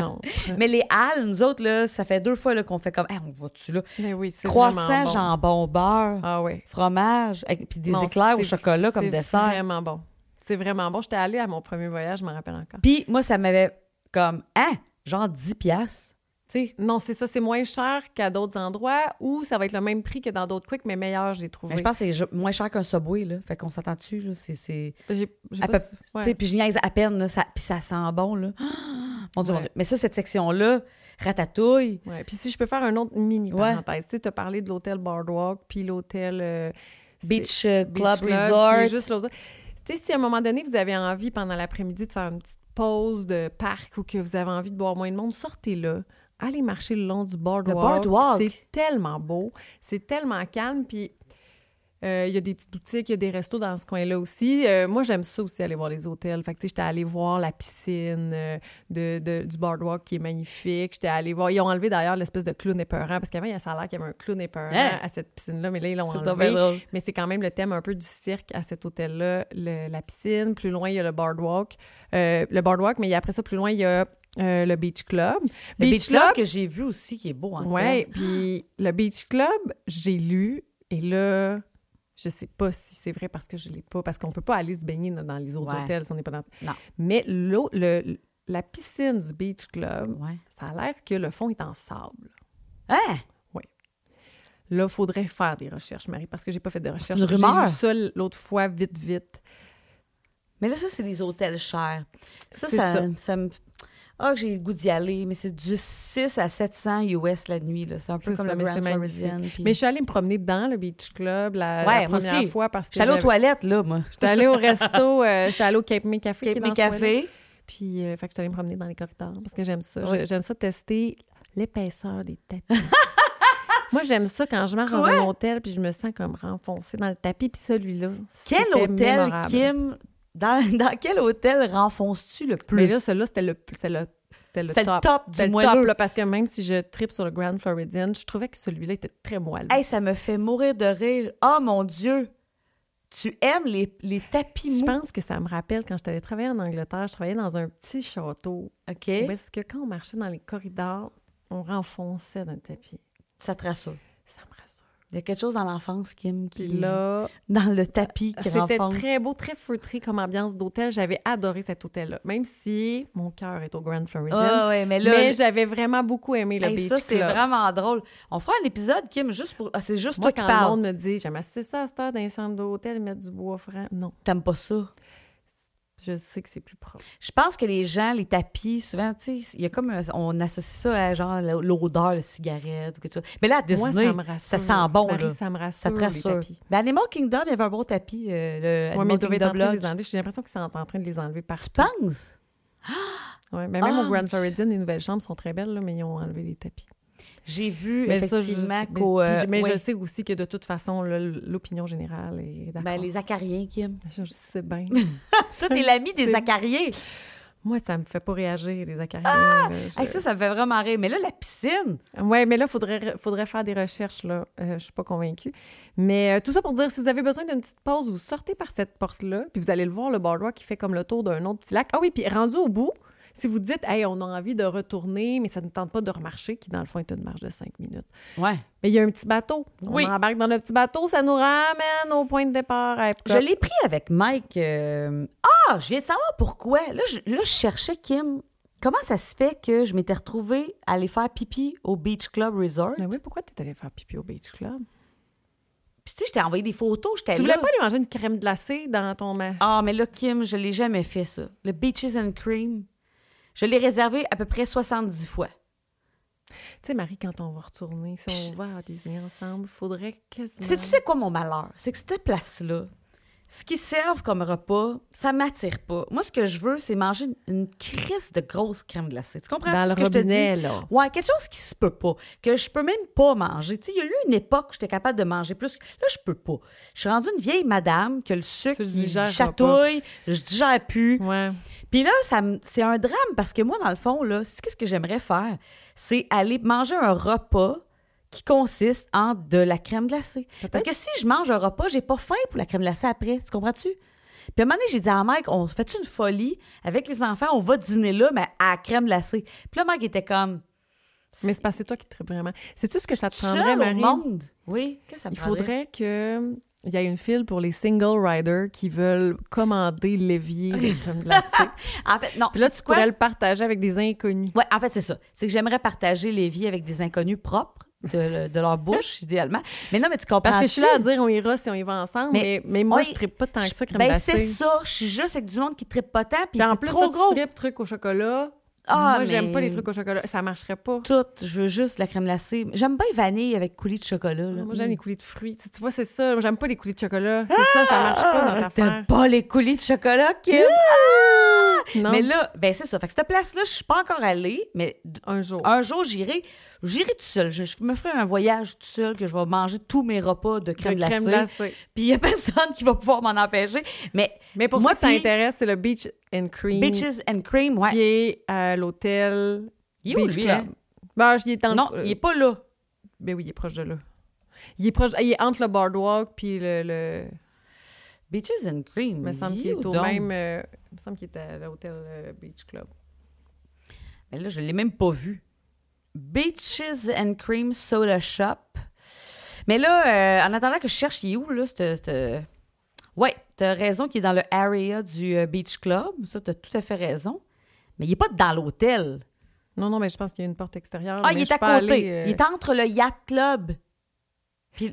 [SPEAKER 1] <laughs>
[SPEAKER 2] non.
[SPEAKER 1] Mais les halles, nous autres, là, ça fait deux fois là, qu'on fait comme, Hey, on va-tu là?
[SPEAKER 2] Mais oui, c'est
[SPEAKER 1] Croissant,
[SPEAKER 2] vraiment bon.
[SPEAKER 1] jambon, beurre,
[SPEAKER 2] Ah ouais.
[SPEAKER 1] fromage, avec- puis des
[SPEAKER 2] Non,
[SPEAKER 1] éclairs au
[SPEAKER 2] c'est-
[SPEAKER 1] chocolat comme
[SPEAKER 2] c'est
[SPEAKER 1] dessert.
[SPEAKER 2] vraiment bon. C'est vraiment bon. J'étais allée à mon premier voyage, je m'en rappelle encore.
[SPEAKER 1] Puis moi, ça m'avait comme, hein, genre 10 piastres. Tu sais,
[SPEAKER 2] Non, c'est ça, c'est moins cher qu'à d'autres endroits ou ça va être le même prix que dans d'autres quicks, mais meilleur, j'ai trouvé.
[SPEAKER 1] mais Ben, je pense que c'est je- moins cher qu'un Subway, là. Fait qu'on s'entend dessus, là. C'est... c'est-
[SPEAKER 2] J'ai- j'ai
[SPEAKER 1] à
[SPEAKER 2] pas
[SPEAKER 1] peu-
[SPEAKER 2] su- ouais.
[SPEAKER 1] Eh, ben, tu sais, Puis je niaise à peine, là. Ça... Puis ça sent bon, là. <gasps> Mon Dieu, mon
[SPEAKER 2] Ouais.
[SPEAKER 1] Dieu. Mais ça, cette section-là, ratatouille...
[SPEAKER 2] Ouais. Puis si je peux faire un autre mini
[SPEAKER 1] Ouais.
[SPEAKER 2] parenthèse, tu sais, t'as parlé de l'hôtel Boardwalk, puis l'hôtel euh, c'est-
[SPEAKER 1] Beach euh,
[SPEAKER 2] Beach
[SPEAKER 1] Club
[SPEAKER 2] Club, qui est
[SPEAKER 1] Resort.
[SPEAKER 2] juste l'autre- tu sais, si à un moment donné, vous avez envie pendant l'après-midi de faire une petite pause de parc ou que vous avez envie de boire moins de monde, sortez-le. Allez marcher le long du boardwalk.
[SPEAKER 1] boardwalk.
[SPEAKER 2] C'est tellement beau. C'est tellement calme. Puis euh, il y a des petites boutiques, il y a des restos dans ce coin-là aussi. Euh, moi, j'aime ça aussi, aller voir les hôtels. Fait que, tu sais, j'étais allée voir la piscine euh, de, de- du boardwalk qui est magnifique. J'étais allée voir... Ils ont enlevé d'ailleurs l'espèce de clown épeurant parce qu'avant, il y a- ça a l'air qu'il y avait un clown épeurant
[SPEAKER 1] Hein?
[SPEAKER 2] à cette piscine-là, mais là, ils l'ont
[SPEAKER 1] C'est
[SPEAKER 2] enlevé.
[SPEAKER 1] donc bien drôle.
[SPEAKER 2] Mais c'est quand même le thème un peu du cirque à cet hôtel-là, le- la piscine. Plus loin, il y a le boardwalk. Euh, le boardwalk, mais après ça, plus loin, il y a euh, le beach club.
[SPEAKER 1] Le Beach, Club, que j'ai vu aussi, qui est beau en
[SPEAKER 2] ouais, puis le beach club, j'ai lu et là. Je sais pas si c'est vrai parce que je l'ai pas, parce qu'on peut pas aller se baigner dans- dans les autres
[SPEAKER 1] Ouais.
[SPEAKER 2] hôtels si on n'est pas dans.
[SPEAKER 1] Non.
[SPEAKER 2] Mais l'eau, le- la piscine du beach club,
[SPEAKER 1] Ouais.
[SPEAKER 2] ça a l'air que le fond est en sable.
[SPEAKER 1] Hein?
[SPEAKER 2] Là, faudrait faire des recherches, Marie, parce que j'ai pas fait de recherches.
[SPEAKER 1] une rumeur.
[SPEAKER 2] J'ai lu ça l'autre fois, vite, vite.
[SPEAKER 1] Mais là, ça, c'est des hôtels chers. Ça,
[SPEAKER 2] C'est
[SPEAKER 1] ça,
[SPEAKER 2] ça.
[SPEAKER 1] ça me... Ah, que j'ai le goût d'y aller, mais c'est du 6 à 700 US la nuit. là. C'est un peu
[SPEAKER 2] C'est
[SPEAKER 1] comme
[SPEAKER 2] ça,
[SPEAKER 1] le
[SPEAKER 2] mais
[SPEAKER 1] Grand
[SPEAKER 2] c'est magnifique.
[SPEAKER 1] Floridian. puis-
[SPEAKER 2] Mais je suis allée me promener dans le beach club la,
[SPEAKER 1] Ouais,
[SPEAKER 2] la
[SPEAKER 1] moi
[SPEAKER 2] première
[SPEAKER 1] aussi.
[SPEAKER 2] fois parce que
[SPEAKER 1] J'étais allée aux
[SPEAKER 2] j'avais-
[SPEAKER 1] toilettes, là, moi.
[SPEAKER 2] j'étais allée au resto, euh, j'étais allée au Cape May Café. qui est
[SPEAKER 1] Cape
[SPEAKER 2] dans
[SPEAKER 1] May
[SPEAKER 2] ce coin-là.
[SPEAKER 1] Café.
[SPEAKER 2] Puis, euh, fait que j'étais allée me promener dans les corridors parce que j'aime ça. Je-
[SPEAKER 1] Ouais.
[SPEAKER 2] J'aime ça tester l'épaisseur des
[SPEAKER 1] <laughs>
[SPEAKER 2] tapis. Moi, j'aime ça quand je marche dans
[SPEAKER 1] Quoi?
[SPEAKER 2] un hôtel puis je me sens comme renfoncée dans le tapis. Puis celui-là,
[SPEAKER 1] Quel
[SPEAKER 2] c'était
[SPEAKER 1] hôtel,
[SPEAKER 2] mémorable.
[SPEAKER 1] Kim... Dans, <laughs> dans quel hôtel renfonces-tu le plus?
[SPEAKER 2] Mais là, celui-là, c'était le, c'était le, c'était le
[SPEAKER 1] c'est le
[SPEAKER 2] top.
[SPEAKER 1] top
[SPEAKER 2] C'était
[SPEAKER 1] du
[SPEAKER 2] le
[SPEAKER 1] moelleux.
[SPEAKER 2] top, là, parce que même si je tripe sur le Grand Floridian, je trouvais que celui-là était très moelleux.
[SPEAKER 1] Hey, ça me fait mourir de rire. Oh, mon Dieu! Tu aimes les, les tapis
[SPEAKER 2] Je
[SPEAKER 1] mous.
[SPEAKER 2] pense que ça me rappelle quand j'étais allée travailler en Angleterre, je travaillais dans un petit château.
[SPEAKER 1] OK?
[SPEAKER 2] Où est-ce que quand on marchait dans les corridors, on renfonçait dans le tapis?
[SPEAKER 1] Ça te rassure.
[SPEAKER 2] Ça me rassure.
[SPEAKER 1] Il y a quelque chose dans l'enfance, Kim, qui
[SPEAKER 2] Puis là,
[SPEAKER 1] dans le tapis qui
[SPEAKER 2] c'était
[SPEAKER 1] renfonce.
[SPEAKER 2] très beau, très feutré comme ambiance d'hôtel. J'avais adoré cet hôtel-là, même si mon cœur est au Grand Floridian.
[SPEAKER 1] Ah ouais, mais là,
[SPEAKER 2] mais j'avais vraiment beaucoup aimé le
[SPEAKER 1] hey,
[SPEAKER 2] beach
[SPEAKER 1] ça c'est
[SPEAKER 2] club.
[SPEAKER 1] vraiment drôle. On fera un épisode Kim juste pour ah, c'est juste
[SPEAKER 2] Moi,
[SPEAKER 1] toi
[SPEAKER 2] quand
[SPEAKER 1] qui
[SPEAKER 2] le
[SPEAKER 1] parles.
[SPEAKER 2] monde me dit, j'aime assez ça à cette heure dans les centres d'hôtel, mettre du bois franc. Non,
[SPEAKER 1] T'aimes pas ça.
[SPEAKER 2] je sais que c'est plus propre.
[SPEAKER 1] Je pense que les gens les tapis souvent tu sais, il y a comme un- on associe ça à genre la- l'odeur de cigarette ou quelque chose. Mais là à Disney,
[SPEAKER 2] Moi, ça me rassure.
[SPEAKER 1] sent bon
[SPEAKER 2] Marie,
[SPEAKER 1] là.
[SPEAKER 2] ça me rassure,
[SPEAKER 1] Ça te
[SPEAKER 2] les
[SPEAKER 1] rassure.
[SPEAKER 2] tapis.
[SPEAKER 1] Mais Animal Kingdom, il y avait un bon tapis euh, le
[SPEAKER 2] Oui, mais
[SPEAKER 1] Animal
[SPEAKER 2] ils doivent être en
[SPEAKER 1] Kingdom
[SPEAKER 2] train de les
[SPEAKER 1] Lodge.
[SPEAKER 2] enlever. J'ai l'impression qu'ils sont en train de les enlever
[SPEAKER 1] Tu
[SPEAKER 2] partout.
[SPEAKER 1] penses
[SPEAKER 2] Ouais, mais même
[SPEAKER 1] Ah,
[SPEAKER 2] au Grand
[SPEAKER 1] ok.
[SPEAKER 2] Floridian, les nouvelles chambres sont très belles, là, mais ils ont enlevé les tapis.
[SPEAKER 1] J'ai vu
[SPEAKER 2] Mais ça, je
[SPEAKER 1] effectivement
[SPEAKER 2] sais- mais-
[SPEAKER 1] qu'au
[SPEAKER 2] puis
[SPEAKER 1] euh,
[SPEAKER 2] je- mais
[SPEAKER 1] ouais.
[SPEAKER 2] je sais aussi que de toute façon, là, l'opinion générale est d'accord.
[SPEAKER 1] Ben, les acariens <laughs> Kim.
[SPEAKER 2] <laughs> Je je sais bien.
[SPEAKER 1] Ça t'es l'ami des
[SPEAKER 2] C'est-
[SPEAKER 1] acariens.
[SPEAKER 2] Moi, ça me fait pas réagir, les acariens. Ah!
[SPEAKER 1] Hey, ça ça me fait vraiment rire. Mais là la piscine
[SPEAKER 2] Ouais, mais là, il faudrait, faudrait faire des recherches. Là. Euh, je suis pas convaincue. Mais euh, tout ça pour dire, si vous avez besoin d'une petite pause, vous sortez par cette porte-là, puis vous allez le voir, le boardwalk qui fait comme le tour d'un autre petit lac. Ah oui, puis rendu au bout, si vous dites, hey, on a envie de retourner, mais ça ne nous tente pas de remarcher, qui dans le fond est une marche de cinq minutes.
[SPEAKER 1] Ouais.
[SPEAKER 2] Mais il y a un petit bateau.
[SPEAKER 1] Oui.
[SPEAKER 2] On embarque dans le petit bateau, ça nous ramène au point de départ à Epcot.
[SPEAKER 1] Je l'ai pris avec Mike. euh, Ah, je viens de savoir pourquoi. Là je, là, je cherchais Kim. Comment ça se fait que je m'étais retrouvée à aller faire pipi au Beach Club Resort?
[SPEAKER 2] Mais Ben oui, pourquoi t'es allée faire pipi au Beach Club?
[SPEAKER 1] Puis tu sais, je t'ai envoyé des photos, j'étais
[SPEAKER 2] Tu voulais
[SPEAKER 1] là.
[SPEAKER 2] pas aller manger une crème glacée dans ton... ma-
[SPEAKER 1] Ah, mais là, Kim, je l'ai jamais fait, ça. Le Beaches and Cream, je l'ai réservé à peu près 70 fois.
[SPEAKER 2] Tu sais, Marie, quand on va retourner, si on va à Disney ensemble, faudrait quasiment...
[SPEAKER 1] C'est tu sais quoi mon malheur, c'est que cette place là, ce qui servent comme repas, ça m'attire pas. Moi ce que je veux c'est manger une- une crise de grosse crème glacée. Tu comprends
[SPEAKER 2] Dans
[SPEAKER 1] ce
[SPEAKER 2] le
[SPEAKER 1] que
[SPEAKER 2] robinet,
[SPEAKER 1] je te dis
[SPEAKER 2] là.
[SPEAKER 1] Ouais, quelque chose qui se peut pas, que je peux même pas manger. Tu sais, il y a eu une époque où j'étais capable de manger plus. Là, je peux pas. Je suis rendue une vieille madame que le sucre
[SPEAKER 2] Tu le
[SPEAKER 1] il
[SPEAKER 2] digères
[SPEAKER 1] chatouille, je digère plus.
[SPEAKER 2] Ouais.
[SPEAKER 1] Puis là, ça me- c'est un drame parce que moi, dans le fond, là, c'est- qu'est-ce que j'aimerais faire? C'est aller manger un repas qui consiste en de la crème glacée. Parce que si je mange un repas, j'ai pas faim pour la crème glacée après. Tu comprends-tu? Puis à un moment donné, j'ai dit à Mike, on fait une folie avec les enfants, on va dîner là, mais à la crème glacée. Puis là, Mike était comme,
[SPEAKER 2] Mais c'est parce que c'est toi qui tripes vraiment. C'est-tu ce que ça te
[SPEAKER 1] seul
[SPEAKER 2] prendrait,
[SPEAKER 1] au
[SPEAKER 2] Marie?
[SPEAKER 1] <laughs> monde. Oui, qu'est-ce que ça me
[SPEAKER 2] Il faudrait que Il y a une file pour les single riders qui veulent
[SPEAKER 1] <laughs>
[SPEAKER 2] commander l'évier de crème glacée.
[SPEAKER 1] En fait, non.
[SPEAKER 2] Puis là, tu
[SPEAKER 1] quoi?
[SPEAKER 2] pourrais le partager avec des inconnus.
[SPEAKER 1] Ouais, en fait, c'est ça. C'est que j'aimerais partager les vies avec des inconnus propres de, de leur
[SPEAKER 2] <laughs>
[SPEAKER 1] bouche, idéalement. Mais non, mais tu comprends.
[SPEAKER 2] Parce que je suis là à dire on ira si on y va ensemble,
[SPEAKER 1] Mais-
[SPEAKER 2] mais, mais moi,
[SPEAKER 1] Oui.
[SPEAKER 2] je tripe pas tant que ça crème
[SPEAKER 1] ben,
[SPEAKER 2] glacée.
[SPEAKER 1] c'est ça. Je suis juste avec du monde qui trippe pas tant, puis
[SPEAKER 2] Puis en
[SPEAKER 1] c'est
[SPEAKER 2] plus,
[SPEAKER 1] trop
[SPEAKER 2] toi,
[SPEAKER 1] gros.
[SPEAKER 2] tu tripes trucs au chocolat.
[SPEAKER 1] Ah,
[SPEAKER 2] moi, j'aime pas
[SPEAKER 1] mais-
[SPEAKER 2] les trucs au chocolat. Ça marcherait pas.
[SPEAKER 1] Tout. Je veux juste de la crème glacée. J'aime bien vanille avec coulis de chocolat. Là.
[SPEAKER 2] Moi, j'aime les coulis de fruits. Tu tu vois, c'est ça. Moi, J'aime pas les coulis de chocolat. C'est ça, ça marche pas dans ta
[SPEAKER 1] Ah! T'aimes
[SPEAKER 2] affaire.
[SPEAKER 1] pas les coulis de chocolat, Kim? Ah!
[SPEAKER 2] Non,
[SPEAKER 1] Mais là, ben c'est ça. Fait que cette place-là, je suis pas encore allée, mais d-
[SPEAKER 2] un jour.
[SPEAKER 1] un jour, j'irai. J'irai tout seul. Je, je me ferai un voyage tout seul que je vais manger tous mes repas de crème
[SPEAKER 2] De crème
[SPEAKER 1] glacée.
[SPEAKER 2] glacée.
[SPEAKER 1] Puis il y a <laughs> personne qui va pouvoir m'en empêcher. Mais
[SPEAKER 2] Mais pour
[SPEAKER 1] Moi,
[SPEAKER 2] moi, ça
[SPEAKER 1] puis-
[SPEAKER 2] intéresse, c'est le Beach and Cream
[SPEAKER 1] Beaches and Cream, ouais.
[SPEAKER 2] qui est à l'hôtel
[SPEAKER 1] Il est où,
[SPEAKER 2] Beach
[SPEAKER 1] lui,
[SPEAKER 2] Club.
[SPEAKER 1] là?
[SPEAKER 2] Ben, je- il est dans le-
[SPEAKER 1] Non, il est pas là.
[SPEAKER 2] Ben oui, il est proche de là. Il est proche, il est entre le boardwalk puis le, le...
[SPEAKER 1] Beaches and Cream.
[SPEAKER 2] il me semble qu'il
[SPEAKER 1] you
[SPEAKER 2] est au
[SPEAKER 1] don't.
[SPEAKER 2] même, euh, il me semble qu'il est à l'hôtel euh, Beach Club.
[SPEAKER 1] Mais là, je l'ai même pas vu. Beaches and Cream Soda Shop. Mais là, euh, en attendant que je cherche, il est où, là? c'te- c'te- Ouais, t'as raison qu'il est dans le area du euh, Beach Club. Ça, t'as tout à fait raison. Mais il est pas dans l'hôtel.
[SPEAKER 2] Non, non, mais je pense qu'il y a une porte extérieure.
[SPEAKER 1] Ah,
[SPEAKER 2] mais
[SPEAKER 1] il
[SPEAKER 2] je
[SPEAKER 1] est
[SPEAKER 2] suis
[SPEAKER 1] à
[SPEAKER 2] pas
[SPEAKER 1] côté.
[SPEAKER 2] allée, euh,
[SPEAKER 1] Il est entre le Yacht Club.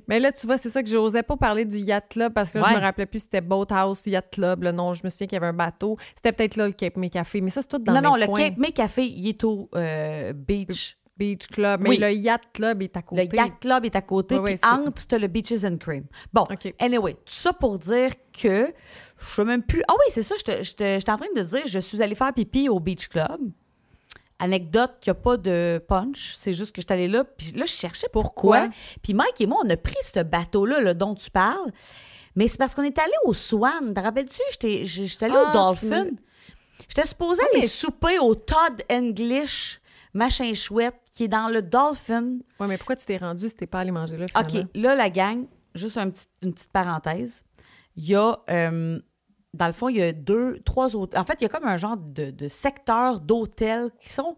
[SPEAKER 2] Mais là, tu vois, c'est ça que j'osais pas parler du yacht club parce que là,
[SPEAKER 1] Ouais.
[SPEAKER 2] je me rappelais plus si c'était Boathouse, yacht club. Là, non, je me souviens qu'il y avait un bateau. C'était peut-être là le Cape May Café, mais ça, c'est tout dans
[SPEAKER 1] non, non,
[SPEAKER 2] même
[SPEAKER 1] le
[SPEAKER 2] coin.
[SPEAKER 1] Cape May Café, il est au euh, Beach.
[SPEAKER 2] Beach Club. Mais
[SPEAKER 1] Oui.
[SPEAKER 2] le yacht club est à
[SPEAKER 1] Le
[SPEAKER 2] côté.
[SPEAKER 1] Yacht Club est à côté,
[SPEAKER 2] Ouais, ouais,
[SPEAKER 1] puis
[SPEAKER 2] c'est-
[SPEAKER 1] entre, t'as le Beaches and Cream. Bon,
[SPEAKER 2] OK.
[SPEAKER 1] anyway, tout ça pour dire que je sais même plus... Ah oui, c'est ça, je te- je te- j'étais en train de dire, je suis allée faire pipi au Beach Club. Anecdote qu'il n'y a pas de punch, c'est juste que je suis allée là, puis là, je cherchais pourquoi.
[SPEAKER 2] Pourquoi?
[SPEAKER 1] Puis Mike et moi, on a pris ce bateau-là là, dont tu parles, mais c'est parce qu'on est allé au Swan. Te rappelles-tu? J'étais j'- j'étais allée
[SPEAKER 2] Ah,
[SPEAKER 1] au
[SPEAKER 2] tu
[SPEAKER 1] Dolphin.
[SPEAKER 2] me-
[SPEAKER 1] J'étais supposée
[SPEAKER 2] mais
[SPEAKER 1] aller
[SPEAKER 2] c'est-
[SPEAKER 1] souper au Todd English, machin chouette, qui est dans le Dolphin.
[SPEAKER 2] Ouais, mais pourquoi tu t'es rendu si t'es pas allé manger là, finalement?
[SPEAKER 1] OK, là, la gang, juste un petit- une petite parenthèse. Il y a, euh, dans le fond, il y a deux, trois autres. En fait, il y a comme un genre de, de secteur d'hôtels qui sont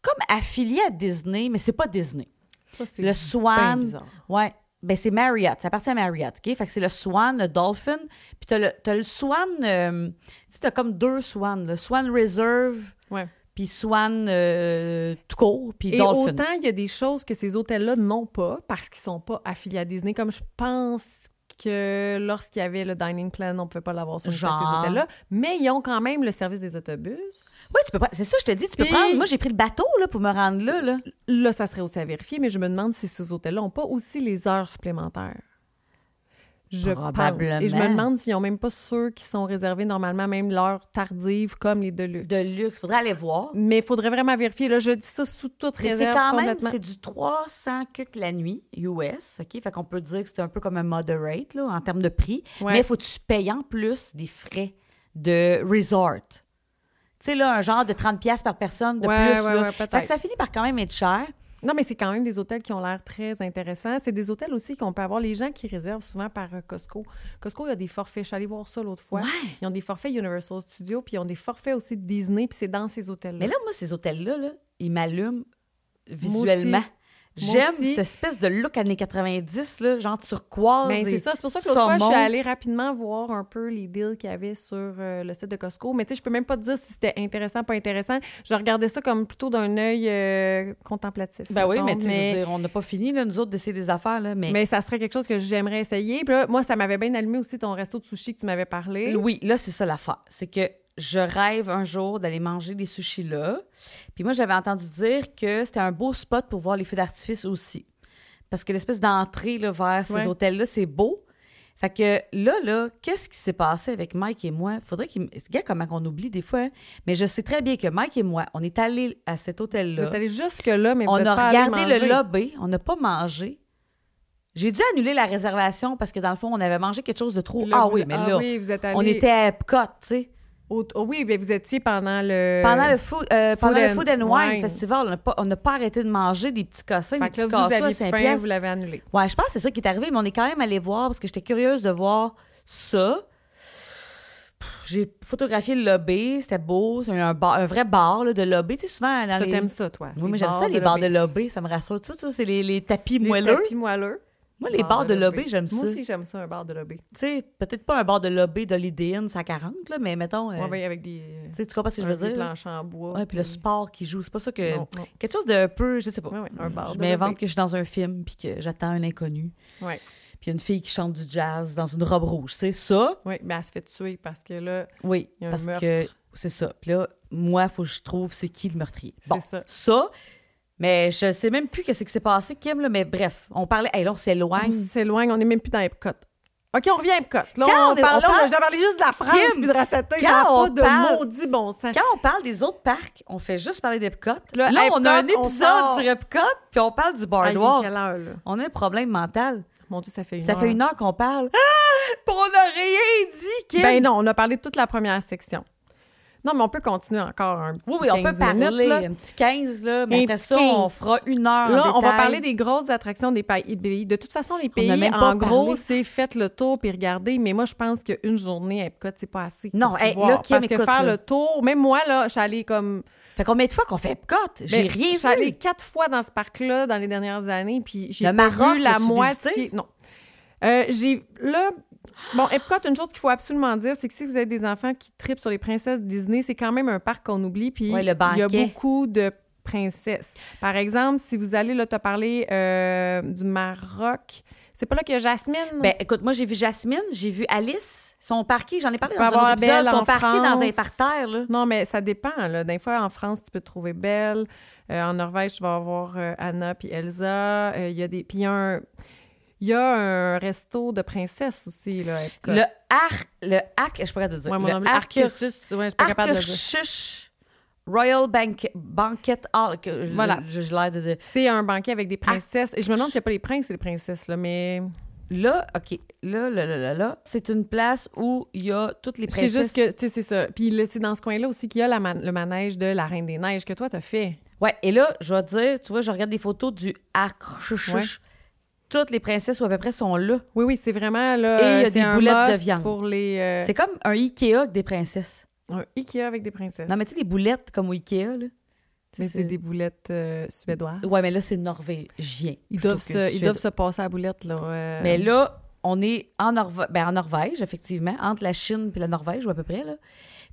[SPEAKER 1] comme affiliés à Disney, mais c'est pas Disney.
[SPEAKER 2] Ça, c'est
[SPEAKER 1] Le Swan.
[SPEAKER 2] bien bizarre.
[SPEAKER 1] Ouais. Ben, c'est Marriott. Ça appartient à Marriott, OK? Fait que c'est le Swan, le Dolphin. Puis t'as le, t'as le Swan... euh, tu sais, t'as comme deux Swans. Le Swan Reserve,
[SPEAKER 2] Ouais.
[SPEAKER 1] puis Swan euh, tout court, puis
[SPEAKER 2] Et
[SPEAKER 1] Dolphin.
[SPEAKER 2] autant il y a des choses que ces hôtels-là n'ont pas parce qu'ils sont pas affiliés à Disney. Comme je pense que lorsqu'il y avait le dining plan, on pouvait pas l'avoir sur
[SPEAKER 1] Genre.
[SPEAKER 2] ces hôtels-là. Mais ils ont quand même le service des autobus.
[SPEAKER 1] Oui, tu peux pas. C'est ça, je te dis, tu peux
[SPEAKER 2] Puis-
[SPEAKER 1] prendre. Moi, j'ai pris le bateau là, pour me rendre là. là.
[SPEAKER 2] Là, ça serait aussi à vérifier, mais je me demande si ces hôtels-là n'ont pas aussi les heures supplémentaires. Je pense.
[SPEAKER 1] Probablement.
[SPEAKER 2] Et je me demande s'ils n'ont même pas ceux qui sont réservés normalement, même l'heure tardive, comme les Deluxe.
[SPEAKER 1] De luxe, faudrait aller voir.
[SPEAKER 2] Mais il faudrait vraiment vérifier. Là, je dis ça sous toute
[SPEAKER 1] Mais
[SPEAKER 2] réserve.
[SPEAKER 1] c'est quand même,
[SPEAKER 2] complètement.
[SPEAKER 1] c'est du 300 que la nuit, US, OK? Fait qu'on peut dire que c'est un peu comme un moderate, là, en termes de prix.
[SPEAKER 2] Ouais.
[SPEAKER 1] Mais faut que tu payes en plus des frais de resort. Tu sais, là, un genre de 30$ piastres par personne de
[SPEAKER 2] Ouais,
[SPEAKER 1] plus,
[SPEAKER 2] ouais,
[SPEAKER 1] là.
[SPEAKER 2] ouais,
[SPEAKER 1] Fait
[SPEAKER 2] peut-être.
[SPEAKER 1] que ça finit par quand même être cher.
[SPEAKER 2] Non, mais c'est quand même des hôtels qui ont l'air très intéressants. C'est des hôtels aussi qu'on peut avoir. Les gens qui réservent souvent par euh, Costco. Costco, il y a des forfaits. Je suis allée voir ça l'autre fois. Ils ont des forfaits Universal Studios, puis ils ont des forfaits aussi de Disney, puis c'est dans ces hôtels-là.
[SPEAKER 1] Mais là, moi, ces hôtels-là, là, ils m'allument visuellement.
[SPEAKER 2] Moi
[SPEAKER 1] J'aime
[SPEAKER 2] aussi.
[SPEAKER 1] cette espèce de look années 90, là, genre turquoise.
[SPEAKER 2] Mais
[SPEAKER 1] et
[SPEAKER 2] Ben, c'est ça, c'est pour ça que l'autre fois, je suis
[SPEAKER 1] saumon.
[SPEAKER 2] allée rapidement voir un peu les deals qu'il y avait sur euh, le site de Costco. Mais tu sais, je peux même pas te dire si c'était intéressant, pas intéressant. Je regardais ça comme plutôt d'un œil euh, contemplatif.
[SPEAKER 1] Ben oui, mais,
[SPEAKER 2] mettons.
[SPEAKER 1] tu sais, je veux dire, on n'a pas fini, là, nous autres, d'essayer des affaires, là, mais...
[SPEAKER 2] mais ça serait quelque chose que j'aimerais essayer. Puis là, moi, ça m'avait bien allumé aussi ton resto de sushi que tu m'avais parlé.
[SPEAKER 1] Oui, là, c'est ça l'affaire. C'est que je rêve un jour d'aller manger des sushis là. Puis moi, j'avais entendu dire que c'était un beau spot pour voir les feux d'artifice aussi. Parce que l'espèce d'entrée là, vers ces
[SPEAKER 2] Ouais.
[SPEAKER 1] hôtels-là, c'est beau. Fait que là, là, qu'est-ce qui s'est passé avec Mike et moi? Faudrait qu'il... me- Regarde comment on oublie des fois. hein. Mais je sais très bien que Mike et moi, on est allés à cet
[SPEAKER 2] Vous
[SPEAKER 1] hôtel-là.
[SPEAKER 2] êtes allé jusque-là, mais vous
[SPEAKER 1] on
[SPEAKER 2] êtes
[SPEAKER 1] a
[SPEAKER 2] pas allé
[SPEAKER 1] regardé le
[SPEAKER 2] manger.
[SPEAKER 1] lobby, on n'a pas mangé. J'ai dû annuler la réservation parce que dans le fond, on avait mangé quelque chose de trop.
[SPEAKER 2] Puis là,
[SPEAKER 1] ah
[SPEAKER 2] vous-
[SPEAKER 1] oui, mais
[SPEAKER 2] ah
[SPEAKER 1] là,
[SPEAKER 2] oui, vous êtes allé
[SPEAKER 1] on était à Epcot, tu sais.
[SPEAKER 2] au- oh oui, mais vous étiez pendant le...
[SPEAKER 1] Pendant le food, euh,
[SPEAKER 2] Food
[SPEAKER 1] pendant le
[SPEAKER 2] and
[SPEAKER 1] Food and Wine,
[SPEAKER 2] Wine.
[SPEAKER 1] Festival, on n'a pas, on n'a pas arrêté de manger des petits cossins, des
[SPEAKER 2] Fait que
[SPEAKER 1] petits
[SPEAKER 2] là, vous
[SPEAKER 1] cassos à
[SPEAKER 2] aviez
[SPEAKER 1] 5
[SPEAKER 2] faim,
[SPEAKER 1] piastres.
[SPEAKER 2] vous l'avez annulé.
[SPEAKER 1] Ouais, je pense que c'est ça qui est arrivé, mais on est quand même allé voir parce que j'étais curieuse de voir ça. Pff, J'ai photographié le lobby, c'était beau, c'est un, bar- un vrai bar là, de lobby. Tu sais, souvent dans
[SPEAKER 2] Ça,
[SPEAKER 1] les...
[SPEAKER 2] t'aimes ça, toi?
[SPEAKER 1] Oui, mais j'aime ça, les bars de lobby, ça me rassure. Tu vois, tu vois, c'est les, les tapis
[SPEAKER 2] Les
[SPEAKER 1] moelleux.
[SPEAKER 2] tapis moelleux.
[SPEAKER 1] Moi, les bars de lobby, j'aime ça.
[SPEAKER 2] Moi
[SPEAKER 1] Tu
[SPEAKER 2] aussi, j'aime ça, un bar de lobby.
[SPEAKER 1] sais, peut-être pas un bar de lobby d'Holidéine, c'est à 40, là, mais mettons. euh,
[SPEAKER 2] Ouais, ben, avec des.
[SPEAKER 1] tu sais, tu comprends ce que je
[SPEAKER 2] un
[SPEAKER 1] veux
[SPEAKER 2] vieux
[SPEAKER 1] dire? là?
[SPEAKER 2] plancher en bois.
[SPEAKER 1] Ouais, puis le sport qui joue, c'est pas ça que.
[SPEAKER 2] Non, non.
[SPEAKER 1] Quelque chose d'un peu, je sais pas.
[SPEAKER 2] Ouais, ouais, un bar
[SPEAKER 1] Je
[SPEAKER 2] de
[SPEAKER 1] m'invente
[SPEAKER 2] lobby.
[SPEAKER 1] que je suis dans un film puis que j'attends un inconnu.
[SPEAKER 2] Ouais.
[SPEAKER 1] Puis une fille qui chante du jazz dans une robe rouge. C'est ça?
[SPEAKER 2] Oui, mais elle se fait tuer parce que là,
[SPEAKER 1] Oui.
[SPEAKER 2] Il y a un
[SPEAKER 1] parce
[SPEAKER 2] meurtre.
[SPEAKER 1] que c'est ça. Puis là, moi, faut que je trouve c'est qui le meurtrier.
[SPEAKER 2] C'est
[SPEAKER 1] Bon,
[SPEAKER 2] ça.
[SPEAKER 1] mais je sais même plus qu'est-ce qui s'est passé, Kim, là, mais bref, on parlait. Hey, là, on
[SPEAKER 2] on
[SPEAKER 1] s'éloigne.
[SPEAKER 2] s'éloigne, on n'est même plus dans Epcot. OK, on revient à Epcot. Là,
[SPEAKER 1] Quand
[SPEAKER 2] on,
[SPEAKER 1] on est-
[SPEAKER 2] parle,
[SPEAKER 1] on
[SPEAKER 2] on-
[SPEAKER 1] parle-
[SPEAKER 2] j'en parlais juste de la France
[SPEAKER 1] Kim,
[SPEAKER 2] puis de Ratata.
[SPEAKER 1] quand
[SPEAKER 2] Ça n'a pas
[SPEAKER 1] on
[SPEAKER 2] de
[SPEAKER 1] parle-
[SPEAKER 2] maudit bon sens.
[SPEAKER 1] Quand on parle des autres parcs, on fait juste parler d'Epcot.
[SPEAKER 2] Là,
[SPEAKER 1] Là, on a un
[SPEAKER 2] Epcot, on sort.
[SPEAKER 1] épisode sur Epcot, puis on parle du bar
[SPEAKER 2] Aïe,
[SPEAKER 1] noir.
[SPEAKER 2] quelle heure, là?
[SPEAKER 1] On a un problème mental.
[SPEAKER 2] Mon Dieu, ça fait une
[SPEAKER 1] Ça
[SPEAKER 2] heure.
[SPEAKER 1] fait une heure qu'on parle. Ah! Puis on n'a rien dit, Kim.
[SPEAKER 2] Ben non, on a parlé de toute la première section. Non, mais on peut continuer encore un petit
[SPEAKER 1] oui, oui, on peut
[SPEAKER 2] 15 minutes,
[SPEAKER 1] parler
[SPEAKER 2] là.
[SPEAKER 1] un petit 15, là,
[SPEAKER 2] Un
[SPEAKER 1] mais après
[SPEAKER 2] petit
[SPEAKER 1] ça, on
[SPEAKER 2] 15.
[SPEAKER 1] fera une heure.
[SPEAKER 2] Là,
[SPEAKER 1] en
[SPEAKER 2] on va
[SPEAKER 1] détail.
[SPEAKER 2] parler des grosses attractions des pays. De toute façon, les
[SPEAKER 1] a
[SPEAKER 2] pays,
[SPEAKER 1] même pas
[SPEAKER 2] en gros,
[SPEAKER 1] parlé.
[SPEAKER 2] c'est faites le tour puis regardez. Mais moi, je pense qu'une journée à Epcot, c'est pas assez. pour
[SPEAKER 1] Non,
[SPEAKER 2] tout
[SPEAKER 1] hey,
[SPEAKER 2] voir.
[SPEAKER 1] là, Kim,
[SPEAKER 2] Parce que
[SPEAKER 1] écoute,
[SPEAKER 2] faire
[SPEAKER 1] là.
[SPEAKER 2] le tour, même moi, là, je suis allée comme.
[SPEAKER 1] Fait combien de fois qu'on fait Epcot? J'ai
[SPEAKER 2] ben,
[SPEAKER 1] rien
[SPEAKER 2] Je suis allée
[SPEAKER 1] vu.
[SPEAKER 2] quatre fois dans ce parc-là dans les dernières années, puis j'ai
[SPEAKER 1] Le
[SPEAKER 2] pas
[SPEAKER 1] Maroc,
[SPEAKER 2] vu la
[SPEAKER 1] l'as-tu
[SPEAKER 2] moitié.
[SPEAKER 1] visité?
[SPEAKER 2] Non. Euh, j'ai. Là. Bon, Epcot, une chose qu'il faut absolument dire, c'est que si vous avez des enfants qui tripent sur les princesses Disney, c'est quand même un parc qu'on oublie. Puis
[SPEAKER 1] Ouais, le
[SPEAKER 2] il y a
[SPEAKER 1] banquet.
[SPEAKER 2] beaucoup de princesses. Par exemple, si vous allez, là, t'as parlé euh, du Maroc. C'est pas là qu'il y a Jasmine?
[SPEAKER 1] Ben, écoute, moi, j'ai vu Jasmine, j'ai vu Alice. Ils sont parqués, j'en ai parlé
[SPEAKER 2] On
[SPEAKER 1] dans
[SPEAKER 2] peut avoir
[SPEAKER 1] un autre épisode,
[SPEAKER 2] Belle
[SPEAKER 1] ils
[SPEAKER 2] en
[SPEAKER 1] sont parqués dans un
[SPEAKER 2] France.
[SPEAKER 1] parterre, là.
[SPEAKER 2] Non, mais ça dépend. Là. Des fois, en France, tu peux te trouver belle. Euh, en Norvège, tu vas avoir euh, Anna puis Elsa. Euh, Il y a des. Puis il y a un. Il y a un resto de princesse aussi, là, à Epcot.
[SPEAKER 1] Le arc, le hack, je suis pas capable de le dire.
[SPEAKER 2] Ouais, mon
[SPEAKER 1] le
[SPEAKER 2] nom-
[SPEAKER 1] Arcus-
[SPEAKER 2] Arcus- ouais, je suis pas capable de le dire.
[SPEAKER 1] Arcus- Royal Banque- Banquet Hall. que je-
[SPEAKER 2] Voilà.
[SPEAKER 1] je- J'ai l'air de- de.
[SPEAKER 2] C'est un banquet avec des princesses. Et je me demande s'il n'y a pas les princes et les princesses, là, mais...
[SPEAKER 1] Là, OK. Là, là, là, là, là, c'est une place où il y a toutes les
[SPEAKER 2] C'est
[SPEAKER 1] princesses.
[SPEAKER 2] juste que, tu sais, c'est ça. Puis là, c'est dans ce coin-là aussi qu'il y a la man- le manège de la Reine des Neiges que toi, t'as fait.
[SPEAKER 1] Ouais, et là, je vais te dire, tu vois, je regarde des photos du Arcus.
[SPEAKER 2] Ouais.
[SPEAKER 1] Toutes les princesses, ou à peu près, sont là.
[SPEAKER 2] Oui, oui, c'est vraiment, là...
[SPEAKER 1] Et il y a
[SPEAKER 2] euh,
[SPEAKER 1] des
[SPEAKER 2] c'est un
[SPEAKER 1] boulettes de
[SPEAKER 2] must
[SPEAKER 1] viande.
[SPEAKER 2] Pour les... euh,
[SPEAKER 1] C'est comme un Ikea des princesses.
[SPEAKER 2] un Ikea avec des princesses.
[SPEAKER 1] Non, mais tu sais, les boulettes comme au Ikea, là. Tu
[SPEAKER 2] Mais
[SPEAKER 1] sais,
[SPEAKER 2] c'est des boulettes euh, suédoises.
[SPEAKER 1] Ouais, mais là, c'est norvégien.
[SPEAKER 2] Ils
[SPEAKER 1] plutôt
[SPEAKER 2] doivent,
[SPEAKER 1] que
[SPEAKER 2] se, ils
[SPEAKER 1] sud.
[SPEAKER 2] doivent se passer à la boulette, là. euh.
[SPEAKER 1] Mais là, on est en, Norve- ben, en Norvège, effectivement, entre la Chine et la Norvège, ou à peu près, là.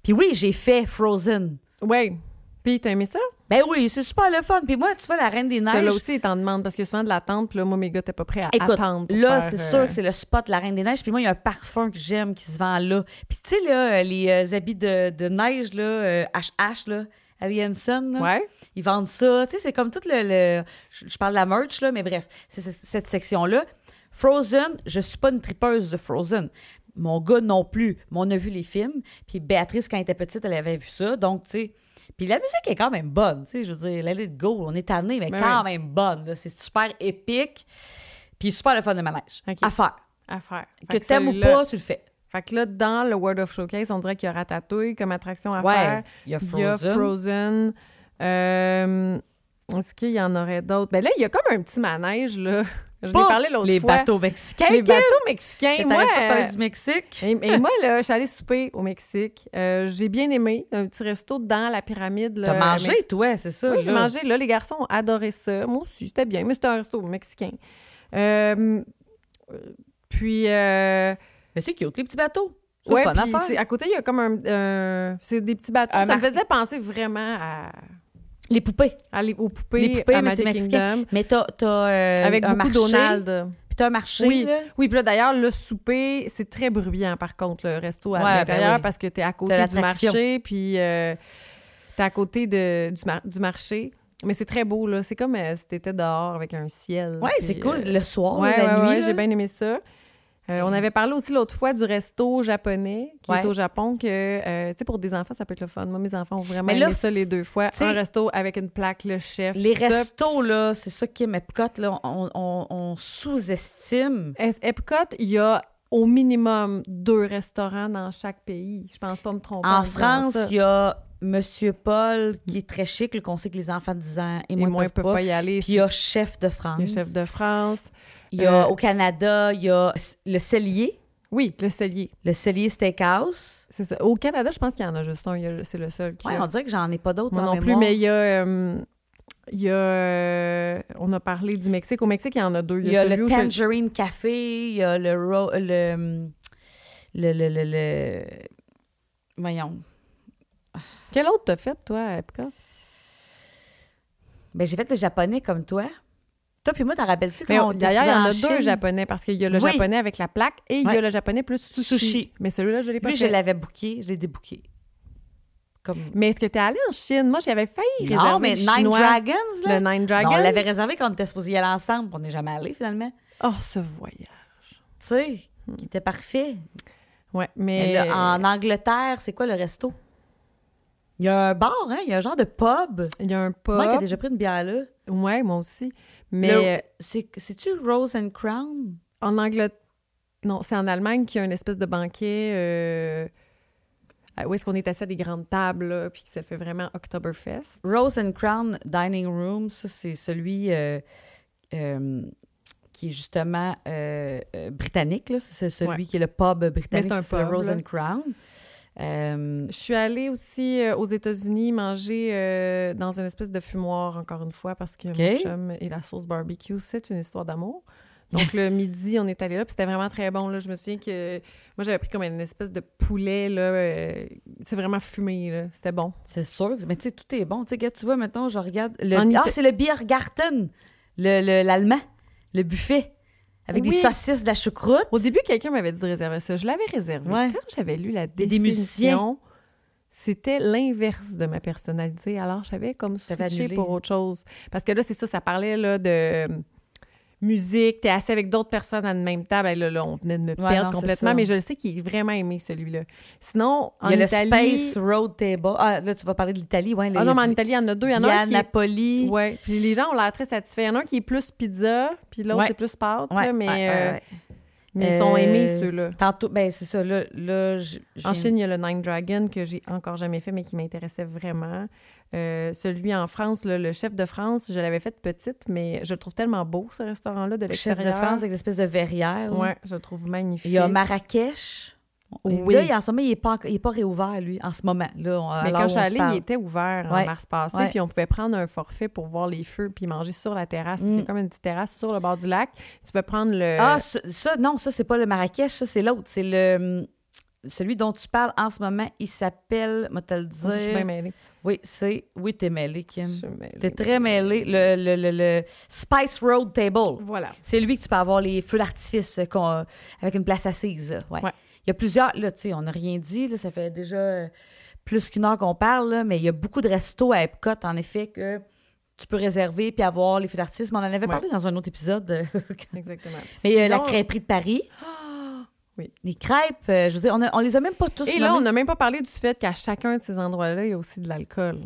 [SPEAKER 1] Puis oui, j'ai fait Frozen.
[SPEAKER 2] Ouais. Puis, t'as aimé ça?
[SPEAKER 1] Ben oui, c'est super le fun. Puis moi, tu vois, la Reine des Neiges.
[SPEAKER 2] Celle-là aussi, ils t'en demandent parce qu'il y a souvent de l'attente. Puis là, moi, mes gars, t'es pas prêt à
[SPEAKER 1] Écoute,
[SPEAKER 2] attendre. pour
[SPEAKER 1] là,
[SPEAKER 2] faire,
[SPEAKER 1] c'est
[SPEAKER 2] euh,
[SPEAKER 1] sûr que c'est le spot de la Reine des Neiges. Puis moi, il y a un parfum que j'aime qui se vend là. Puis tu sais, là, euh, les euh, habits de, de neige, là, euh, HH, là, Alienson, là,
[SPEAKER 2] Ouais.
[SPEAKER 1] ils vendent ça. Tu sais, c'est comme tout le... le- Je je parle de la merch, là, mais bref, c'est c'est- cette section-là. Frozen, je suis pas une tripeuse de Frozen. Mon gars non plus. Mais on a vu les films. Puis Béatrice, quand elle était petite, elle avait vu ça. Donc, tu sais... Puis la musique est quand même bonne, tu sais, je veux dire, Let It Go, on est tanné, mais
[SPEAKER 2] Ben
[SPEAKER 1] quand même bonne, là. c'est super épique. Puis super le fun de manège.
[SPEAKER 2] Ok.
[SPEAKER 1] À faire.
[SPEAKER 2] À faire.
[SPEAKER 1] Que
[SPEAKER 2] Fait
[SPEAKER 1] t'aimes ou
[SPEAKER 2] celui-là-
[SPEAKER 1] pas, tu le fais.
[SPEAKER 2] Fait que là, dans le World of Showcase, on dirait qu'il y a Ratatouille comme attraction à faire.
[SPEAKER 1] Ouais. Il y a
[SPEAKER 2] Il y a
[SPEAKER 1] Frozen.
[SPEAKER 2] Frozen. Euh, Est-ce qu'il y en aurait d'autres? Ben là, il y a comme un petit manège, là. Je l'ai
[SPEAKER 1] Pas
[SPEAKER 2] parlé l'autre fois.
[SPEAKER 1] Les bateaux mexicains.
[SPEAKER 2] Les
[SPEAKER 1] Kim.
[SPEAKER 2] bateaux mexicains,
[SPEAKER 1] T'arrêtes
[SPEAKER 2] moi.
[SPEAKER 1] pas de
[SPEAKER 2] euh,
[SPEAKER 1] parler du Mexique.
[SPEAKER 2] Et, et moi, là, je suis allée souper au Mexique. Euh, j'ai bien aimé un petit resto dans la pyramide. là,
[SPEAKER 1] T'as mangé,
[SPEAKER 2] mexicaine.
[SPEAKER 1] toi, c'est ça.
[SPEAKER 2] Euh, Oui, j'ai
[SPEAKER 1] là.
[SPEAKER 2] mangé. Là, les garçons ont adoré ça. Moi aussi, c'était bien. Mais c'était un resto mexicain. Euh, euh, puis, euh,
[SPEAKER 1] Mais c'est cute, les petits bateaux. C'est
[SPEAKER 2] ouais,
[SPEAKER 1] le fun à
[SPEAKER 2] puis
[SPEAKER 1] faire.
[SPEAKER 2] c'est- à côté, il y a comme un. un- c'est des petits bateaux.
[SPEAKER 1] Un
[SPEAKER 2] ça me
[SPEAKER 1] mar-
[SPEAKER 2] faisait penser vraiment à,
[SPEAKER 1] Les poupées.
[SPEAKER 2] à les- aux poupées,
[SPEAKER 1] Les poupées,
[SPEAKER 2] à
[SPEAKER 1] mais c'est
[SPEAKER 2] Magic
[SPEAKER 1] mexicain.
[SPEAKER 2] Kingdom.
[SPEAKER 1] Mais t'as t'as, euh,
[SPEAKER 2] Avec
[SPEAKER 1] un marché.
[SPEAKER 2] beaucoup Donald.
[SPEAKER 1] Puis t'as un marché,
[SPEAKER 2] Oui,
[SPEAKER 1] là.
[SPEAKER 2] oui. Puis là, d'ailleurs, le souper, c'est très bruyant, par contre, le resto à
[SPEAKER 1] Ouais, ben
[SPEAKER 2] l'intérieur,
[SPEAKER 1] oui.
[SPEAKER 2] parce que t'es à côté
[SPEAKER 1] T'as
[SPEAKER 2] du
[SPEAKER 1] l'attraction.
[SPEAKER 2] marché, puis euh, t'es à côté de, du, mar- du marché. Mais c'est très beau, là. C'est comme euh, si t'étais dehors avec un ciel.
[SPEAKER 1] Ouais,
[SPEAKER 2] puis,
[SPEAKER 1] c'est cool.
[SPEAKER 2] euh,
[SPEAKER 1] Le soir,
[SPEAKER 2] ouais,
[SPEAKER 1] la
[SPEAKER 2] ouais,
[SPEAKER 1] nuit.
[SPEAKER 2] ouais,
[SPEAKER 1] là.
[SPEAKER 2] j'ai bien aimé ça. Euh, on avait parlé aussi l'autre fois du resto japonais qui est
[SPEAKER 1] Ouais.
[SPEAKER 2] au Japon que euh, tu sais pour des enfants ça peut être le fun. Moi mes enfants ont vraiment
[SPEAKER 1] Mais là,
[SPEAKER 2] aimé ça les deux fois.
[SPEAKER 1] tu sais,
[SPEAKER 2] Un resto avec une plaque le chef.
[SPEAKER 1] Les
[SPEAKER 2] tout ça.
[SPEAKER 1] restos, là, c'est ça qui Epcot, là, on, on- on sous-estime.
[SPEAKER 2] Es- Epcot, il y a au minimum deux restaurants dans chaque pays. Je pense pas me tromper.
[SPEAKER 1] En
[SPEAKER 2] disant
[SPEAKER 1] France,
[SPEAKER 2] ça.
[SPEAKER 1] il y a Monsieur Paul, qui est très chic, là, qu'on sait que les enfants de 10 ans et
[SPEAKER 2] et
[SPEAKER 1] moins,
[SPEAKER 2] moins
[SPEAKER 1] peuvent,
[SPEAKER 2] peuvent
[SPEAKER 1] pas.
[SPEAKER 2] pas y aller.
[SPEAKER 1] Puis il y a Chef de France.
[SPEAKER 2] Il y a chef de France.
[SPEAKER 1] Il y a
[SPEAKER 2] Euh,
[SPEAKER 1] au Canada, il y a s- le Cellier,
[SPEAKER 2] Oui, le cellier.
[SPEAKER 1] le Cellier Steakhouse.
[SPEAKER 2] C'est ça. Au Canada, je pense qu'il y en a juste un. Il y a- C'est le seul. qui
[SPEAKER 1] Ouais,
[SPEAKER 2] a.
[SPEAKER 1] on dirait que j'en ai pas d'autres.
[SPEAKER 2] Moi
[SPEAKER 1] en
[SPEAKER 2] non plus,
[SPEAKER 1] mémoire.
[SPEAKER 2] mais il y a euh, Il y a, euh, on a parlé du Mexique. Au Mexique, il y en a deux.
[SPEAKER 1] Il y a
[SPEAKER 2] celui
[SPEAKER 1] le
[SPEAKER 2] où je-
[SPEAKER 1] Tangerine Café, il y a le, ro- euh, le, le, le, le, le- Voyons.
[SPEAKER 2] Quel autre t'as fait, toi, à Epcot?
[SPEAKER 1] Ben, j'ai fait le japonais comme toi. Toi puis moi, t'en rappelles-tu
[SPEAKER 2] Mais
[SPEAKER 1] quand on
[SPEAKER 2] D'ailleurs, il y en a
[SPEAKER 1] était
[SPEAKER 2] deux
[SPEAKER 1] Chine?
[SPEAKER 2] japonais parce qu'il y a le
[SPEAKER 1] Oui.
[SPEAKER 2] japonais avec la plaque et il y
[SPEAKER 1] Ouais.
[SPEAKER 2] a le japonais plus sushi.
[SPEAKER 1] Sushi.
[SPEAKER 2] Mais celui-là, je l'ai pas
[SPEAKER 1] Lui, je
[SPEAKER 2] fait.
[SPEAKER 1] l'avais booké, je l'ai débooké. Comme...
[SPEAKER 2] Mais est-ce que t'es allé en Chine? Moi, j'avais failli
[SPEAKER 1] Non,
[SPEAKER 2] réserver
[SPEAKER 1] mais
[SPEAKER 2] le
[SPEAKER 1] Nine
[SPEAKER 2] chinois,
[SPEAKER 1] Dragons, là.
[SPEAKER 2] le Nine
[SPEAKER 1] Non,
[SPEAKER 2] Dragons.
[SPEAKER 1] on l'avait réservé quand on était supposé y aller ensemble, puis on n'est jamais allé finalement.
[SPEAKER 2] Oh, ce voyage.
[SPEAKER 1] Tu sais, il était parfait.
[SPEAKER 2] Ouais,
[SPEAKER 1] Mais
[SPEAKER 2] mais...
[SPEAKER 1] là, en Angleterre, c'est quoi le resto? Il y a un bar, hein? Il y a un genre de pub.
[SPEAKER 2] Il y a un pub.
[SPEAKER 1] Moi qui ai déjà pris une bière là.
[SPEAKER 2] Ouais, moi aussi. Mais euh,
[SPEAKER 1] Le- c'est- C'est-tu Rose and Crown?
[SPEAKER 2] en Angleterre... Non, c'est en Allemagne qu'il y a une espèce de banquet euh, à- où est-ce qu'on est assis à des grandes tables, là, puis que ça fait vraiment Oktoberfest.
[SPEAKER 1] Rose and Crown Dining Room, ça, c'est celui euh, euh, qui est justement euh, euh, britannique. là. C'est c'est celui
[SPEAKER 2] Ouais.
[SPEAKER 1] qui est le pub britannique.
[SPEAKER 2] c'est un
[SPEAKER 1] le
[SPEAKER 2] pub,
[SPEAKER 1] Rose
[SPEAKER 2] là.
[SPEAKER 1] and Crown. Euh,
[SPEAKER 2] Je suis allée aussi euh, aux États-Unis manger euh, dans une espèce de fumoir, encore une fois, parce que mon
[SPEAKER 1] Ok.
[SPEAKER 2] chum et la sauce barbecue, c'est une histoire d'amour. Donc, le midi, on est allé là, puis c'était vraiment très bon. Là. Je me souviens que moi, j'avais pris comme une espèce de poulet, là. euh, c'est vraiment fumé, là. C'était bon.
[SPEAKER 1] c'est sûr. que- Mais tu sais, tout est bon. Tu sais, regarde, tu vois, maintenant, je regarde. Le,
[SPEAKER 2] En
[SPEAKER 1] ah,
[SPEAKER 2] Ita-
[SPEAKER 1] c'est le Biergarten, le- le- l'allemand, le, buffet, avec des
[SPEAKER 2] Oui.
[SPEAKER 1] saucisses, de la choucroute.
[SPEAKER 2] Au début, quelqu'un m'avait dit de réserver ça. Je l'avais réservé.
[SPEAKER 1] Ouais.
[SPEAKER 2] Quand j'avais lu la
[SPEAKER 1] des musiciens.
[SPEAKER 2] définition, c'était l'inverse de ma personnalité. Alors, j'avais comme
[SPEAKER 1] T'avais
[SPEAKER 2] switché
[SPEAKER 1] annulé.
[SPEAKER 2] pour autre chose. Parce que là, c'est ça, ça parlait là, de euh, musique. T'es assis avec d'autres personnes à la même table. Et là, là, on venait de
[SPEAKER 1] non,
[SPEAKER 2] me perdre
[SPEAKER 1] c'est ça.
[SPEAKER 2] complètement. Mais je le sais qu'il est vraiment aimé, celui-là. Sinon, en
[SPEAKER 1] Il y a
[SPEAKER 2] Italie...
[SPEAKER 1] le Space Road Table. Ah, là, tu vas parler de l'Italie. Ouais,
[SPEAKER 2] Ah non, mais en Italie, il y en a deux. Il y en a un qui est
[SPEAKER 1] Napoli.
[SPEAKER 2] Ouais. Puis les gens ont l'air très satisfaits. Il y en a un qui est plus pizza, puis l'autre
[SPEAKER 1] Ouais.
[SPEAKER 2] c'est plus pâte, là, mais, euh,
[SPEAKER 1] ouais.
[SPEAKER 2] mais ils sont aimés,
[SPEAKER 1] Euh,
[SPEAKER 2] ceux-là.
[SPEAKER 1] Tantôt, ben c'est ça, là, là j- j'ai-
[SPEAKER 2] En Chine, il y a le Nine Dragon que j'ai encore jamais fait, mais qui m'intéressait vraiment. Euh, celui en France, là, le chef de France, je l'avais fait petite, mais je le trouve tellement beau, ce restaurant-là, de
[SPEAKER 1] le chef
[SPEAKER 2] l'extérieur.
[SPEAKER 1] de France avec l'espèce de verrière. là.
[SPEAKER 2] Ouais, je le trouve magnifique.
[SPEAKER 1] Il y a Marrakech.
[SPEAKER 2] Oui.
[SPEAKER 1] Là, il- en ce moment, il n'est pas, enc- il est pas réouvert, lui, en ce moment. Là, on- à
[SPEAKER 2] mais
[SPEAKER 1] l'heure
[SPEAKER 2] quand
[SPEAKER 1] où
[SPEAKER 2] je suis
[SPEAKER 1] on se
[SPEAKER 2] allée,
[SPEAKER 1] parle.
[SPEAKER 2] il était ouvert
[SPEAKER 1] Ouais.
[SPEAKER 2] en mars passé,
[SPEAKER 1] Ouais.
[SPEAKER 2] puis on pouvait prendre un forfait pour voir les feux, puis manger sur la terrasse. Puis
[SPEAKER 1] Mm.
[SPEAKER 2] C'est comme une petite terrasse sur le bord du lac. Tu peux prendre le.
[SPEAKER 1] Ah, ça, ça, non, ça, c'est pas le Marrakech, ça, c'est l'autre. C'est le. hum, Celui dont tu parles en ce moment, il s'appelle, moi te le
[SPEAKER 2] je suis bien
[SPEAKER 1] dire.
[SPEAKER 2] mêlée.
[SPEAKER 1] Oui, c'est. Oui, t'es mêlé, Kim.
[SPEAKER 2] Je suis mêlée.
[SPEAKER 1] T'es très mêlé. Le, le, le, le Spice Road Table.
[SPEAKER 2] Voilà.
[SPEAKER 1] C'est lui que tu peux avoir les feux d'artifice euh, qu'on- euh, avec une place assise. là, Ouais.
[SPEAKER 2] Ouais.
[SPEAKER 1] Il y a plusieurs. Là, tu sais, on n'a rien dit. Là, ça fait déjà euh, plus qu'une heure qu'on parle, là, mais il y a beaucoup de restos à Epcot, en effet, que tu peux réserver puis avoir les feux d'artifice. Mais on en avait
[SPEAKER 2] Ouais.
[SPEAKER 1] parlé dans un autre épisode. euh, <laughs>
[SPEAKER 2] Exactement. Puis
[SPEAKER 1] mais euh, la
[SPEAKER 2] sinon-
[SPEAKER 1] crêperie de <gasps> Paris.
[SPEAKER 2] oui.
[SPEAKER 1] Les crêpes, euh, je veux dire, on, a- on les a même pas tous.
[SPEAKER 2] Et là, on
[SPEAKER 1] nommés.
[SPEAKER 2] n'a même pas parlé du fait qu'à chacun de ces endroits-là, il y a aussi de l'alcool.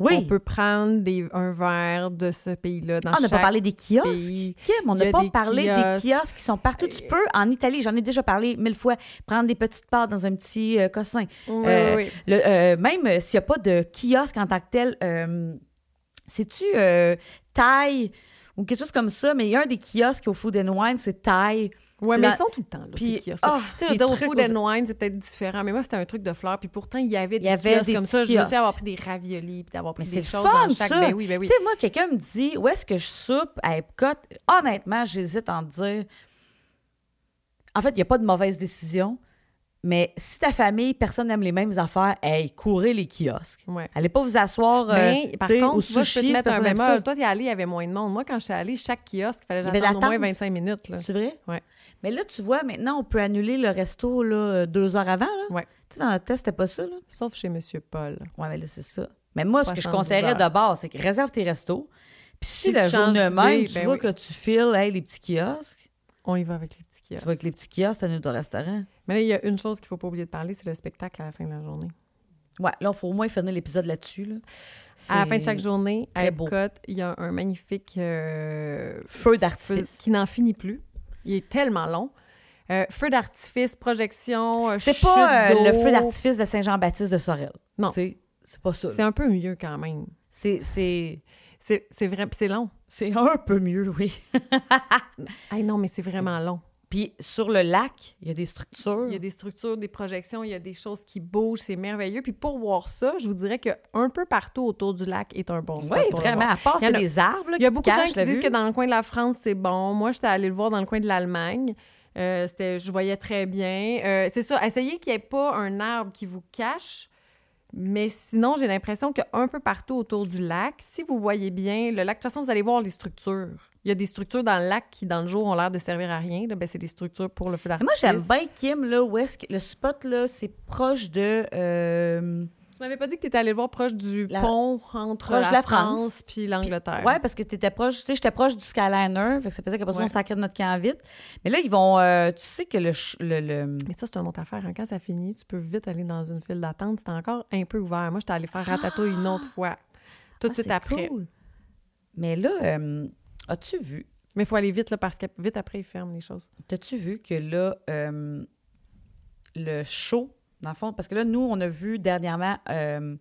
[SPEAKER 1] oui.
[SPEAKER 2] On peut prendre des- un verre de ce pays-là dans
[SPEAKER 1] Ah, on n'a pas
[SPEAKER 2] chaque
[SPEAKER 1] parlé des kiosques.
[SPEAKER 2] pays.
[SPEAKER 1] Kim, on
[SPEAKER 2] Il
[SPEAKER 1] n'a
[SPEAKER 2] y a
[SPEAKER 1] pas
[SPEAKER 2] des
[SPEAKER 1] parlé
[SPEAKER 2] kiosques. Euh,
[SPEAKER 1] des kiosques qui sont partout. Tu peux, en Italie, j'en ai déjà parlé mille fois, prendre des petites parts dans un petit euh, cossin.
[SPEAKER 2] Oui,
[SPEAKER 1] Euh,
[SPEAKER 2] oui, oui.
[SPEAKER 1] le- euh, même euh, s'il n'y a pas de kiosque en tant que tel, euh, sais-tu euh, Thaï ou quelque chose comme ça, mais il y a un des kiosques au Food and Wine, c'est Thaï.
[SPEAKER 2] Ouais,
[SPEAKER 1] c'est
[SPEAKER 2] mais
[SPEAKER 1] la-
[SPEAKER 2] ils sont tout le temps là,
[SPEAKER 1] Puis,
[SPEAKER 2] ces kiosques.
[SPEAKER 1] ah,
[SPEAKER 2] tu sais, je veux
[SPEAKER 1] des
[SPEAKER 2] dire, au
[SPEAKER 1] trucs
[SPEAKER 2] Food and Wine, c'est peut-être différent, mais moi, c'était un truc de fleurs. Puis pourtant, il y avait des
[SPEAKER 1] Il y avait
[SPEAKER 2] kiosques
[SPEAKER 1] des
[SPEAKER 2] comme
[SPEAKER 1] petits
[SPEAKER 2] ça. Je me
[SPEAKER 1] kiosques.
[SPEAKER 2] suis avoir pris des raviolis, puis d'avoir
[SPEAKER 1] Mais
[SPEAKER 2] pris
[SPEAKER 1] c'est
[SPEAKER 2] des
[SPEAKER 1] le
[SPEAKER 2] choses
[SPEAKER 1] fun,
[SPEAKER 2] dans chaque...
[SPEAKER 1] ça!
[SPEAKER 2] Ben oui, ben oui.
[SPEAKER 1] Tu sais, moi, quelqu'un me dit où est-ce que je soupe à Epcot. Honnêtement, j'hésite à en dire. En fait, il n'y a pas de mauvaise décision, mais si ta famille, personne n'aime les mêmes affaires, hey, courez les kiosques.
[SPEAKER 2] Ouais.
[SPEAKER 1] Allez pas vous asseoir euh,
[SPEAKER 2] Mais par
[SPEAKER 1] tu sais,
[SPEAKER 2] contre,
[SPEAKER 1] au
[SPEAKER 2] tu vois, je peux te
[SPEAKER 1] sushi,
[SPEAKER 2] mettre un
[SPEAKER 1] personne n'aime ça.
[SPEAKER 2] bémol. Toi, t'es allé, il y avait moins de monde. Moi, quand je suis allée, chaque kiosque, il fallait
[SPEAKER 1] Il y avait
[SPEAKER 2] j'attendre au moins
[SPEAKER 1] l'attente.
[SPEAKER 2] 25 minutes. Là.
[SPEAKER 1] C'est vrai?
[SPEAKER 2] Ouais.
[SPEAKER 1] Mais là, tu vois, maintenant, on peut annuler le resto là, euh, deux heures avant. Là.
[SPEAKER 2] Ouais.
[SPEAKER 1] Tu sais, dans notre test, c'était pas ça. Là.
[SPEAKER 2] Sauf chez Monsieur Paul.
[SPEAKER 1] Ouais, mais là, c'est ça. Mais moi, ce que je
[SPEAKER 2] 72
[SPEAKER 1] conseillerais
[SPEAKER 2] heures.
[SPEAKER 1] de base, c'est que réserve tes restos. Puis si,
[SPEAKER 2] Si
[SPEAKER 1] la
[SPEAKER 2] tu changes
[SPEAKER 1] journée même,
[SPEAKER 2] d'idée,
[SPEAKER 1] tu
[SPEAKER 2] ben
[SPEAKER 1] vois
[SPEAKER 2] oui.
[SPEAKER 1] que tu files hey, les petits kiosques,
[SPEAKER 2] On y va avec les petits
[SPEAKER 1] tu
[SPEAKER 2] kiosques.
[SPEAKER 1] vois que les petits kiosques, t'annules ton restaurant.
[SPEAKER 2] Mais là, il y a une chose qu'il ne faut pas oublier de parler, c'est le spectacle à la fin de la journée.
[SPEAKER 1] Ouais, là, il faut au moins finir l'épisode là-dessus. Là.
[SPEAKER 2] À la fin de
[SPEAKER 1] C'est-
[SPEAKER 2] chaque journée, à
[SPEAKER 1] très beau.
[SPEAKER 2] Epcot, il y a un magnifique euh,
[SPEAKER 1] Feu d'artifice.
[SPEAKER 2] feu qui n'en finit plus. Il est tellement long. Euh, feu d'artifice, projection, euh,
[SPEAKER 1] C'est
[SPEAKER 2] chute
[SPEAKER 1] pas euh, le
[SPEAKER 2] d'eau.
[SPEAKER 1] feu d'artifice de Saint-Jean-Baptiste de Sorel.
[SPEAKER 2] Non.
[SPEAKER 1] Tu sais, C'est pas ça. là.
[SPEAKER 2] C'est un peu mieux quand même.
[SPEAKER 1] C'est- C'est
[SPEAKER 2] C'est c'est vrai, puis c'est long.
[SPEAKER 1] c'est un peu mieux, oui.
[SPEAKER 2] Ah non, mais c'est vraiment long.
[SPEAKER 1] Puis sur le lac, il y a des structures.
[SPEAKER 2] Il y a des structures, des projections, il y a des choses qui bougent, c'est merveilleux. Puis pour voir ça, je vous dirais que un peu partout autour du lac est un bon spot.
[SPEAKER 1] oui,
[SPEAKER 2] pour le
[SPEAKER 1] vraiment.
[SPEAKER 2] voir.
[SPEAKER 1] À part,
[SPEAKER 2] Il y en
[SPEAKER 1] c'est
[SPEAKER 2] a-
[SPEAKER 1] des arbres. là,
[SPEAKER 2] Il y a
[SPEAKER 1] qui
[SPEAKER 2] beaucoup de gens
[SPEAKER 1] cachent
[SPEAKER 2] qui
[SPEAKER 1] la
[SPEAKER 2] disent
[SPEAKER 1] vue.
[SPEAKER 2] que dans le coin de la France, c'est bon. Moi, j'étais allée le voir dans le coin de l'Allemagne. Euh, c'était, je voyais très bien. Euh, c'est ça, essayez qu'il n'y ait pas un arbre qui vous cache. Mais sinon, j'ai l'impression qu'un peu partout autour du lac, si vous voyez bien, le lac, de toute façon, vous allez voir les structures. Il y a des structures dans le lac qui, dans le jour, ont l'air de servir à rien. Là, ben, c'est des structures pour le feu
[SPEAKER 1] Mais Moi,
[SPEAKER 2] d'artifice.
[SPEAKER 1] j'aime bien Kim, là, où est-ce que le spot, là, c'est proche de. euh,
[SPEAKER 2] Tu m'avais pas dit que tu étais allé le voir proche du
[SPEAKER 1] La-
[SPEAKER 2] pont entre
[SPEAKER 1] proche
[SPEAKER 2] la,
[SPEAKER 1] de la
[SPEAKER 2] France,
[SPEAKER 1] France,
[SPEAKER 2] puis l'Angleterre.
[SPEAKER 1] Ouais, parce que t'étais proche, tu sais, j'étais proche du Skyliner, fait que ça faisait qu'après ça,
[SPEAKER 2] Ouais.
[SPEAKER 1] on sacrait notre camp vite. Mais là, ils vont, euh, tu sais que le, ch- le, le-
[SPEAKER 2] Mais ça, c'est une autre affaire. hein. Quand ça finit, tu peux vite aller dans une file d'attente. C'est encore un peu ouvert. Moi, j'étais allée faire Ratatouille une autre fois, tout de
[SPEAKER 1] Ah,
[SPEAKER 2] suite
[SPEAKER 1] c'est
[SPEAKER 2] après.
[SPEAKER 1] cool. Mais là, euh, as-tu vu,
[SPEAKER 2] Mais il faut aller vite, là, parce que vite après, ils ferment les choses.
[SPEAKER 1] t'as-tu vu que là, euh, le show, dans le fond, parce que là, nous, on a vu dernièrement, euh,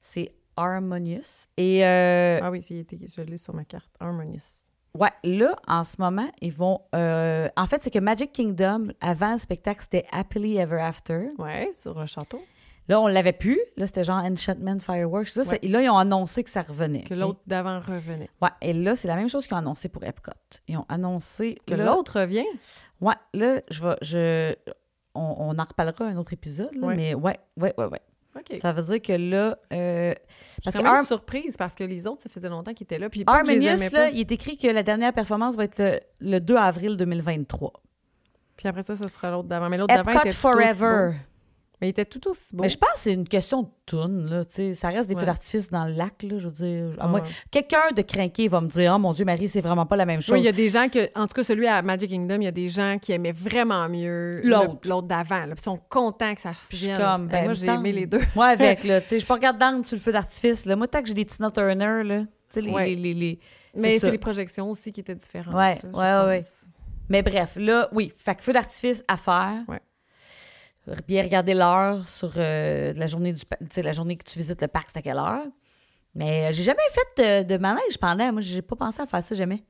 [SPEAKER 1] c'est Harmonious. Et euh,
[SPEAKER 2] Ah oui, c'est été- je l'ai sur ma carte. Harmonious.
[SPEAKER 1] Ouais, là, en ce moment, ils vont. euh, En fait, c'est que Magic Kingdom, avant le spectacle, c'était Happily Ever After.
[SPEAKER 2] Ouais, sur un château.
[SPEAKER 1] Là, on l'avait plus. Là, c'était genre Enchantment Fireworks. Là,
[SPEAKER 2] Ouais.
[SPEAKER 1] c'est- là, ils ont annoncé que ça revenait.
[SPEAKER 2] Que
[SPEAKER 1] ok?
[SPEAKER 2] l'autre d'avant revenait.
[SPEAKER 1] Ouais, et là, c'est la même chose qu'ils ont annoncé pour Epcot. Ils ont annoncé.
[SPEAKER 2] Que
[SPEAKER 1] là-
[SPEAKER 2] l'autre revient.
[SPEAKER 1] Ouais, là, je vais. Je... On, on en reparlera un autre épisode, là,
[SPEAKER 2] Ouais.
[SPEAKER 1] mais ouais, ouais, ouais, ouais.
[SPEAKER 2] OK.
[SPEAKER 1] Ça veut dire que là. euh,
[SPEAKER 2] Parce
[SPEAKER 1] Parce
[SPEAKER 2] que
[SPEAKER 1] que
[SPEAKER 2] même
[SPEAKER 1] Harm-
[SPEAKER 2] surprise, parce que les autres, ça faisait longtemps qu'ils étaient là. Puis pas que je les aimais
[SPEAKER 1] Harmonious, là,
[SPEAKER 2] pas.
[SPEAKER 1] il est écrit que la dernière performance va être le, le 2 avril 2023.
[SPEAKER 2] Puis après ça, ce sera l'autre d'avant. Mais l'autre d'avant
[SPEAKER 1] Epcot
[SPEAKER 2] était tout aussi
[SPEAKER 1] Forever.
[SPEAKER 2] beau. Mais il était tout aussi beau.
[SPEAKER 1] Mais je pense que c'est une question de toune, là, tu sais. Ça reste des
[SPEAKER 2] Ouais.
[SPEAKER 1] feux d'artifice dans le lac, là, je veux dire. À
[SPEAKER 2] Ah
[SPEAKER 1] moins-
[SPEAKER 2] ouais.
[SPEAKER 1] Quelqu'un de craqué va me dire « Oh mon Dieu, Marie, c'est vraiment pas la même chose.
[SPEAKER 2] Oui, il y a des gens que, en tout cas, celui à Magic Kingdom, il y a des gens qui aimaient vraiment mieux le-
[SPEAKER 1] L'autre.
[SPEAKER 2] l'autre d'avant. là, Puis ils sont contents que ça se
[SPEAKER 1] Puis je suis
[SPEAKER 2] vienne.
[SPEAKER 1] comme, ben,
[SPEAKER 2] moi,
[SPEAKER 1] me
[SPEAKER 2] j'ai
[SPEAKER 1] semble.
[SPEAKER 2] aimé les deux.
[SPEAKER 1] Moi,
[SPEAKER 2] <laughs>
[SPEAKER 1] avec, là, tu sais, je pas regardante sur le feu d'artifice, là. Moi, tant que j'ai des Tina Turner, là, tu sais, les,
[SPEAKER 2] Ouais.
[SPEAKER 1] les- les- les-
[SPEAKER 2] Mais c'est
[SPEAKER 1] ça.
[SPEAKER 2] les projections aussi qui étaient différentes.
[SPEAKER 1] Ouais,
[SPEAKER 2] là,
[SPEAKER 1] ouais,
[SPEAKER 2] je pense.
[SPEAKER 1] Mais bref, là, oui, fait que feu d'artifice à faire.
[SPEAKER 2] Ouais.
[SPEAKER 1] Bien regarder l'heure sur euh, la journée du pa- tu sais, la journée que tu visites le parc, c'est à quelle heure. Mais euh, j'ai jamais fait de, de manège pendant. Moi, j'ai pas pensé à faire ça jamais.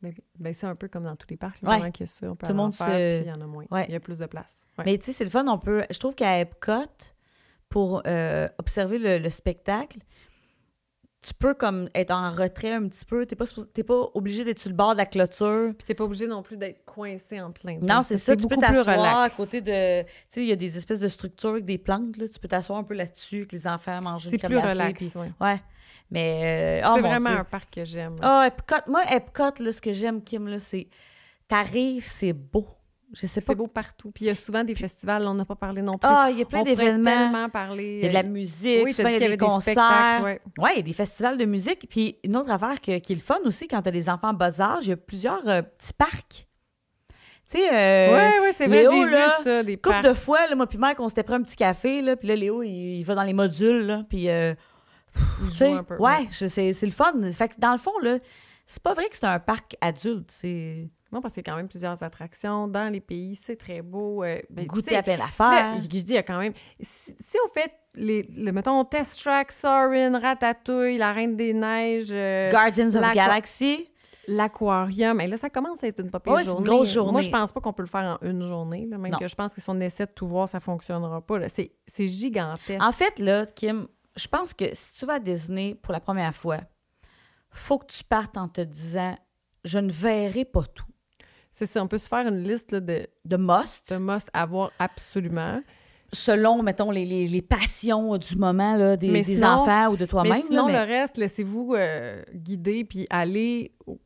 [SPEAKER 2] Ben, ben, c'est un peu comme dans tous les parcs. là,
[SPEAKER 1] Ouais.
[SPEAKER 2] Pendant que ça, on peut
[SPEAKER 1] Tout le
[SPEAKER 2] en
[SPEAKER 1] monde
[SPEAKER 2] faire,
[SPEAKER 1] se-
[SPEAKER 2] puis il y en a moins.
[SPEAKER 1] Ouais.
[SPEAKER 2] Il y a plus de place. Ouais.
[SPEAKER 1] Mais tu sais, c'est le fun. On peut, je trouve qu'à Epcot, pour euh, observer le, le spectacle, tu peux comme être en retrait un petit peu. T'es pas, supposé- t'es pas obligé d'être sur le bord de la clôture.
[SPEAKER 2] Puis t'es pas obligé non plus d'être coincé en plein temps.
[SPEAKER 1] Non, c'est ça. Tu peux
[SPEAKER 2] beaucoup plus
[SPEAKER 1] t'asseoir à
[SPEAKER 2] relax.
[SPEAKER 1] côté de. Tu sais, il y a des espèces de structures avec des plantes. Là. Tu peux t'asseoir un peu là-dessus, que les enfants mangent une
[SPEAKER 2] C'est
[SPEAKER 1] crème
[SPEAKER 2] plus
[SPEAKER 1] glacée,
[SPEAKER 2] relax.
[SPEAKER 1] puis-
[SPEAKER 2] ouais.
[SPEAKER 1] Ouais. Mais. euh, oh,
[SPEAKER 2] c'est
[SPEAKER 1] mon
[SPEAKER 2] vraiment
[SPEAKER 1] Dieu.
[SPEAKER 2] un parc que j'aime.
[SPEAKER 1] Ah, Epcot. Moi, Epcot, là, ce que j'aime, Kim, là, c'est. T'arrives, c'est beau. Je sais pas.
[SPEAKER 2] c'est beau partout. Puis il y a souvent des festivals, on n'a pas parlé non plus.
[SPEAKER 1] Ah, il y a
[SPEAKER 2] on
[SPEAKER 1] plein
[SPEAKER 2] pourrait
[SPEAKER 1] d'événements.
[SPEAKER 2] tellement parler. euh,
[SPEAKER 1] Il y a de la musique,
[SPEAKER 2] Oui, t'as
[SPEAKER 1] souvent,
[SPEAKER 2] dit
[SPEAKER 1] il y a
[SPEAKER 2] qu'il y
[SPEAKER 1] des,
[SPEAKER 2] avait des
[SPEAKER 1] concerts.
[SPEAKER 2] spectacles, ouais.
[SPEAKER 1] Oui, il y a des festivals de musique. Puis une autre affaire que- qui est le fun aussi, quand tu as des enfants en bas âge, il y a plusieurs euh, petits parcs. Tu sais, euh,
[SPEAKER 2] ouais, ouais, c'est vrai,
[SPEAKER 1] Léo,
[SPEAKER 2] j'ai vu
[SPEAKER 1] là,
[SPEAKER 2] ça, des
[SPEAKER 1] une couple
[SPEAKER 2] parcs.
[SPEAKER 1] de fois, là, moi puis Mike, on s'était pris un petit café, là, puis là, Léo, il, il va dans les modules, là, puis... euh,
[SPEAKER 2] Il
[SPEAKER 1] tu
[SPEAKER 2] joue
[SPEAKER 1] sais,
[SPEAKER 2] un peu,
[SPEAKER 1] ouais, je- c'est c'est le fun. Fait que dans le fond, là, c'est pas vrai que c'est un parc adulte, c'est
[SPEAKER 2] Non, parce qu'il y a quand même plusieurs attractions dans les pays, c'est très beau. euh, ben, tu
[SPEAKER 1] goûter
[SPEAKER 2] sais,
[SPEAKER 1] à plein
[SPEAKER 2] là, euh,
[SPEAKER 1] d'affaires.
[SPEAKER 2] je dis, il y a quand même. Si, si on fait les, le- mettons, Test Track, Sorin, Ratatouille, La Reine des Neiges, euh,
[SPEAKER 1] Guardians of
[SPEAKER 2] la-
[SPEAKER 1] the Galaxy.
[SPEAKER 2] l'Aquarium, et là, ça commence à être une pas pire
[SPEAKER 1] Ouais, c'est une
[SPEAKER 2] journée.
[SPEAKER 1] grosse
[SPEAKER 2] Moi,
[SPEAKER 1] journée.
[SPEAKER 2] je pense pas qu'on peut le faire en une journée, là, même
[SPEAKER 1] Non.
[SPEAKER 2] que je pense que si on essaie de tout voir, ça fonctionnera pas. là. C'est c'est gigantesque.
[SPEAKER 1] En fait, là, Kim, je pense que si tu vas à Disney pour la première fois, faut que tu partes en te disant « Je ne verrai pas tout
[SPEAKER 2] C'est ça, on peut se faire une liste là, de, ».
[SPEAKER 1] De must,
[SPEAKER 2] de must à voir absolument.
[SPEAKER 1] selon, mettons, les, les- les passions du moment là, des,
[SPEAKER 2] Mais
[SPEAKER 1] des
[SPEAKER 2] sinon-
[SPEAKER 1] enfants ou de toi-même.
[SPEAKER 2] Mais
[SPEAKER 1] là,
[SPEAKER 2] sinon,
[SPEAKER 1] mais-
[SPEAKER 2] le reste, laissez-vous euh, guider puis allez, au-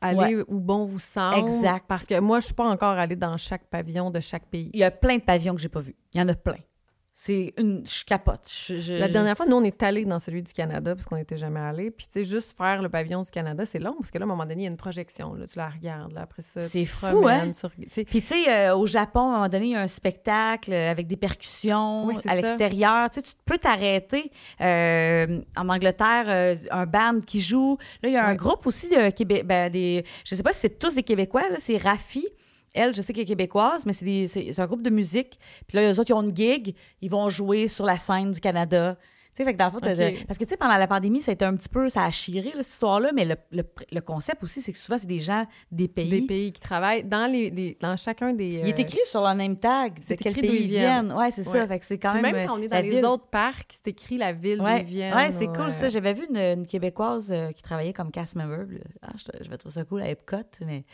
[SPEAKER 2] allez où bon vous semble.
[SPEAKER 1] Exact.
[SPEAKER 2] Parce que moi, je suis pas encore allée dans chaque pavillon de chaque pays.
[SPEAKER 1] Il y a plein de pavillons que j'ai pas vus. Il y en a plein. C'est une. Je capote. Je- je-
[SPEAKER 2] La
[SPEAKER 1] je-
[SPEAKER 2] dernière fois, nous, on est allés dans celui du Canada parce qu'on n'était jamais allés. Puis, tu sais, juste faire le pavillon du Canada, c'est long parce que là, à un moment donné, il y a une projection. Là, tu la regardes. Là, après ça, tu
[SPEAKER 1] C'est
[SPEAKER 2] te
[SPEAKER 1] fou,
[SPEAKER 2] promènes
[SPEAKER 1] hein?
[SPEAKER 2] sur- tu sais,
[SPEAKER 1] Puis, tu sais, euh, au Japon, à un moment donné, il y a un spectacle euh, avec des percussions
[SPEAKER 2] Oui, c'est
[SPEAKER 1] à
[SPEAKER 2] ça.
[SPEAKER 1] l'extérieur. Tu sais, tu peux t'arrêter. Euh, en Angleterre, euh, un band qui joue. Là, il y a un
[SPEAKER 2] Ouais.
[SPEAKER 1] groupe aussi de Québec. Ben, des, je sais pas si c'est tous des Québécois, là, c'est Rafi. Elle, je sais qu'elle est québécoise, mais c'est des- c'est c'est un groupe de musique. Puis là, les autres, ils ont une gig. Ils vont jouer sur la scène du Canada. Tu sais, fait que dans le fond, t'as-
[SPEAKER 2] Ok.
[SPEAKER 1] parce que tu sais, pendant la pandémie, ça a été un petit peu, ça a chiré, là, cette histoire-là, mais le, le- le concept aussi, c'est que souvent, c'est des gens des pays.
[SPEAKER 2] Des pays qui travaillent dans, les, les- dans chacun des.
[SPEAKER 1] Il est
[SPEAKER 2] euh,
[SPEAKER 1] écrit sur leur name tag,
[SPEAKER 2] c'est
[SPEAKER 1] c'est quel
[SPEAKER 2] écrit d'où
[SPEAKER 1] pays
[SPEAKER 2] ils
[SPEAKER 1] ils viennent. Ouais, c'est
[SPEAKER 2] Ouais.
[SPEAKER 1] ça, fait que c'est quand
[SPEAKER 2] Puis
[SPEAKER 1] même.
[SPEAKER 2] même, quand on est
[SPEAKER 1] euh,
[SPEAKER 2] dans
[SPEAKER 1] la
[SPEAKER 2] les
[SPEAKER 1] ville.
[SPEAKER 2] autres parcs, c'est écrit la ville
[SPEAKER 1] Ouais,
[SPEAKER 2] d'où ils viennent.
[SPEAKER 1] ouais, c'est
[SPEAKER 2] ouais.
[SPEAKER 1] cool ça. J'avais vu une, une québécoise euh, qui travaillait comme cast member. puis là, Ah, je, je vais trouver ça cool à Epcot, mais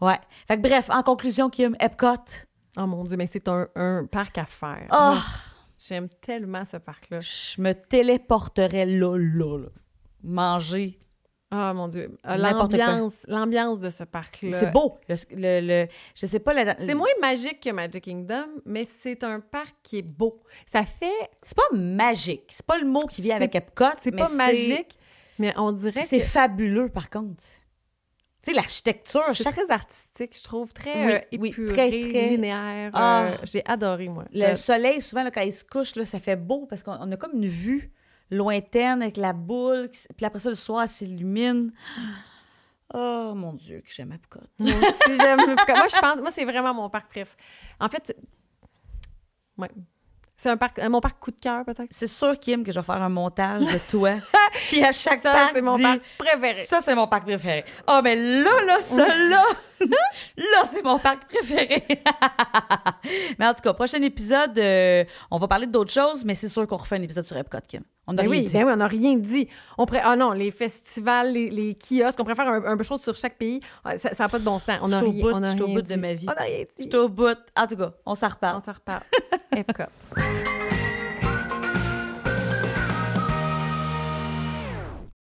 [SPEAKER 1] ouais. Fait que bref, en conclusion, Kim, Epcot.
[SPEAKER 2] Oh mon Dieu, mais c'est un, un parc à faire.
[SPEAKER 1] Ah,
[SPEAKER 2] Moi, J'aime tellement ce parc-là.
[SPEAKER 1] je me téléporterais là, là, là. Manger.
[SPEAKER 2] Ah mon Dieu. Ah,
[SPEAKER 1] N'importe quoi.
[SPEAKER 2] L'ambiance, l'ambiance de ce parc-là.
[SPEAKER 1] C'est beau. Le, le- le- je sais pas. la-
[SPEAKER 2] C'est moins magique que Magic Kingdom, mais c'est un parc qui est beau. Ça fait.
[SPEAKER 1] C'est pas magique. C'est pas le mot qui vient
[SPEAKER 2] C'est-
[SPEAKER 1] avec Epcot.
[SPEAKER 2] C'est
[SPEAKER 1] mais
[SPEAKER 2] pas magique, mais on dirait
[SPEAKER 1] C'est
[SPEAKER 2] que.
[SPEAKER 1] fabuleux, par contre. Tu sais, l'architecture,
[SPEAKER 2] C'est
[SPEAKER 1] chaque
[SPEAKER 2] très artistique, je trouve, très
[SPEAKER 1] Oui,
[SPEAKER 2] euh,
[SPEAKER 1] oui,
[SPEAKER 2] épuré,
[SPEAKER 1] très, très-
[SPEAKER 2] linéaire.
[SPEAKER 1] Ah.
[SPEAKER 2] euh, J'ai adoré, moi.
[SPEAKER 1] Le
[SPEAKER 2] Je-
[SPEAKER 1] soleil, souvent, là, quand il se couche, là, ça fait beau parce qu'on on a comme une vue lointaine avec la boule. qui s- Puis après ça, le soir, elle s'illumine. <gasps> Oh mon Dieu, que j'aime Epcot.
[SPEAKER 2] Moi aussi, j'aime. moi, je pense, moi, c'est vraiment mon parc préf. En fait, ouais. C'est un parc, euh, mon parc coup de cœur, peut-être.
[SPEAKER 1] C'est sûr, Kim, que je vais faire un montage de
[SPEAKER 2] <laughs>
[SPEAKER 1] toi qui, à chaque
[SPEAKER 2] Ça,
[SPEAKER 1] parc,
[SPEAKER 2] c'est mon
[SPEAKER 1] dit,
[SPEAKER 2] parc préféré.
[SPEAKER 1] Ça, c'est mon parc préféré. Oh, mais là, là, ça, là, <laughs> là, c'est mon parc préféré. <laughs> mais en tout cas, prochain épisode, euh, on va parler d'autres choses, mais c'est sûr qu'on refait un épisode sur Epcot, Kim. On a
[SPEAKER 2] Ben
[SPEAKER 1] rien
[SPEAKER 2] oui,
[SPEAKER 1] dit.
[SPEAKER 2] ben oui, on n'a rien dit. On pré... Ah non, les festivals, les, les kiosques, on préfère un, un peu chose sur chaque pays. Ah, Ça n'a pas de bon sens. On
[SPEAKER 1] Je
[SPEAKER 2] a
[SPEAKER 1] suis au
[SPEAKER 2] rien,
[SPEAKER 1] bout,
[SPEAKER 2] on a
[SPEAKER 1] je suis au
[SPEAKER 2] rien
[SPEAKER 1] bout
[SPEAKER 2] dit.
[SPEAKER 1] de ma vie.
[SPEAKER 2] On n'a rien
[SPEAKER 1] Je
[SPEAKER 2] dit.
[SPEAKER 1] suis au bout. <laughs> En tout cas, on s'en reparle.
[SPEAKER 2] On s'en reparle. Epcot.